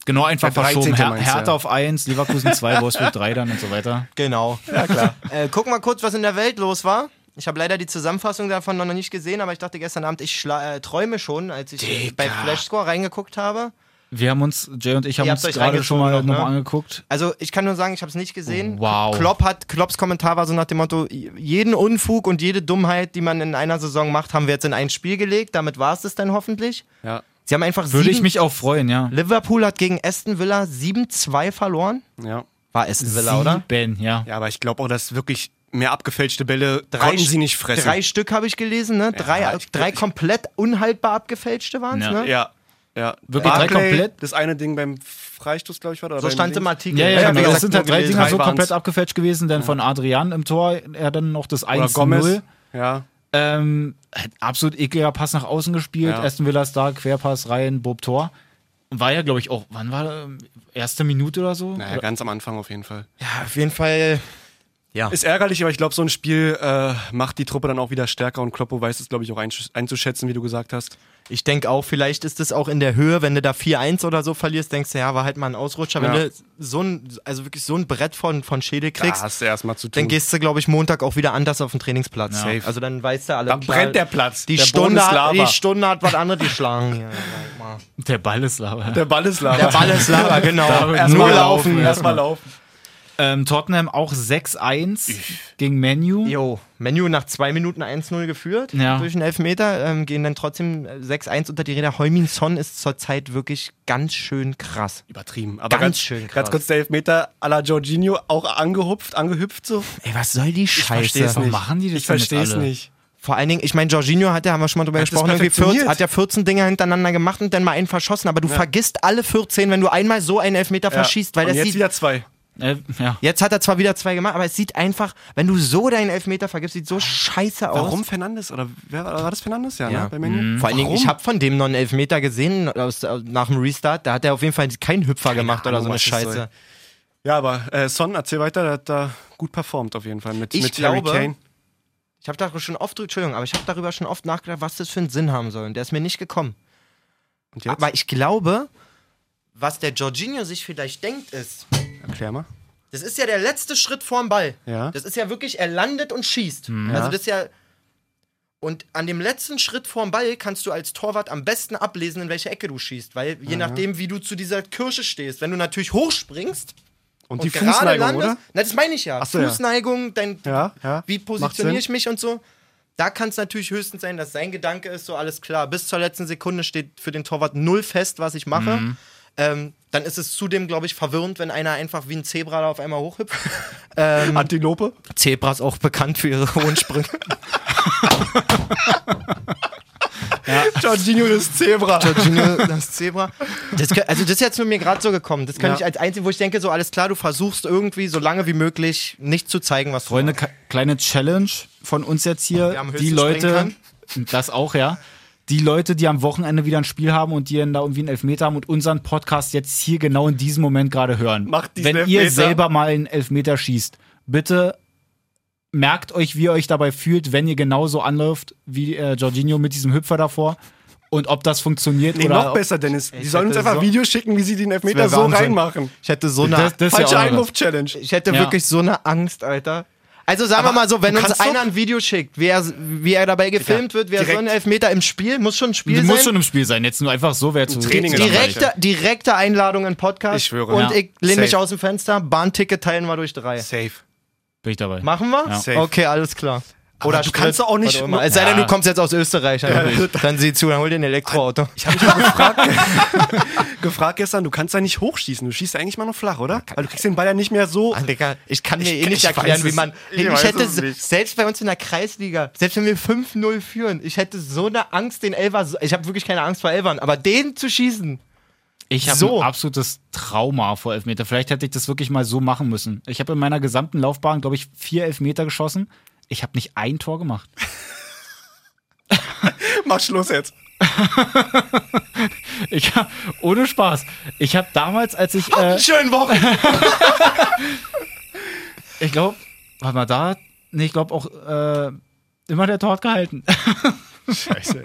Genau einfach
Der 13.
verschoben. Her
meinst du,
Hertha
ja.
auf 1, Leverkusen 2, Wolfsburg 3 dann und so weiter.
Genau. Ja, klar. äh, gucken wir kurz, was in der Welt los war. Ich habe leider die Zusammenfassung davon noch nicht gesehen, aber ich dachte gestern Abend, ich schla äh, träume schon, als ich äh, bei Flashscore reingeguckt habe.
Wir haben uns, Jay und ich haben
Ihr
uns
habt euch
gerade schon mal
reingezogen noch,
nochmal
ne?
angeguckt.
Also ich kann nur sagen, ich habe es nicht gesehen.
Wow.
Klopp hat, Klopps Kommentar war so nach dem Motto, jeden Unfug und jede Dummheit, die man in einer Saison macht, haben wir jetzt in ein Spiel gelegt. Damit war es das dann hoffentlich.
ja.
Sie haben einfach
Würde
sieben,
ich mich auch freuen, ja.
Liverpool hat gegen Aston Villa 7-2 verloren.
Ja.
War Aston Villa, oder?
Ben, ja.
ja, aber ich glaube auch, dass wirklich mehr abgefälschte Bälle konnten sie nicht fressen.
Drei Stück habe ich gelesen, ne? Drei,
ich-
drei komplett unhaltbar abgefälschte waren es,
Ja.
ne?
ja. ja.
Wirklich drei
Barclay,
komplett?
Das eine Ding beim Freistoß, glaube ich, war. da, Oder
So
beim
stand
Dings.
im Artikel.
Ja, ja,
Ja,
genau.
wie
Das
gesagt,
sind halt
nur
drei
gewesen.
Dinger so
Drei
komplett
waren's.
abgefälscht gewesen, denn von Adrian im Tor, er dann noch das
Oder Gomez.
1-0.
Ja.
Ähm, hat absolut ekliger Pass nach außen gespielt.
Ja.
Aston Villa ist da, Querpass rein, Bob Tor. Und War ja, glaube ich, auch, wann war ähm, erste Minute oder so?
Naja, ganz am Anfang auf jeden Fall.
Ja, auf jeden Fall.
Ist ärgerlich, aber ich glaube, so ein Spiel äh, macht die Truppe dann auch wieder stärker und Kloppo weiß es, glaube ich, auch einsch- einzuschätzen, wie du gesagt hast.
Ich denke auch, vielleicht ist es auch in der Höhe, wenn du da 4-1 oder so verlierst, denkst du, ja, war halt mal ein Ausrutscher. Wenn
Ja.
du so ein, also wirklich so ein Brett von, von Schädel
Da
kriegst,
hast du erstmal zu tun.
dann gehst du, glaube ich, Montag auch wieder anders auf den Trainingsplatz.
Ja.
Also dann weißt du alle.
Dann brennt der Platz.
Die,
Der
Stunde
Boden ist
hat,
Lava.
die Stunde hat was anderes geschlagen. Ja, sag mal.
Der Ball ist lauer.
der Ball ist Lava.
Der Ball ist Lava, genau.
wird
Nur
mal
laufen.
Erstmal laufen.
Ähm, Tottenham auch 6-1 gegen Menu.
Jo, Menu nach zwei Minuten 1-0 geführt
Ja.
durch einen Elfmeter, ähm, gehen dann trotzdem äh, 6-1 unter die Räder. Heumin Son ist zurzeit wirklich ganz schön krass.
Übertrieben. Aber
Ganz
ganz,
schön krass.
Ganz kurz der Elfmeter à la Jorginho, auch angehupft, angehüpft so.
Ey, was soll die
versteh's
Scheiße?
Warum machen die das
Ich
denn jetzt
verstehe es
alle?
nicht.
Vor allen Dingen, ich meine, Jorginho hat ja, haben wir schon mal drüber
Hat das
gesprochen, irgendwie 14,
perfektioniert.
hat ja 14 Dinger hintereinander gemacht und dann mal einen verschossen, aber du vergisst alle 14, wenn du einmal so einen Elfmeter
Ja.
verschießt, weil
Und
das
jetzt
sieht
wieder zwei.
Äh, ja.
Jetzt hat er zwar wieder zwei gemacht, aber es sieht einfach, wenn du so deinen Elfmeter vergibst, sieht so scheiße aus.
Warum Fernandes? Oder wer war war das Fernandes? Ja,
Ja.
Ne? Bei Menu?
Vor allen Dingen, ich habe von dem noch einen Elfmeter gesehen aus, aus- nach dem Restart. Da hat er auf jeden Fall keinen Hüpfer gemacht oder
Ahnung,
so eine
was das
Scheiße.
soll. Ja, aber äh, Son, erzähl weiter, der hat da gut performt auf jeden Fall mit,
Ich
mit
glaube-
Harry Kane.
Ich habe darüber schon oft, Entschuldigung, aber ich habe darüber schon oft nachgedacht, was das für einen Sinn haben soll. Und der ist mir nicht gekommen.
Und jetzt?
Aber ich glaube, was der Jorginho sich vielleicht denkt, ist,
Erklär mal.
das ist ja der letzte Schritt vorm Ball.
Ja. Mhm.
Das ist ja wirklich, er landet und schießt. Also das ist ja. Und an dem letzten Schritt vorm Ball kannst du als Torwart am besten ablesen, in welche Ecke du schießt. Weil je nachdem, wie du zu dieser Kirsche stehst, wenn du natürlich hochspringst
Und,
und
die
gerade
Fußneigung,
landest.
oder?
Na, das meine ich ja.
Ach so, ja.
Fußneigung, dein,
Ja, ja.
wie
Macht
positioniere
Sinn.
ich mich und so. Da kann es natürlich höchstens sein, dass sein Gedanke ist, so alles klar, bis zur letzten Sekunde steht für den Torwart null fest, was ich mache. Ähm, dann ist es zudem, glaube ich, verwirrend, wenn einer einfach wie ein Zebra da auf einmal hochhüpft.
Antilope?
Ähm, Zebras auch bekannt für ihre hohen Sprünge.
Jorginho das Zebra.
Gino, das Zebra. Das, kö- also das ist jetzt mit mir gerade so gekommen. Das könnte
Ja.
ich als Einzige, wo ich denke, so alles klar, du versuchst irgendwie so lange wie möglich nicht zu zeigen, was
Freunde, ke- kleine Challenge von uns jetzt hier.
Wer am höchsten
Die Leute,
springen
das auch, ja. die Leute, die am Wochenende wieder ein Spiel haben und die dann da irgendwie einen Elfmeter haben und unseren Podcast jetzt hier genau in diesem Moment gerade hören.
Macht diesen
Wenn ihr
Elfmeter.
selber mal einen Elfmeter schießt, bitte merkt euch, wie ihr euch dabei fühlt, wenn ihr genauso anläuft wie äh, Jorginho mit diesem Hüpfer davor und ob das funktioniert
Nee,
oder
noch besser, Dennis. Die sollen uns
hätte
einfach
so-
Videos schicken, wie sie den Elfmeter
wär
so
Wahnsinn.
reinmachen.
Ich hätte so eine,
Das, das ist ja
Falsche
auch noch was.
Einwurf-Challenge.
ich hätte
Ja.
wirklich so eine Angst, Alter. Also sagen wir mal so, wenn
du
uns
kannst doch-
einer ein Video schickt, wie er, wie er dabei gefilmt wird, wie er so
direkt-
einen Elfmeter im Spiel, muss schon ein Spiel
Du
sein.
musst schon im Spiel sein, jetzt nur einfach so, wer zu
Training
Reden
ist
kommt.
dabei.
direkte, direkte Einladung in Podcast.
Ich schwöre.
Und
Ja.
ich lehne mich
Safe.
aus dem Fenster, Bahnticket teilen wir durch drei.
Safe.
Bin ich dabei.
Machen wir?
Ja.
Safe.
Okay, alles klar.
Oder du
Sprit,
kannst doch auch nicht.
warte mal. Es sei denn, du kommst jetzt aus Österreich. Dann, dann sieh zu, dann hol dir ein Elektroauto.
Ich habe mich mal gefragt, gefragt gestern, du kannst ja nicht hochschießen. Du schießt ja eigentlich mal nur flach, oder? Weil du kriegst den Ball ja nicht mehr so.
Ach, Ah, Digga, ich kann mir
Ich-
eh nicht
ich weiß
erklären, wie
es-
man.
ich
Ich,
weiß
hätte
es
se-
nicht.
selbst bei uns in der Kreisliga, selbst wenn wir 5-0 führen, ich hätte so eine Angst, den Elfer. so- Ich habe wirklich keine Angst vor Elfern, aber den zu schießen.
Ich habe
So.
ein absolutes Trauma vor Elfmeter. Vielleicht hätte ich das wirklich mal so machen müssen. Ich habe in meiner gesamten Laufbahn, glaube ich, vier Elfmeter geschossen. Ich habe nicht ein Tor gemacht.
Mach Schluss jetzt.
Ich hab, ohne Spaß. Ich habe damals, als ich, äh,
Schönen Wochen.
ich glaube, warte mal da, nee, ich glaube auch äh, immer der Tor hat gehalten.
Scheiße.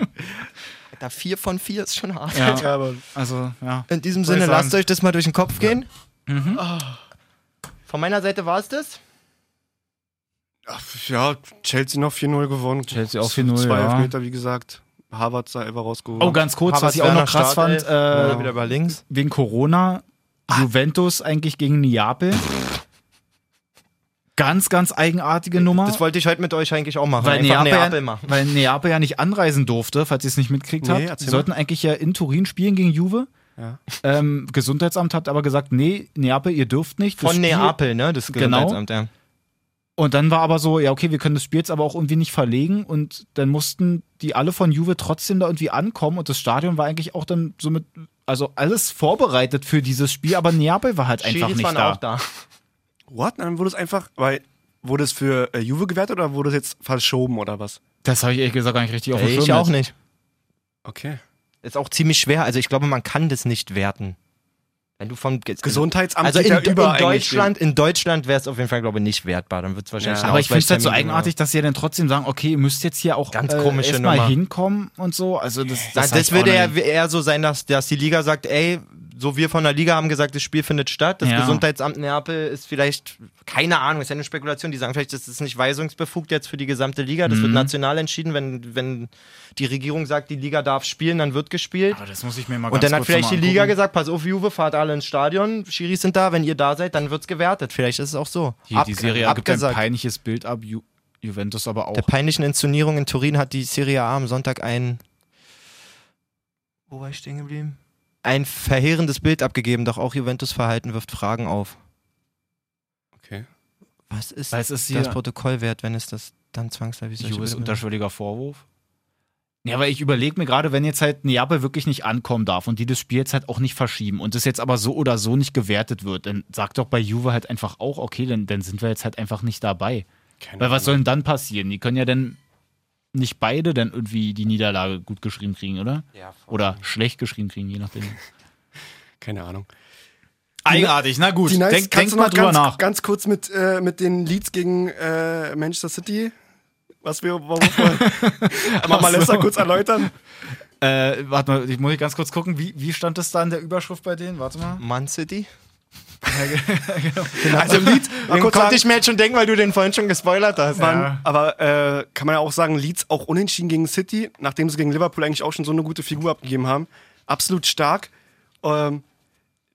Alter, 4 von 4 ist schon hart.
Ja.
Ja, aber
Also ja.
In diesem
Soll ich
Sinne,
sagen?
lasst euch das mal durch den Kopf gehen. Ah. Von meiner Seite war es das.
Ach, Ja, Chelsea noch 4-0 gewonnen.
Chelsea auch 4-0,
Zwei
ja.
Elfmeter, wie gesagt. Harvard sei einfach rausgeholt.
Oh, ganz kurz, was ich auch noch krass fand, äh,
wieder über links.
wegen Corona, Ah. Juventus eigentlich gegen Neapel. Ganz, ganz eigenartige Nummer.
Das wollte ich heute mit euch eigentlich auch machen.
weil
Einfach
Neapel,
Neapel machen.
weil Neapel ja nicht anreisen durfte, falls ihr es nicht mitkriegt
Nee,
habt.
erzähl
Sie sollten eigentlich ja in Turin spielen gegen Juve.
Ja.
Ähm, Gesundheitsamt hat aber gesagt, nee, Neapel, ihr dürft nicht. Das
Von
Spiel-
Neapel, ne? Das
Genau.
Gesundheitsamt, ja.
Und dann war aber so, ja, okay, wir können das Spiel jetzt aber auch irgendwie nicht verlegen. Und dann mussten die alle von Juve trotzdem da irgendwie ankommen. Und das Stadion war eigentlich auch dann somit, also alles vorbereitet für dieses Spiel. Aber Neapel war halt einfach
Schiris
nicht
waren
da.
auch da.
What? Dann wurde es einfach, weil, wurde es für äh, Juve gewertet oder wurde es jetzt verschoben oder was?
Das habe ich ehrlich gesagt gar nicht richtig auf dem Schirm.
Ich auch
jetzt.
nicht.
Okay.
Ist auch ziemlich schwer. Also ich glaube, man kann das nicht werten. Wenn du vom
Gesundheitsamt
also
geht
in,
ja
in
überall
Deutschland, in Deutschland wäre es auf jeden Fall, glaube ich, nicht wertbar. Dann wird es wahrscheinlich.
Ja.
einen
Aber ich finde es halt so
Ausweichtermin
eigenartig, dass sie ja dann trotzdem sagen, okay, ihr müsst jetzt hier auch
genau. Ganz
äh,
komische
erstmal
Nummer.
hinkommen und so. Also das, das,
oder so.
hab
Das,
ich auch
würde
noch
ja
nicht.
eher so sein, dass, dass die Liga sagt, ey, so wir von der Liga haben gesagt, das Spiel findet statt. Das
Ja.
Gesundheitsamt Neapel ist vielleicht, keine Ahnung, ist ja eine Spekulation. Die sagen vielleicht, das ist nicht weisungsbefugt jetzt für die gesamte Liga. Das
Mhm.
wird national entschieden. Wenn, wenn die Regierung sagt, die Liga darf spielen, dann wird gespielt.
Aber das muss ich mir mal
Und
ganz
dann hat
kurz
vielleicht die
noch mal
Liga
angucken.
gesagt, pass auf, Juve, fahrt alle ins Stadion, Schiris sind da, wenn ihr da seid, dann wird's gewertet. Vielleicht ist es auch so.
Hier, die
Ab-
Serie A gibt ein
abgesagt.
peinliches Bild ab, Ju Juventus aber auch.
Der peinlichen Inszenierung in Turin hat die Serie A am Sonntag ein Wo war ich stehen geblieben? Ein verheerendes Bild abgegeben, doch auch Juventus Verhalten wirft Fragen auf.
Okay.
Was ist
Weil es ist hier
das Protokoll wert, wenn es das dann zwangsläufig solche
Juve ist
Bilder-
unterschwelliger Vorwurf. Ja, aber ich überlege mir gerade, wenn jetzt halt Neapel wirklich nicht ankommen darf und die das Spiel jetzt halt auch nicht verschieben und das jetzt aber so oder so nicht gewertet wird, dann sagt doch bei Juve halt einfach auch, okay, dann, dann sind wir jetzt halt einfach nicht dabei.
Keine
Weil was soll
Ahnung.
denn dann passieren? Die können ja dann nicht beide dann irgendwie die Niederlage gut geschrieben kriegen, oder?
Ja, voll.
Oder schlecht geschrieben kriegen, je nachdem.
Keine Ahnung.
Eigenartig, na gut.
Die Nice,
denk
kannst
denk
du
mal
noch
drüber
ganz,
nach.
Ganz kurz mit, äh, mit den Leads gegen äh, Manchester City. Was wir, warum wir einmal mal Lester kurz erläutern.
Äh, warte mal, ich muss ganz kurz gucken, wie, wie stand das da in der Überschrift bei denen? Warte mal.
Man City?
Genau.
Also Leeds, mal kurz sagen,
ich mir jetzt schon denken, weil du den vorhin schon gespoilert hast.
waren,
Ja.
aber äh, kann man ja auch sagen, Leeds auch unentschieden gegen City, nachdem sie gegen Liverpool eigentlich auch schon so eine gute Figur abgegeben haben. Absolut stark. Ähm,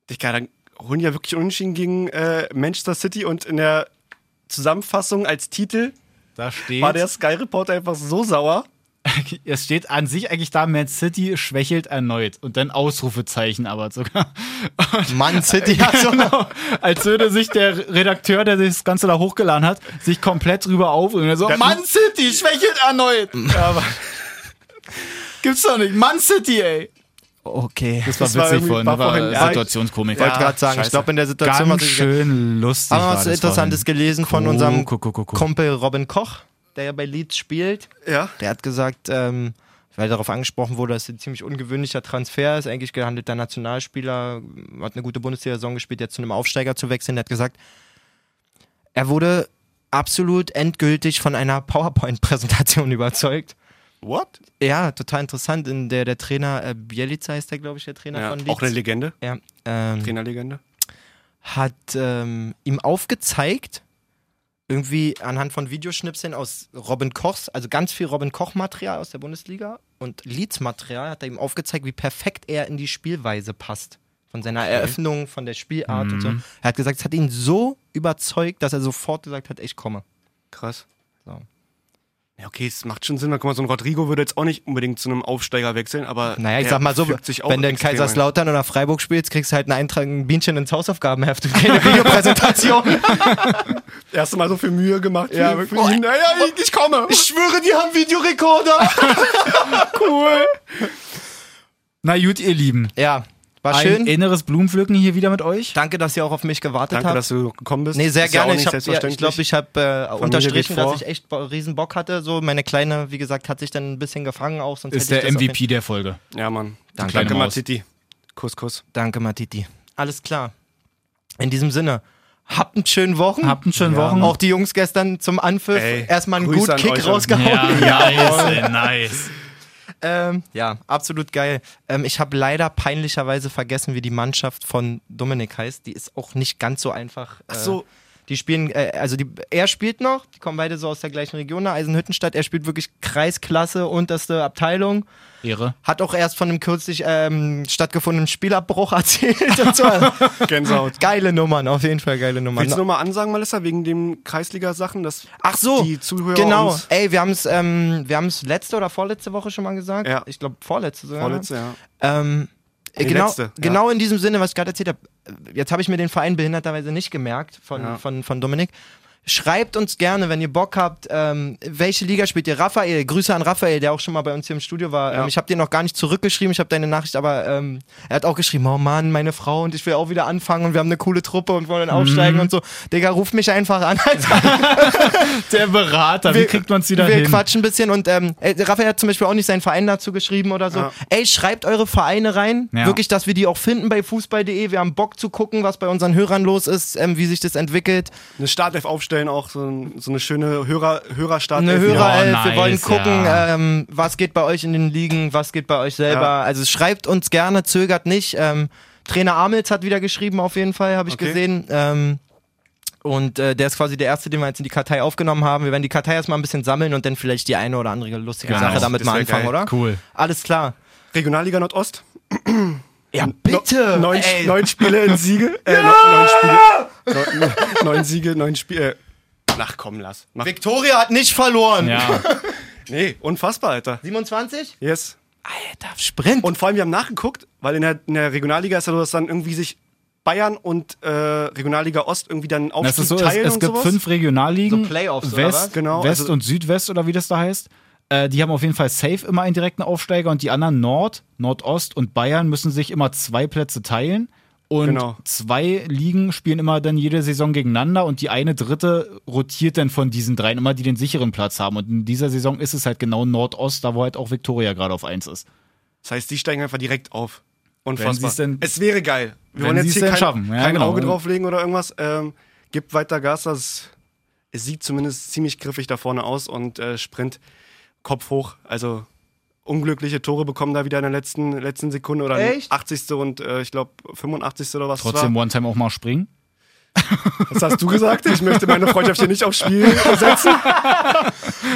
Digga, dann holen die ja wirklich unentschieden gegen äh, Manchester City und in der Zusammenfassung als Titel
Da steht.
war der Sky Reporter einfach so sauer.
Es steht an sich eigentlich da, Man City schwächelt erneut und dann Ausrufezeichen aber sogar.
Man City.
Genau. Als würde sich der Redakteur, der sich das Ganze da hochgeladen hat, sich komplett drüber aufregen. Er so,
Der-
Man City schwächelt erneut. Gibt's doch nicht. Man City, ey.
Okay.
Das war
Das war
witzig
irgendwie-
vorhin.
war
Das war
vorhin- ja,
Situationskomik.
Ich wollte gerade sagen, ich
scheiße.
glaube, in der Situation
Ganz
was ich-
schön lustig.
haben wir
war
was
das
Interessantes
vorhin.
gelesen von
Cool,
unserem
cool, cool, cool, cool.
Kumpel Robin Koch, der ja bei Leeds spielt.
Ja.
Der hat gesagt, ähm, weil darauf angesprochen wurde, dass es ein ziemlich ungewöhnlicher Transfer ist, eigentlich gehandelter Nationalspieler, hat eine gute Bundesliga-Saison gespielt, jetzt zu einem Aufsteiger zu wechseln, der hat gesagt, er wurde absolut endgültig von einer PowerPoint-Präsentation überzeugt.
What?
Ja, total interessant, in der der Trainer, äh, Bielica ist der, glaube ich, der Trainer
Ja, Mhm.
von Leeds.
auch eine Legende,
ja, ähm,
Trainerlegende.
hat ähm, ihm aufgezeigt, irgendwie anhand von Videoschnipseln aus Robin Kochs, also ganz viel Robin Koch-Material aus der Bundesliga und Leeds-Material, hat er ihm aufgezeigt, wie perfekt er in die Spielweise passt. Von seiner Eröffnung, von der Spielart und so.
Mhm.
Er hat gesagt, es hat ihn so überzeugt, dass er sofort gesagt hat, ich komme.
Krass.
So.
Ja, okay, es macht schon Sinn. weil, Guck mal, so ein Rodrigo würde jetzt auch nicht unbedingt zu einem Aufsteiger wechseln, aber.
Naja, ich
der
sag mal so,
fügt sich auch
wenn du in
extrem ein.
Kaiserslautern oder Freiburg spielst, kriegst du halt einen Eintrag, ein Bienchen ins Hausaufgabenheft und keine Videopräsentation.
Erst mal so viel Mühe gemacht. Ja,
wirklich. Oh,
Für ihn. Naja, ich, ich komme.
ich schwöre, die haben Videorekorder.
cool.
Na gut, ihr Lieben.
Ja, war
Ein
schön.
inneres Blumenpflücken hier wieder mit euch.
Danke, dass ihr auch auf mich gewartet
Danke,
habt.
dass du gekommen bist.
nee, sehr
Ist ja
gerne.
auch
Ich
nicht
glaube, ja, ich,
selbstverständlich.
glaub, ich habe äh, unterstrichen,
geht vor.
dass ich echt bo- riesen Bock hatte. So meine kleine, wie gesagt, hat sich dann ein bisschen gefangen auch. Sonst
Ist
hätte ich
der
das auch
MVP der Folge.
ja, Mann.
Danke,
Danke
Maus.
Matiti. Kuss, Kuss.
Nicht. Danke, Matiti. Alles klar. In diesem Sinne, habt einen schönen Wochen.
Habt einen schönen Wochen.
Auch die Jungs gestern zum Anpfiff
Ey,
erstmal einen
Grüße
guten
an
Kick
euch alle.
rausgehauen.
nice, ey, nice.
Ähm, ja, absolut geil. Ähm, ich habe leider peinlicherweise vergessen, wie die Mannschaft von Dominik heißt. Die ist auch nicht ganz so einfach. Äh,
so.
Die spielen, äh, also die, er spielt noch, die kommen beide so aus der gleichen Region, ne, Eisenhüttenstadt. Er spielt wirklich Kreisklasse, unterste Abteilung.
Ehre.
Hat auch erst von einem kürzlich ähm, stattgefundenen Spielabbruch erzählt und so. Also,
Gänsehaut.
geile Nummern, auf jeden Fall geile Nummern.
Willst du nochmal ansagen, Melissa, wegen den Kreisliga-Sachen? dass
Ach so,
Die Zuhörer
genau.
uns-
Ey, wir haben es ähm, wir haben's letzte oder vorletzte Woche schon mal gesagt.
Ja.
Ich glaube, vorletzte sogar.
Vorletzte, ja.
Ähm,
Die
genau,
letzte, ja.
genau in diesem Sinne, was ich gerade erzählt habe. Jetzt habe ich mir den Verein behinderterweise nicht gemerkt von,
Ja.
von, von Dominik. Schreibt uns gerne, wenn ihr Bock habt, ähm, welche Liga spielt ihr? Raphael, Grüße an Raphael, der auch schon mal bei uns hier im Studio war.
Ja.
Ähm, ich habe dir noch gar nicht zurückgeschrieben, ich habe deine Nachricht, aber ähm, er hat auch geschrieben, oh Mann, meine Frau und ich will auch wieder anfangen und wir haben eine coole Truppe und
Mhm.
wollen aufsteigen und so. Digga, ruf mich einfach an. Alter.
Der Berater, wie kriegt man es wieder
wir
hin?
quatschen ein bisschen und ähm, äh, Raphael hat zum Beispiel auch nicht seinen Verein dazu geschrieben oder so.
Ja.
Ey, schreibt eure Vereine rein,
Ja.
wirklich, dass wir die auch finden bei fußball.de. Wir haben Bock zu gucken, was bei unseren Hörern los ist, ähm, wie sich das entwickelt.
Eine Startelf aufstellen, auch so, ein, so eine schöne Hörer, Hörerstartelf.
Eine
Äh, Ja.
Hörer, äh,
nice,
wir wollen gucken,
ja.
ähm, was geht bei euch in den Ligen, was geht bei euch selber.
Ja.
Also schreibt uns gerne, zögert nicht. Ähm, Trainer Amels hat wieder geschrieben, auf jeden Fall, habe ich
Okay.
gesehen. Ähm, und äh, der ist quasi der erste, den wir jetzt in die Kartei aufgenommen haben. Wir werden die Kartei erstmal ein bisschen sammeln und dann vielleicht die eine oder andere lustige
Ja,
Sache
nice.
damit
Genau. Das
mal
wär
anfangen,
geil.
oder?
Cool.
Alles klar.
Regionalliga Nordost.
Ja, bitte.
Neun,
ey.
neun Spiele in Siege. Äh, ja! neun, Spiele, neun, neun Siege, neun Spiele. Äh, ach komm, lass. Mach.
Victoria hat nicht verloren.
Ja.
Nee, unfassbar, Alter.
27?
Yes.
Alter, Sprint.
Und vor allem, wir haben nachgeguckt, weil in der, in der Regionalliga ist ja so, dass dann irgendwie sich Bayern und äh, Regionalliga Ost irgendwie dann
Das
Aufstieg
ist so, es,
teilen
es
und
gibt
sowas.
fünf Regionalligen.
So Playoffs oder
West,
was?
Genau,
West
also-
und Südwest oder wie das da heißt. Äh, die haben auf jeden Fall safe immer einen direkten Aufsteiger und die anderen Nord, Nordost und Bayern müssen sich immer zwei Plätze teilen. Und
Genau.
zwei Ligen spielen immer dann jede Saison gegeneinander und die eine dritte rotiert dann von diesen dreien immer, die den sicheren Platz haben. Und in dieser Saison ist es halt genau Nordost, da wo halt auch Victoria gerade auf eins ist.
Das heißt, die steigen einfach direkt auf.
Wenn sie
Unfassbar.
es denn-
es wäre geil. Wir
wenn
wollen
sie
jetzt
es
hier
denn
kein,
schaffen. Ja,
kein
genau.
Auge drauflegen oder irgendwas. Ähm, gibt weiter Gas. Das, es sieht zumindest ziemlich griffig da vorne aus und äh, Sprint Kopf hoch. Also unglückliche Tore bekommen da wieder in der letzten, letzten Sekunde oder
Echt?
80. und äh, ich glaube 85. oder was es
Trotzdem
war.
One-Time auch mal springen.
Was hast du gesagt? Ich möchte meine Freundschaft hier nicht aufs Spiel setzen.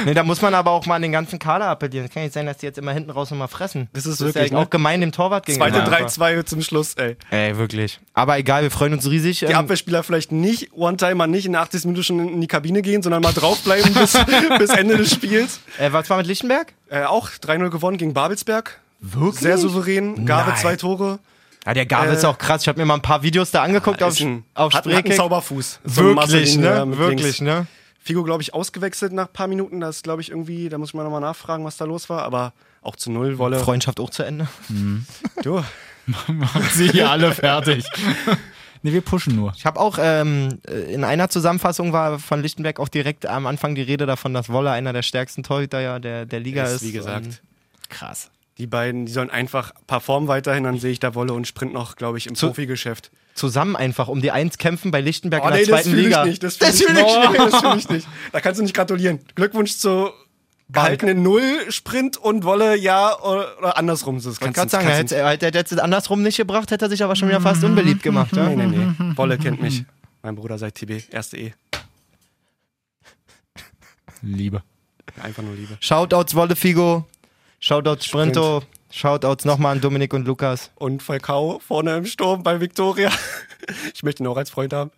nee, da muss man aber auch mal an den ganzen Kader appellieren. Es kann nicht sein, dass die jetzt immer hinten raus nochmal fressen.
Das ist
das
wirklich,
ist ja
ne?
auch gemein dem Torwart gegenüber.
Zweite
Ja.
3-2 zum Schluss, ey.
Ey, wirklich. Aber egal, wir freuen uns riesig.
die
Ähm,
Abwehrspieler vielleicht nicht One-Timer nicht in der 80. Minute schon in die Kabine gehen, sondern mal draufbleiben bis, bis Ende des Spiels.
äh, was war mit Lichtenberg?
Äh, auch 3-0 gewonnen gegen Babelsberg. Wirklich? Sehr souverän. Gabe
Nein.
zwei Tore.
Ja, der Gabe
Äh,
ist auch krass. Ich habe mir mal ein paar Videos da angeguckt auf,
Ist ein-
auf
hat, hat einen
Spreekick.
Zauberfuß. So
Wirklich,
ein Muscle, den er
ne?
mit
Wirklich,
links-
ne?
Figo, glaube ich, ausgewechselt nach ein paar Minuten. Das glaube ich irgendwie, da muss ich mal nochmal nachfragen, was da los war. Aber auch zu Null Wolle.
Freundschaft auch zu Ende.
Du,
Machen sie hier alle fertig. nee, wir pushen nur.
Ich habe auch ähm, äh, in einer Zusammenfassung war von Lichtenberg auch direkt am Anfang die Rede davon, dass Wolle einer der stärksten Torhüter ja der, der Liga ist. ähm,
ist, wie gesagt.
Und
echt krass.
Die beiden, die sollen einfach performen weiterhin, dann sehe ich da Wolle und Sprint noch, glaube ich, im Profigeschäft.
Zusammen einfach um die Eins kämpfen bei Lichtenberg in der
Oh, das
zweiten
fühle ich
Liga.
nicht. genau, Das fühle
will
ich, nicht, nee, das fühl ich nicht. Da kannst du nicht gratulieren. Glückwunsch zu gehaltenen Null, Sprint und Wolle, ja, oder oder andersrum. Das
Ich kann sagen, er hätte er hätte es andersrum nicht gebracht, hätte er sich aber schon wieder fast unbeliebt gemacht. Ja?
Mhm. Nee, nee, nee. Wolle kennt mich. Mein Bruder seit TB, erste E.
Liebe.
Einfach nur Liebe.
Shoutouts Wolle Figo, Shoutouts Sprinto, Shoutouts nochmal an Dominik und Lukas.
Und Falcao vorne im Sturm bei Viktoria. Ich möchte ihn auch als Freund haben.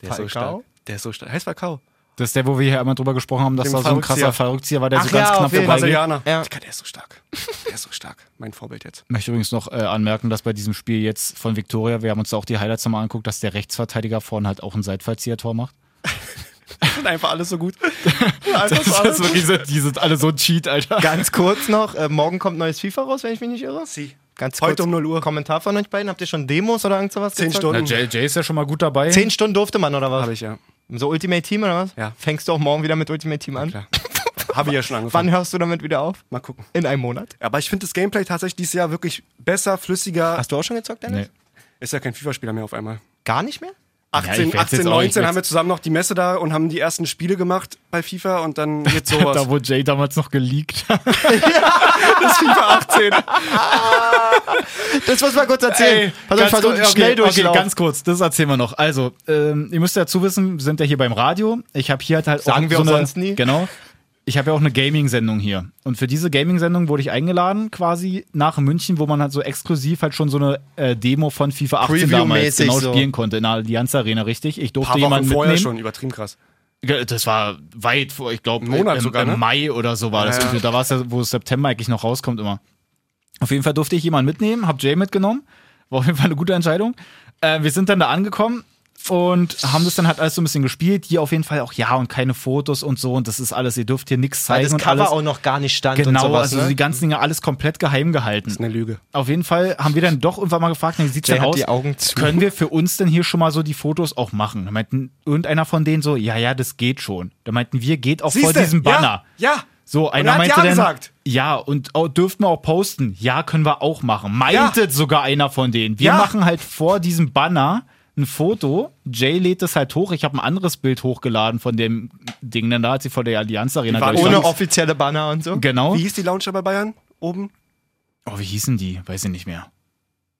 Der
Falcao?
ist so stark. Der ist so stark. Heißt Falcao.
Das ist der, wo wir hier einmal drüber gesprochen haben, dass
Dem
da so ein krasser
Fallrückzieher.
Fallrückzieher war, der
Ach
so ganz
ja, auf
knapp
jeden
vorbei
Fall.
ging.
Brasilianer.
Ja.
Digga, der ist so stark. Der ist so stark. Mein Vorbild jetzt.
Ich möchte übrigens noch äh, anmerken, dass bei diesem Spiel jetzt von Victoria, wir haben uns da auch die Highlights nochmal angeguckt, dass der Rechtsverteidiger vorne halt auch ein Seitfallzieher-Tor macht.
Und einfach alles so gut. Einfach so alles.
wirklich so, die sind alle so ein Cheat, Alter.
Ganz kurz noch, äh, morgen kommt neues FIFA raus, wenn ich mich nicht irre.
Sie.
Ganz
Heute
kurz
um 0 Uhr.
Kommentar von euch beiden. Habt ihr schon Demos oder irgend sowas?
Zehn
gezockt?
Stunden.
Na, Jay, Jay ist ja schon mal gut dabei.
Zehn Stunden durfte man oder was?
Habe ich ja.
So Ultimate Team oder was?
Ja.
Fängst du auch morgen wieder mit Ultimate Team an?
Klar. Habe ich ja schon angefangen.
Wann hörst du damit wieder auf?
Mal gucken.
In einem Monat.
Aber ich finde das Gameplay tatsächlich dieses Jahr wirklich besser, flüssiger.
Hast du auch schon gezockt, Dennis?
Nee.
Ist ja kein FIFA-Spieler mehr auf einmal.
Gar nicht mehr?
18,
ich werd's
18
jetzt auch nicht
19
mit-
haben wir zusammen noch die Messe da und haben die ersten Spiele gemacht bei FIFA und dann jetzt sowas.
Da, wo Jay damals noch geleakt hat.
das FIFA 18.
Das muss man kurz erzählen. Pass auf,
ganz
ich versuche
kurz, okay,
schnell
okay,
durchlaufen.
ganz kurz, das erzählen wir noch. Also, ähm, ihr müsst dazu wissen, wir sind ja hier beim Radio. Ich habe hier halt, halt
Sagen
auch
wir
so
auch
eine,
sonst nie.
Genau. Ich habe ja auch eine Gaming-Sendung hier. Und für diese Gaming-Sendung wurde ich eingeladen, quasi nach München, wo man halt so exklusiv halt schon so eine äh, Demo von FIFA 18 damals
Preview-mäßig
genau
so.
spielen konnte in der Allianz Arena, richtig? Ich
Paar
durfte
Wochen
jemanden
vorher
mitnehmen.
schon, übertrieben krass.
Ge- Das war weit vor, ich glaube,
Ein Monat
im,
sogar,
im
ne?
Mai oder so war das.
Ja, ja.
Da war es ja, wo es September eigentlich noch rauskommt immer. Auf jeden Fall durfte ich jemanden mitnehmen, hab Jay mitgenommen. War auf jeden Fall eine gute Entscheidung. Äh, wir sind dann da angekommen und haben das dann halt alles so ein bisschen gespielt. Hier auf jeden Fall auch, ja, und keine Fotos und so. Und das ist alles, ihr dürft hier nichts
Weil
zeigen.
das
und
Cover
alles.
auch noch gar nicht stand
genau,
und sowas.
also
ne?
die ganzen Dinge alles komplett geheim gehalten.
Eine Lüge.
Auf jeden Fall haben wir dann doch irgendwann mal gefragt, na, wie sieht's
Jay
denn
hat
aus?
die Augen zu.
Können wir für uns denn hier schon mal so die Fotos auch machen? Da meinten irgendeiner von denen so, ja, ja, das geht schon. Da meinten wir, geht auch vor diesem Banner.
Ja. ja.
So, einer
er hat
meinte
Ja
dann,
gesagt.
ja, und auch, dürften wir auch posten? Ja, können wir auch machen. Meinte sogar einer von denen. Wir
Ja.
machen halt vor diesem Banner ein Foto. Jay lädt es halt hoch. Ich habe ein anderes Bild hochgeladen von dem Ding, denn da hat sie vor der Allianz Arena
Die waren
glaub ich,
Ohne
stand.
offizielle Banner und so.
Genau.
Wie hieß die Lounge da bei Bayern? Oben?
Oh, wie hießen die? Weiß ich nicht mehr.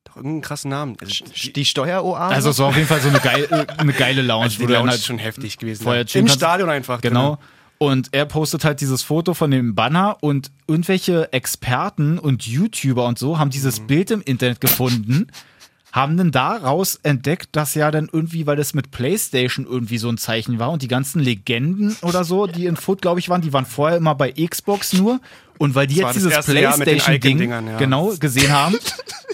Doch irgendeinen krassen Namen. Also, die,
Die Steueroase.
Also es war auf jeden Fall so eine geile, eine geile Lounge.
also die
wo du dann
Lounge
halt-
ist schon heftig gewesen.
vorher
Im
chillen kannst.
Stadion einfach.
Genau. Und er postet halt dieses Foto von dem Banner und irgendwelche Experten und YouTuber und so haben dieses Bild im Internet gefunden, haben dann daraus entdeckt, dass ja dann irgendwie, weil das mit PlayStation irgendwie so ein Zeichen war und die ganzen Legenden oder so, die in Foot, glaube ich, waren, die waren vorher immer bei Xbox nur. Und weil die
war
jetzt
das
dieses
erste Jahr mit den
PlayStation-Ding
Icon-Dingern, ja.
genau gesehen haben,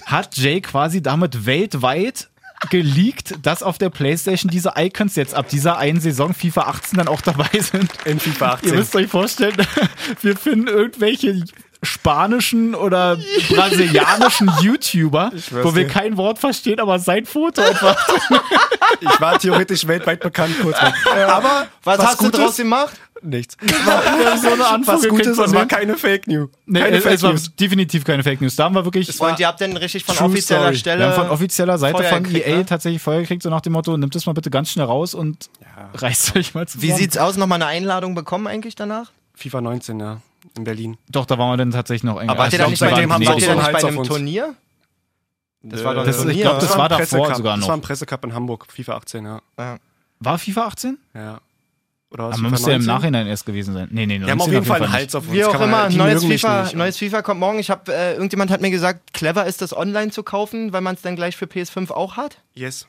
hat Jay quasi damit weltweit geleakt, dass auf der PlayStation diese Icons jetzt ab dieser einen Saison FIFA 18 dann auch dabei sind.
In FIFA 18.
Ihr müsst euch vorstellen, wir finden irgendwelche spanischen oder brasilianischen YouTuber,
schwör's
wo wir
dir.
kein Wort verstehen, aber sein Foto einfach.
Ich war theoretisch weltweit bekannt kurz. mal. Aber
was, hast du
Gutes?
draus gemacht?
Nichts.
so eine Antwort
Was Gutes,
gekriegt
das
von
war
denen.
keine Fake News.
Nee,
keine
es, es war definitiv keine Fake News. Da haben wir wirklich
Und ihr habt denn richtig von
True
offizieller
Story.
Stelle.
wir haben von offizieller Seite
Feuer
von
gekriegt,
EA
ne?
tatsächlich Feuer gekriegt, so nach dem Motto, nimmt das mal bitte ganz schnell raus und reißt euch mal zusammen.
Wie sieht's aus? Nochmal eine Einladung bekommen eigentlich danach?
FIFA 19, ja. In Berlin.
Doch, da waren wir dann tatsächlich noch eng.
Aber
ich
wart ihr
glaub,
dann nicht
wir
bei,
waren
dem,
haben
in
sie
wart ihr
Venedig.
dann
auch
nicht bei
Heizer
einem
von uns.
Turnier? Das war doch
das-
Turnier.
ich glaub, das
oder?
war
ein
davor
Pressecup.
sogar noch.
Das war ein Pressecup in Hamburg, FIFA 18, ja.
Ja.
War FIFA 18?
ja. Oder was?
Aber man müsste ja im Nachhinein erst gewesen sein. Nee, nee,
Wir haben auf jeden Fall einen Hals auf uns.
Wie auch
Kann
immer,
man- die
neues
mögen mich
FIFA,
nicht.
ne?
neues FIFA kommt morgen. Ich hab, äh, irgendjemand hat mir gesagt, clever ist das online zu kaufen, weil man es dann gleich für PS5 auch hat.
Yes.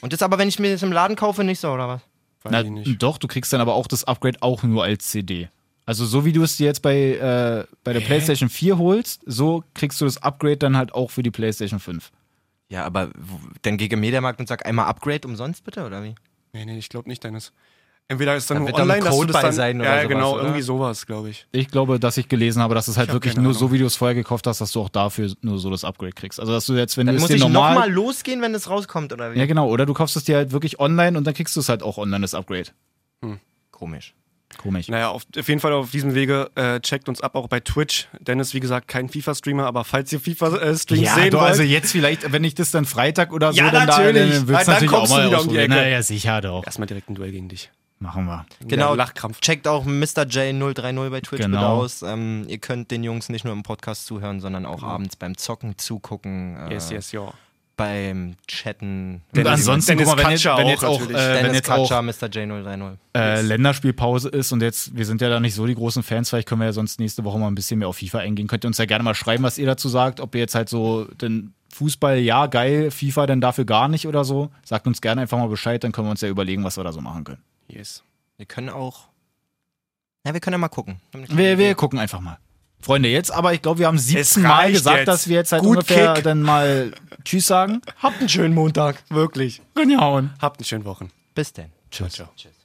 Und das aber, wenn ich mir das im Laden kaufe, nicht so, oder was?
Weiß
Na, hm.
ich nicht.
Doch, du kriegst dann aber auch das Upgrade auch nur als CD. Also so wie du es dir jetzt bei, äh, bei der PlayStation 4 holst, so kriegst du das Upgrade dann halt auch für die PlayStation 5.
Ja, aber dann geh im Mediamarkt und sag einmal Upgrade umsonst bitte, oder wie?
Nee, nee, ich glaube nicht deines. Entweder ist
Da
dann nur
wird dann ein
online, dass du
Code
das
bei
dann,
sein oder
ja,
sowas,
genau,
oder?
irgendwie sowas, glaube ich.
Ich glaube, dass ich gelesen habe, dass es halt
hab
wirklich
keine
nur
Ahnung.
so, wie du es vorher gekauft hast, dass du auch dafür nur so das Upgrade kriegst. Also dass du jetzt, wenn du
Dann
es
muss
dir
ich nochmal
normal...
losgehen, wenn das rauskommt, oder wie?
ja genau, oder du kaufst es dir halt wirklich online und dann kriegst du es halt auch online, das Upgrade.
Komisch.
Komisch.
Naja, auf, auf jeden Fall auf diesem Wege äh, checkt uns ab, auch bei Twitch. Dennis, wie gesagt, kein FIFA-Streamer, aber falls ihr FIFA-Streams
Ja,
sehen
du,
wollt,
also jetzt vielleicht, wenn ich das dann Freitag oder so,
Ja,
dann
natürlich.
da, dann
Ah,
wird's
dann
natürlich auch
kommst du
mal
wieder um die
ausprobieren.
Ecke.
Naja, sicher doch.
erstmal direkt ein Duell gegen dich.
Machen wir.
Ja,
Genau.
Lachkrampf.
Checkt auch Mr. J030 bei Twitch bitte
Genau.
aus. Ähm, ihr könnt den Jungs nicht nur im Podcast zuhören, sondern auch abends beim Zocken zugucken, äh,
Yes, yes, ja.
beim Chatten.
Und ansonsten,
Dennis
guck mal, wenn jetzt,
Katscher
wenn
auch
jetzt auch,
natürlich.
äh, wenn
Dennis
jetzt auch
Katscher, Mr. J030.
äh, Länderspielpause ist und jetzt, wir sind ja da nicht so die großen Fans, vielleicht können wir ja sonst nächste Woche mal ein bisschen mehr auf FIFA eingehen. Könnt ihr uns ja gerne mal schreiben, was ihr dazu sagt, ob ihr jetzt halt so den Fußball, ja, geil, FIFA denn dafür gar nicht oder so. Sagt uns gerne einfach mal Bescheid, dann können wir uns ja überlegen, was wir da so machen können.
Yes.
Wir können auch. Ja, wir können ja mal gucken. Wir haben eine kleine
Wir, wir
Idee.
gucken einfach mal. Freunde, jetzt aber, ich glaube, wir haben 17
Es
Mal
reicht
gesagt,
jetzt.
dass wir jetzt halt
Gut
ungefähr
Kick.
dann mal Tschüss sagen.
Habt einen schönen Montag. Wirklich.
Reinhauen.
Habt einen schönen Wochen.
Bis denn.
Ciao, ciao.
Tschüss.